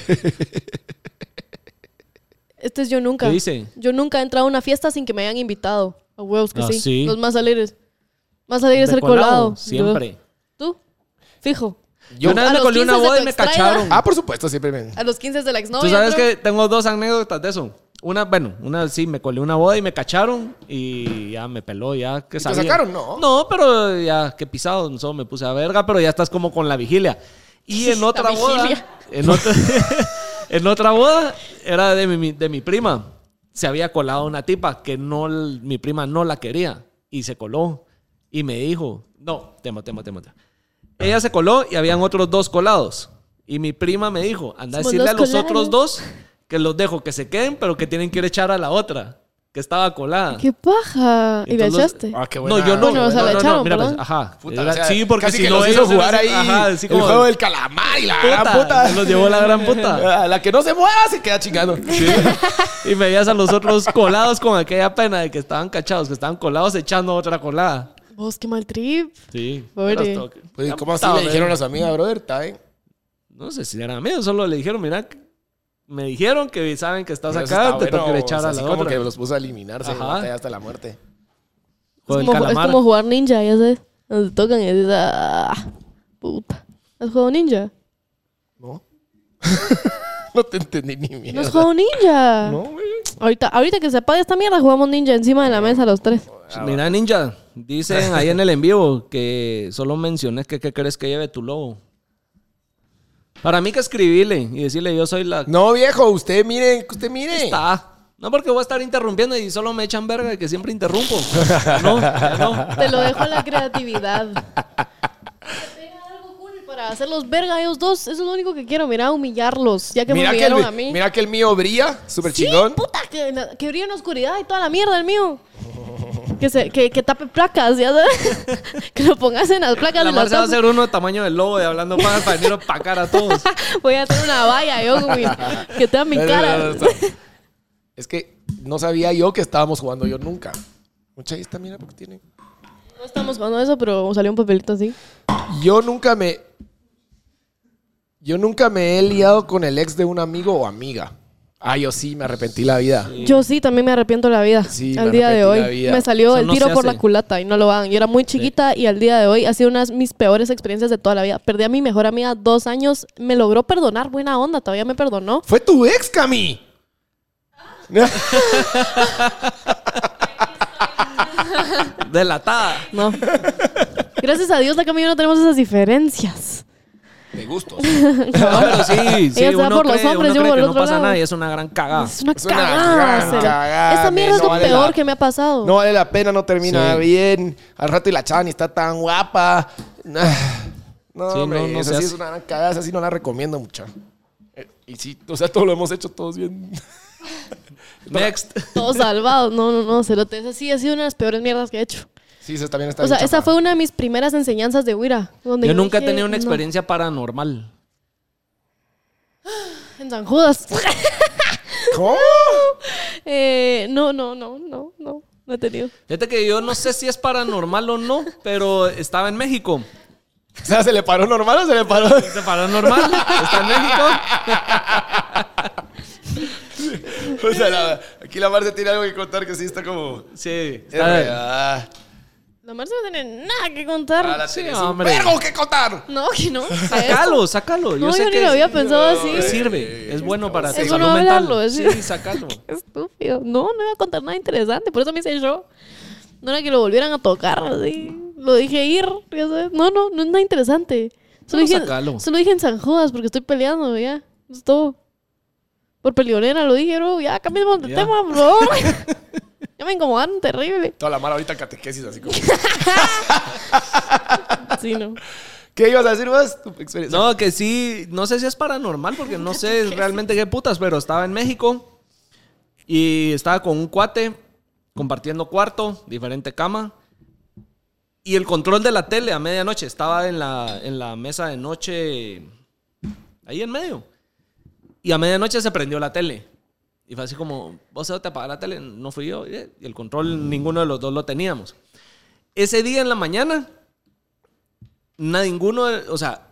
S2: este es yo nunca.
S3: ¿Qué dice?
S2: Yo nunca he entrado a una fiesta sin que me hayan invitado. A huevos que
S3: Ah,
S2: sí.
S3: sí.
S2: Los más alegres. Más alegres
S3: De
S2: ser colado.
S3: Siempre.
S2: ¿Tú? Fijo.
S3: Yo una
S2: a
S3: vez me
S2: los
S3: colé una
S2: 15 se
S3: boda y
S2: te
S3: me
S2: extraña.
S3: cacharon.
S1: Ah, por supuesto, siempre men.
S2: A los 15 de la exnovia.
S3: Tú sabes
S2: entró.
S3: que tengo dos anécdotas de eso. Una, bueno, una sí, me colé una boda y me cacharon y ya me peló, ya que
S1: te
S3: sabía.
S1: sacaron? No.
S3: No, pero ya que pisado, solo me puse a verga, pero ya estás como con la vigilia.
S1: [laughs]
S3: Y en
S2: La
S3: otra boda,
S2: vigilia.
S3: en otra, [laughs] en otra boda era de mi, de mi prima. Se había colado una tipa que no, mi prima no la quería y se coló y me dijo, no, tema, tema, tema, tema. Ella se coló y habían otros dos colados. Y mi prima me dijo, anda a
S2: Somos
S3: decirle a
S2: los
S3: los
S2: colados.
S3: otros dos que los dejo que se queden, pero que tienen que ir a echar a la otra, que estaba colada.
S2: ¡Qué paja! ¿Y la
S3: Entonces-
S2: echaste?
S1: Ah, qué buena.
S3: No, yo no.
S2: Bueno, o sea, la echaron,
S3: mira,
S2: ¿verdad?
S3: pues, ajá.
S1: Puta,
S3: Era-
S1: o sea,
S3: sí, porque
S1: casi
S3: si
S1: que
S3: no
S1: los
S3: ellos
S1: hizo jugar
S3: eran-
S1: ahí
S3: Ajá, así
S1: el
S3: como
S1: juego del calamar y la gran puta.
S3: Los llevó la gran
S1: [laughs]
S3: puta.
S1: A la que no se mueva se queda chingando.
S3: Y me veías a los otros colados con aquella pena de que estaban cachados, que estaban colados echando otra colada.
S2: Vos, qué mal trip.
S3: Sí.
S2: Pobre.
S1: Pues, ¿Cómo así le dijeron a las amigas, brother? Está bien.
S3: No sé si eran amigos, solo le dijeron, mira, que- me dijeron que saben que estás
S1: Pero eso
S3: acá,
S1: está
S3: te tengo
S1: bueno,
S3: que
S1: o
S3: echar
S1: sea,
S3: a
S1: así
S3: la
S1: como
S3: otra.
S1: que los puso a eliminarse
S3: Ajá.
S1: batalla hasta la muerte.
S2: es,
S3: Con el
S2: como, es
S3: calamar.
S2: como jugar ninja, ya sabes. Donde tocan y dices, ah, puta. ¿Has jugado ninja?
S3: [laughs]
S1: ¿No? no te entendí ni mierda.
S2: No has jugado ninja.
S1: No, güey.
S2: Ahorita, ahorita que se apague esta mierda, jugamos ninja encima de la mesa los tres.
S3: Mira, ninja, dicen ahí en el en vivo que solo menciones que qué crees que lleve tu logo. Para mí que escribirle y decirle yo soy la...
S1: No, viejo, usted mire, usted mire.
S3: Está. No porque voy a estar interrumpiendo y solo me echan verga de que siempre interrumpo. No, ya
S2: [laughs]
S3: no.
S2: Te lo dejo a la creatividad. [laughs] Pega algo cool Para hacerlos verga a ellos dos, eso es lo único que quiero, mira, humillarlos, ya que
S1: Mira
S2: me
S1: que,
S2: humillaron
S1: el,
S2: a mí.
S1: mira que el mío brilla, súper
S2: Sí,
S1: chingón.
S2: puta, que, la- que brilla en la oscuridad y toda la mierda el mío. Que, se, que, que tape placas, ya sabes. [laughs] que lo pongas en las placas
S3: La
S2: de las
S3: Marcia va a
S2: casas.
S3: ser uno tamaño del lobo de hablando para, para venir a opacar a todos.
S2: [laughs] Voy a hacer una valla yo con mi, que tenga
S1: [laughs]
S2: mi
S1: No, no, no,
S2: cara.
S1: no, no. Es que no sabía yo que estábamos jugando yo nunca. Mucha esta mira porque tiene.
S2: [laughs] No estamos jugando eso, pero salió un papelito así.
S1: Yo nunca me. Yo nunca me he liado con el ex de un amigo o amiga. Ah, yo sí, me arrepentí la vida.
S2: Yo sí, también me arrepiento de la vida.
S1: Sí,
S2: al
S1: me
S2: día de
S1: arrepentí la
S2: hoy.
S1: vida.
S2: Me salió
S3: Eso
S2: el
S3: no
S2: tiro
S3: se
S2: por la
S3: hace.
S2: culata y no lo hagan. Yo era muy chiquita y al día de hoy ha sido una de mis peores experiencias de toda la vida. Perdí a mi mejor amiga dos años. Me logró perdonar. Buena onda, todavía me perdonó.
S1: ¡Fue tu ex, Cami!
S3: Delatada.
S2: [laughs]
S1: [laughs]
S2: No. Gracias a Dios, la Cami y yo no tenemos esas diferencias.
S1: De [laughs] gusto.
S3: No, pero sí, sí.
S2: Ella se va
S3: uno
S2: por los
S3: cree-
S2: hombres,
S3: uno
S2: yo
S3: cree
S2: por
S3: que
S2: el
S3: no
S2: otro
S3: pasa
S2: lado.
S3: nada y es una gran cagada.
S2: Es una
S1: Ah, Es una
S2: cagada.
S1: gran
S2: cero.
S1: cagada,
S2: Esta
S1: men,
S2: mierda es
S1: no
S2: lo
S1: vale
S2: peor
S1: la-
S2: que me ha pasado.
S1: No vale la pena, no termina
S3: Sí.
S1: bien. Al rato y la chava ni está tan guapa. Ah, No,
S3: Sí,
S1: hombre,
S3: no, no
S1: esa
S3: se
S1: sí
S3: hace.
S1: es una cagada, esa sí no la recomiendo mucho. Y sí, o sea, todo lo hemos hecho todos bien.
S3: Next.
S2: Todos salvados. No, no, no, cerote. Esa sí ha sido una de las peores mierdas que he hecho.
S1: Sí, esa también está
S2: o sea,
S1: bien
S2: esa
S1: chafa.
S2: fue una de mis primeras enseñanzas de Huira. donde
S3: Yo nunca he
S2: dije,
S3: tenido una
S2: "No".
S3: experiencia paranormal.
S2: En San Judas. [laughs]
S1: ¿Cómo?
S2: Eh, no, no, no, no, no. No he tenido.
S3: Fíjate que yo no sé si es paranormal o no, pero estaba en México.
S1: O sea, ¿se le paró normal o se le
S3: [laughs]
S1: paró?
S3: ¿Es paranormal? ¿Está en México?
S1: O sea, la- aquí la Marce tiene algo que contar que sí está como...
S3: Sí.
S1: Hombre,
S3: Está,
S1: ah,
S2: La Marcia no tiene nada que
S1: ah,
S2: contar.
S1: la
S3: Sí,
S1: tenés
S3: hombre.
S1: un vergo que contar.
S2: No, que no.
S3: sácalo, sácalo. Yo
S2: No,
S3: sé
S2: yo
S3: que
S2: ni lo había
S3: sí
S2: pensado
S1: no,
S2: así.
S3: sirve. Es bueno para
S2: Es
S3: tu
S2: bueno
S3: salud mental.
S2: hablarlo, es-
S3: Sí, sácalo.
S2: Qué estúpido. No, no iba a contar nada interesante. Por eso me hice yo. No era que lo volvieran a tocar. así. Lo dije ir. ya sabes. No, no, no es nada interesante. Solo,
S3: No,
S2: dije,
S3: sacalo.
S2: solo dije en San Judas porque estoy peleando, ya. Es todo. Por peleonera lo dije, bro. Ya, cambiemos de
S3: Ya.
S2: tema, por favor. [laughs] ya me incomodaron terrible.
S1: Toda la mara ahorita en catequesis, así como...
S2: Sí,
S3: [laughs]
S2: no.
S1: ¿Qué ibas a decir vos? Tu experiencia.
S3: No, que sí, no sé si es paranormal porque no sé realmente qué putas, pero estaba en México y estaba con un cuate compartiendo cuarto, diferente cama. Y el control de la tele a medianoche estaba en la, en la mesa de noche, ahí en medio. Y a medianoche se prendió la tele. Y fue así como, vos te apagar la tele, no fui yo. Y el control ninguno de los dos lo teníamos. Ese día en la mañana, na- ninguno, de- o sea,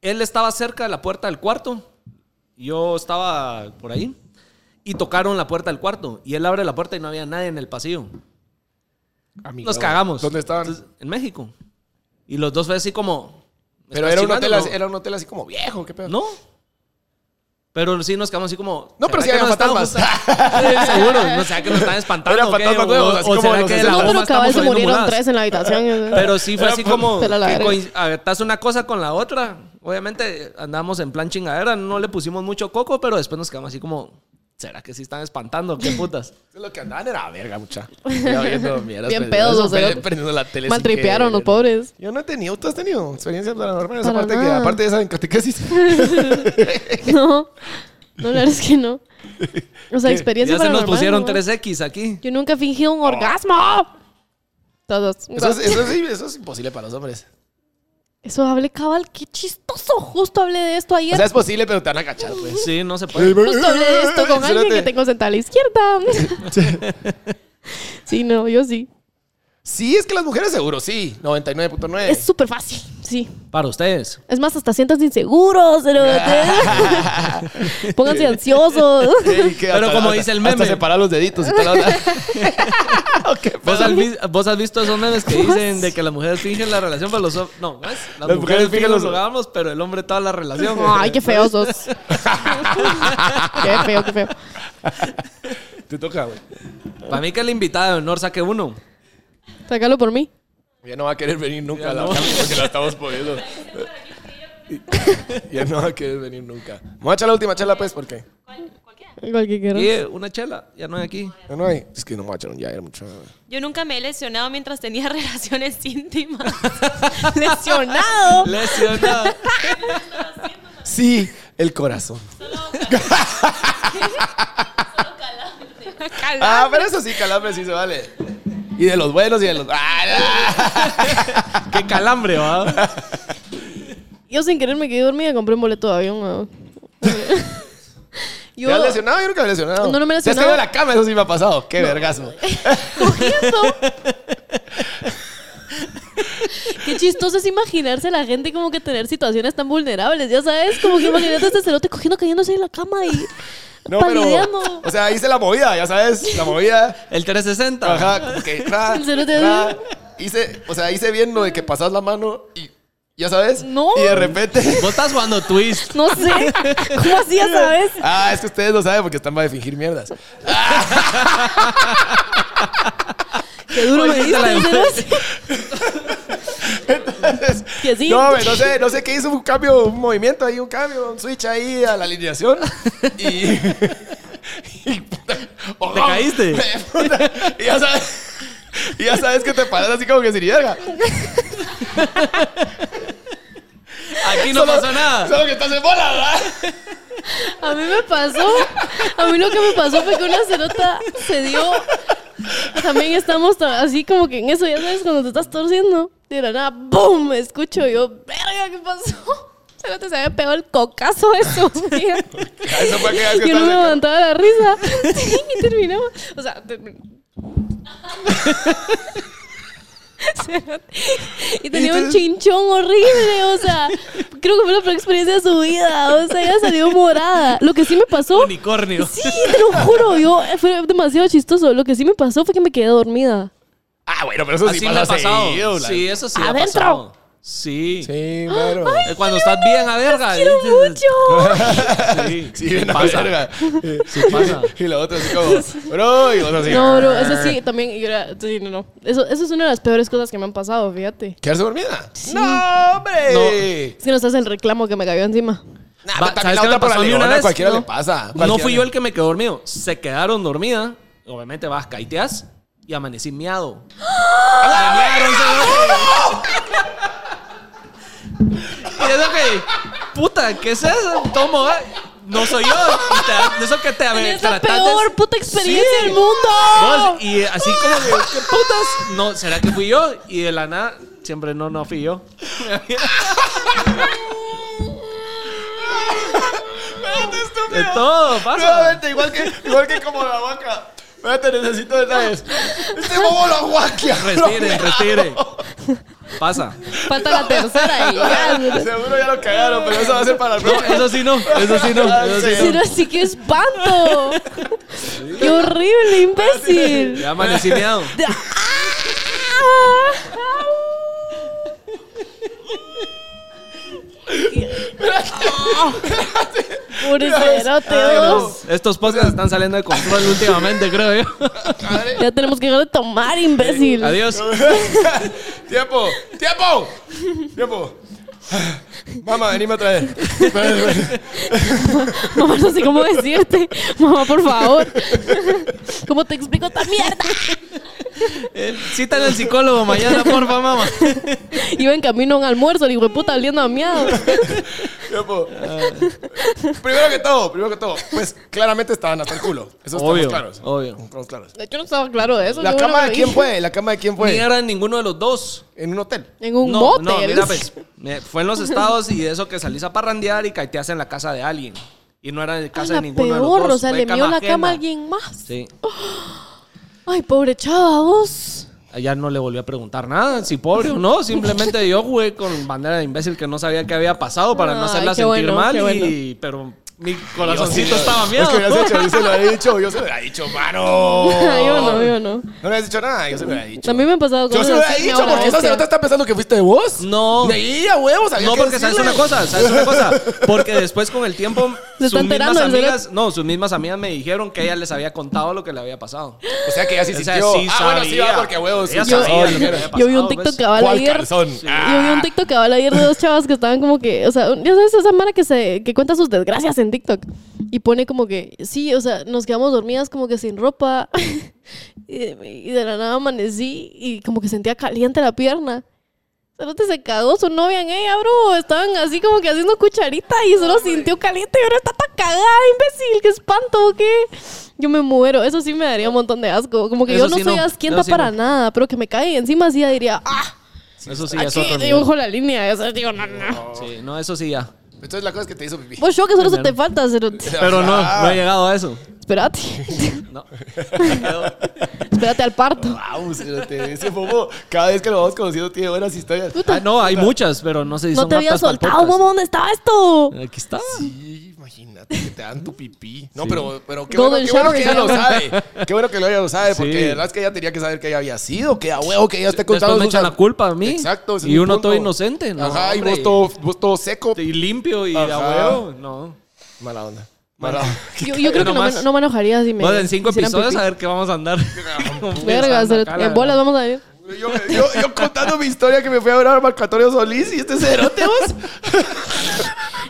S3: él estaba cerca de la puerta del cuarto. Yo estaba por ahí. Y tocaron la puerta del cuarto. Y él abre la puerta y no había nadie en el pasillo.
S1: Amigo,
S3: Nos cagamos.
S1: ¿Dónde estaban?
S3: Entonces, en México. Y los dos fue así como. ¿me
S1: Pero
S3: estás
S1: era un,
S3: chivando,
S1: hotel, así-
S3: no?
S1: era un hotel así como viejo, qué pedo.
S3: No. Pero sí nos quedamos así como.
S1: No, pero
S3: ¿será
S1: sí
S3: que
S1: habían
S3: nos estaban
S1: [laughs]
S3: justa- Sí, seguro. No sé, que nos estaban espantando.
S1: Eran
S3: o qué,
S1: fantasmas
S3: o-
S1: nuevos,
S3: o
S1: así como
S3: será
S1: los
S3: que de
S1: de
S3: la
S1: Sesenta.
S2: no, pero
S3: bomba
S2: cabal
S3: estamos
S2: se
S3: oyendo
S2: murieron
S3: muladas.
S2: tres en la
S3: [laughs]
S2: habitación.
S3: Pero sí fue
S1: Era
S3: así
S1: por-
S3: como
S2: Pela la
S3: que
S2: verga.
S3: coinc- agarras una cosa con la otra. Obviamente andamos en plan chingadera, no le pusimos mucho coco, pero después nos quedamos así como, ¿será que sí están
S2: [laughs]
S3: espantando? ¿Qué putas?
S1: Lo que andaban era verga, mucha. Ya viendo mierdas, prendiendo-
S2: Bien pedos,
S1: eso,
S2: o sea,
S1: pre- Prendiendo la tele. sin
S2: Maltripearon los
S1: querer.
S2: pobres.
S1: Yo no he tenido, tú has tenido experiencias paranormales.
S2: Para
S1: Aparte, que,
S2: nada.
S1: aparte de esa en
S2: [laughs]
S1: catequesis.
S2: [laughs] No, no, la verdad es que no.
S3: [laughs]
S2: O sea, experiencia
S3: ya se nos
S2: paranormal,
S3: pusieron
S2: ¿no?
S3: 3X aquí.
S2: Yo nunca fingí un orgasmo. Todos.
S1: Ah. Eso es, eh,
S2: Eso,
S1: eso, es, eso es imposible para los hombres.
S2: hablé cabal, qué chistoso. Justo hablé de esto
S1: O
S2: ayer.
S1: sea, es posible, pero te van a cachar, pues.
S3: Sí, no se puede.
S2: Justo hablé de esto con alguien que tengo sentada a
S1: [laughs]
S2: la izquierda. sí, no, yo sí.
S1: Sí, es que las mujeres seguro, sí. 99.9.
S2: Es súper fácil, sí.
S3: Para ustedes.
S2: Es más, hasta siéntanse inseguros. pero-
S1: [laughs]
S2: [laughs] Pónganse ansiosos.
S1: Ey, que
S3: Pero como dice el
S1: Hasta
S3: meme.
S1: separar los deditos y toda la onda. Pues Ok,
S3: ¿Vos
S1: pero-
S3: has, vi- vos has visto esos memes que dicen de que las mujeres fingen la relación, pero los hom- No, ¿ves? Las,
S1: mujeres
S3: mujeres
S1: fingen
S3: fingen los
S1: los-
S3: orgasmos, pero el hombre toda la relación.
S2: [laughs] Ay, qué feos
S1: [laughs]
S2: sos. qué feo, qué feo.
S1: Te toca, güey.
S3: Para mí que la invitada de honor saque uno.
S2: Sácalo por mí.
S1: Ya no va a querer venir nunca
S3: Ya
S1: a la
S3: no.
S1: cama porque la estamos poniendo. ya no va a querer venir nunca. Vamos a echar la última charla, pues, porque
S4: ¿Cuál- ¿Cualquiera?
S2: Igual que quieras.
S3: Y eh, una chela, ya no
S2: [laughs]
S3: hay aquí.
S1: ya no hay. Es que no me voy a echar un ya, era mucho.
S4: Yo nunca me he lesionado mientras tenía [laughs] relaciones íntimas.
S2: Lesionado.
S3: Lesionada.
S1: Sí, el corazón.
S4: Solo calambre.
S1: Ah, pero eso sí, calambre sí se vale. Y de los buenos y de los. ¡Ah,
S3: qué calambre, ¿va?
S2: Yo sin querer me quedé dormida y compré un boleto de avión.
S1: [laughs]
S2: weón.
S1: no!
S2: Yo
S1: ¿Te has lesionado? Yo nunca me he lesionado.
S2: No, no me he
S1: Te has caído
S2: lesionado.
S1: de la cama, eso sí me ha pasado. Qué
S2: [laughs]
S1: vergazo.
S2: cogiendo. [laughs] Qué chistoso es imaginarse a la gente como que tener situaciones tan vulnerables, ya sabes, como que imagínate a este cerote cogiendo cayéndose en la cama y
S1: No,
S2: palideando.
S1: pero. O sea, hice la movida, ya sabes. La movida.
S2: [laughs]
S3: El 360.
S1: Ajá, como que ra,
S2: El cerote.
S1: ra. hice, o sea, hice bien lo de que pasas la mano y ya sabes.
S2: No.
S1: Y de repente, [laughs]
S3: Vos estás jugando twist.
S2: No sé, ¿cómo así ya sabes?
S1: ah, es que ustedes lo saben porque están para de fingir mierdas.
S2: Qué duro me
S3: Oye,
S2: diste,
S3: la de-
S2: cerote.
S1: Entonces,
S3: [laughs]
S2: Que sí.
S1: No, hombre, no sé, no sé qué hizo un cambio, un movimiento ahí, un cambio, un switch ahí a la
S3: [laughs]
S1: alineación y y puta, oh,
S3: ¿Te
S1: [laughs]
S3: caíste?
S1: puta, y ya sabes, y ya sabes que te paras así como que sin verga.
S3: Aquí no pasó nada.
S1: Solo que estás en bola, ¿verdad?
S2: A mí me pasó, a mí lo que me pasó fue que una cerota se dio. También estamos to- así como que en eso, ya sabes, cuando te estás torciendo, de la nada, ¡boom! Me escucho y yo, ¡verga, qué pasó! Cerote se había pegado el cocazo de su
S1: [laughs]
S2: vida.
S1: Eso fue aquella vez que
S2: Yo no
S1: estás
S2: me
S1: en-
S2: levantaba la risa. [laughs] Sí, y terminamos. O sea, termi- Cerote. Y tenía un chinchón horrible, o sea, creo que fue la peor experiencia de su vida, o sea, ella salió morada. Lo que sí me pasó,
S3: Unicornio.
S2: sí, te lo juro, yo eh, fue demasiado chistoso. Lo que sí me pasó fue que me quedé dormida.
S1: Ah, bueno, pero eso sí
S3: Así me ha
S1: pasa
S3: pasado.
S1: seguido, la-
S3: Sí, eso sí ha
S2: Adentro.
S3: pasado. Sí.
S1: Sí, pero...
S3: Eh, Cuando estás bien a verga.
S2: ¡Quiero
S3: dices,
S2: mucho!
S1: [laughs]
S3: Sí,
S1: Sí, bien a
S3: pasa.
S1: verga.
S3: Sí pasa.
S1: Y la otra así como... Bro, y vos así... Ah.
S2: No, bro, eso [laughs] sí, también, yo era- sí, no, no. Eso, eso es una de las peores cosas que me han pasado, fíjate.
S1: ¿Quedarse dormida?
S2: Sí.
S1: ¡No, hombre!
S2: Es que no estás el reclamo que me cayó encima.
S1: Nah, pero también
S3: Va, ¿sabes
S1: la
S3: qué me
S1: otra por la
S3: pasó a mí una
S1: leona,
S3: vez?
S1: cualquiera
S3: No.
S1: le pasa.
S3: No
S1: Cualquiera
S3: fui
S1: le-
S3: yo el que me quedó dormido. Se quedaron dormidas. Obviamente vas, caiteas. Y amanecí miado. ¡Miaron,
S1: [laughs]
S3: señor! Y eso que, puta, ¿qué es eso? Tomo, ¿eh? no soy yo. Y te da- de eso que te
S2: Es la
S3: trataste-
S2: peor puta experiencia
S3: Sí.
S2: del mundo.
S3: Vos, y así como que, ¿qué putas? No, ¿será que fui yo? Y de la nada, siempre no, no fui yo.
S1: Espérate,
S3: De
S1: estúpido.
S3: todo,
S1: No,
S3: pasa.
S1: vete, igual que, igual que como la vaca. Espérate, necesito detalles. Este bobo lo guaquea.
S3: Respiren, respiren. Pasa.
S2: Falta la tercera y [laughs] ya.
S1: Seguro ya lo cagaron, pero eso va a ser para el
S3: No,
S1: próximo.
S3: [laughs] eso sí no, eso sí no. Eso sí
S2: Pero así que espanto. Qué horrible,
S3: no.
S2: imbécil.
S3: Ya amanecí meado.
S2: Ah. Pobre cerote, vos.
S3: Estos podcasts están saliendo de control últimamente, creo yo.
S2: Ya tenemos que dejar de tomar, imbécil.
S3: Adiós.
S1: ¡Tiempo! ¡Tiempo! ¡Tiempo! Mamá, venime otra vez. Espérate, espérate.
S2: Mamá, no sé cómo decirte. Mamá, por favor. ¿Cómo te explico esta mierda?
S3: Eh, Citan al psicólogo mañana, porfa, mamá.
S2: Iba en camino a un almuerzo, le digo, puta, oliendo a miado.
S1: Tiempo. Primero que todo, primero que todo. Pues claramente estaban hasta el culo. Eso
S3: Obvio,
S1: estamos claros.
S3: obvio.
S1: Estamos claros.
S2: Yo no estaba claro Pues de eso.
S1: ¿La
S2: yo no
S1: cama
S2: lo
S1: de
S2: vi.
S1: quién fue? ¿La cama de quién
S3: Ni
S1: fue?
S3: era ninguno de los dos.
S1: En un hotel.
S2: En un
S3: no,
S2: motel.
S3: no, mira, pues, me- fue en los estados y de eso que salís a parrandear y caiteas en la casa de alguien. Y no era en
S2: A
S3: casa
S2: la
S3: de ninguno de los
S2: peor,
S3: dos.
S2: o sea,
S3: fue
S2: le mió la
S3: ajena.
S2: cama a alguien más.
S3: Sí.
S2: Ay, pobre chava, vos.
S3: Allá no le volví a preguntar nada, si pobre
S2: [laughs]
S3: o no. Simplemente yo jugué con bandera de imbécil que no sabía qué había pasado para no
S2: Ay,
S3: hacerla
S2: qué
S3: sentir
S2: bueno,
S3: mal.
S2: qué bueno.
S3: Y, pero mi
S1: Sí,
S3: corazoncito
S1: lo-
S3: estaba
S1: Es
S3: miedo.
S1: que hubieras hecho, yo se lo he dicho, yo se lo hubiera dicho, mano.
S2: [laughs] yo no, yo no.
S1: No me has dicho nada, yo se lo hubiera dicho.
S2: También me han pasado
S1: Yo
S2: cosas
S1: se lo hubiera
S2: así,
S1: dicho
S2: me hago la
S1: porque esa
S2: bestia.
S1: cerota está pensando que fuiste vos.
S3: No.
S1: De ahí a huevos, había
S3: No,
S1: que
S3: porque sabes
S1: decirle.
S3: una cosa, sabes una cosa. Porque después con el tiempo,
S2: [laughs] Se está
S3: sus mismas
S2: enterando el
S3: amigas, no, sus mismas amigas me dijeron que ella les había contado lo que le había pasado.
S1: O sea que ya sí
S3: O sea,
S1: sintió.
S3: sí
S1: ah, bueno, sí, va
S3: sabía.
S1: porque a huevos.
S3: Ella
S1: sí, sí,
S3: sabía
S1: sí,
S3: lo que era.
S2: Yo vi un
S3: pasado,
S2: TikTok
S3: pues.
S2: cabal
S1: ¿Cuál
S2: ayer.
S1: calzón?
S3: Ah.
S1: Ah.
S2: Yo vi un TikTok cabal ayer de dos chavas que estaban como que, o sea, un- ya sabes, esa mara que se que cuenta sus desgracias en TikTok y pone como que, sí, o sea, nos quedamos dormidas como que sin ropa [laughs] y, y de la nada amanecí y como que sentía caliente la pierna. Cerote se cagó su novia en ella, bro. Estaban así como que haciendo cucharita y solo sintió caliente y ahora está tan cagada, imbécil. Qué espanto, ¿o ¿qué? Yo me muero. Eso sí me daría un montón de asco. Como que
S3: Eso
S2: yo no
S3: sí
S2: soy
S3: no,
S2: asquienta
S3: eso sí
S2: para
S3: no.
S2: nada, pero que me caiga encima sí ya diría, ah,
S3: Eso sí, ya es
S2: aquí eh,
S3: otro nivel.
S2: dibujo la línea. Eso digo, no, no.
S3: Sí, no, eso sí ya.
S1: Entonces la cosa es que te hizo pipí.
S2: [laughs] Pues yo que solo se te falta, pero
S3: Pero no, no he llegado a eso.
S2: espérate, [laughs]
S1: [laughs]
S3: No.
S2: espérate al parto.
S1: Wow, cerote, ese bobo, cada vez que lo vamos conociendo tiene buenas historias.
S3: Ah, no, hay muchas, pero no sé si
S2: No
S3: son
S2: te había
S3: aptas para el
S2: soltado,
S3: podcast.
S2: mamá, ¿dónde estaba esto?
S3: Aquí está.
S1: Sí, imagínate que te dan tu pipí. No, pero, pero qué, bueno,
S2: Golden
S1: qué bueno que ella
S2: shower, se
S1: lo
S2: llama.
S1: sabe. Qué bueno que lo ella lo sabe, porque
S3: Sí.
S1: de verdad es que ella tenía que saber que ella había sido, que a huevo que ella esté contando.
S3: Después me
S1: sus-
S3: echan la culpa a mí.
S1: Exacto. ese es
S3: Y
S1: mi
S3: uno
S1: punto.
S3: todo inocente, ¿no?
S1: Ajá, y vos
S3: Hombre.
S1: todo, vos todo seco.
S3: Y limpio y
S1: Ajá.
S3: a huevo. No.
S1: Mala onda. Mala onda.
S2: Yo, yo creo que no me,
S3: Nomás.
S2: no me enojaría si me.
S3: Bueno, en cinco
S2: hicieran
S3: episodios
S2: pipí.
S3: a ver qué vamos
S1: [laughs]
S3: a andar. [laughs]
S2: Verga,
S3: Pensando acá,
S2: cerote,
S3: la
S2: en bolas vamos a ver.
S1: Yo, yo, yo contando mi historia que me fui a ver a Marco Antonio Solís y este
S3: [laughs]
S1: cerote vos.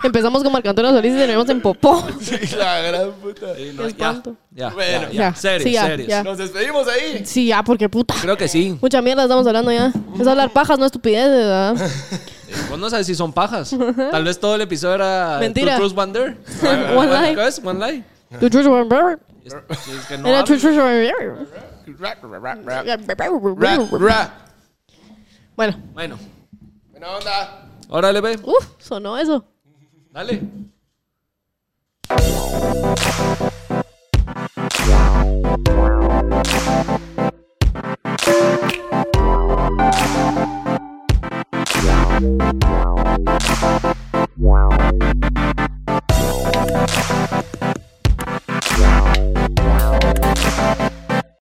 S2: Empezamos con Marcantona Solís y terminamos en
S3: [laughs]
S2: Popó.
S1: Sí, la gran puta.
S3: verdad. Sí,
S2: Qué
S3: no, ya,
S2: espanto.
S3: ya,
S1: Bueno.
S3: ya,
S2: Ya,
S3: ya. Serios,
S2: sí, ya,
S3: serios.
S2: ya.
S1: Nos despedimos ahí.
S2: Sí, ya, porque puta.
S3: Creo que sí. [laughs]
S2: Mucha mierda estamos hablando ya. Es hablar pajas, no estupideces, ¿verdad? [laughs]
S3: Vos Pues no sabes si son pajas. Tal vez todo el episodio era
S2: Mentira.
S3: True Truth Bander.
S2: One lie.
S3: ¿Qué es? One
S1: [laughs]
S3: lie.
S2: Tu chucho, brum, brum.
S3: Es- sí, es que no ah.
S2: Era
S3: hablo.
S2: tu chucho, brum,
S1: Ra, ra, ra, ra, ra,
S2: brum,
S1: ra,
S2: brum, brum.
S1: ra.
S2: Bueno,
S3: Bueno,
S1: Buena onda.
S3: órale, ve.
S2: uff, sonó eso.
S3: Dale.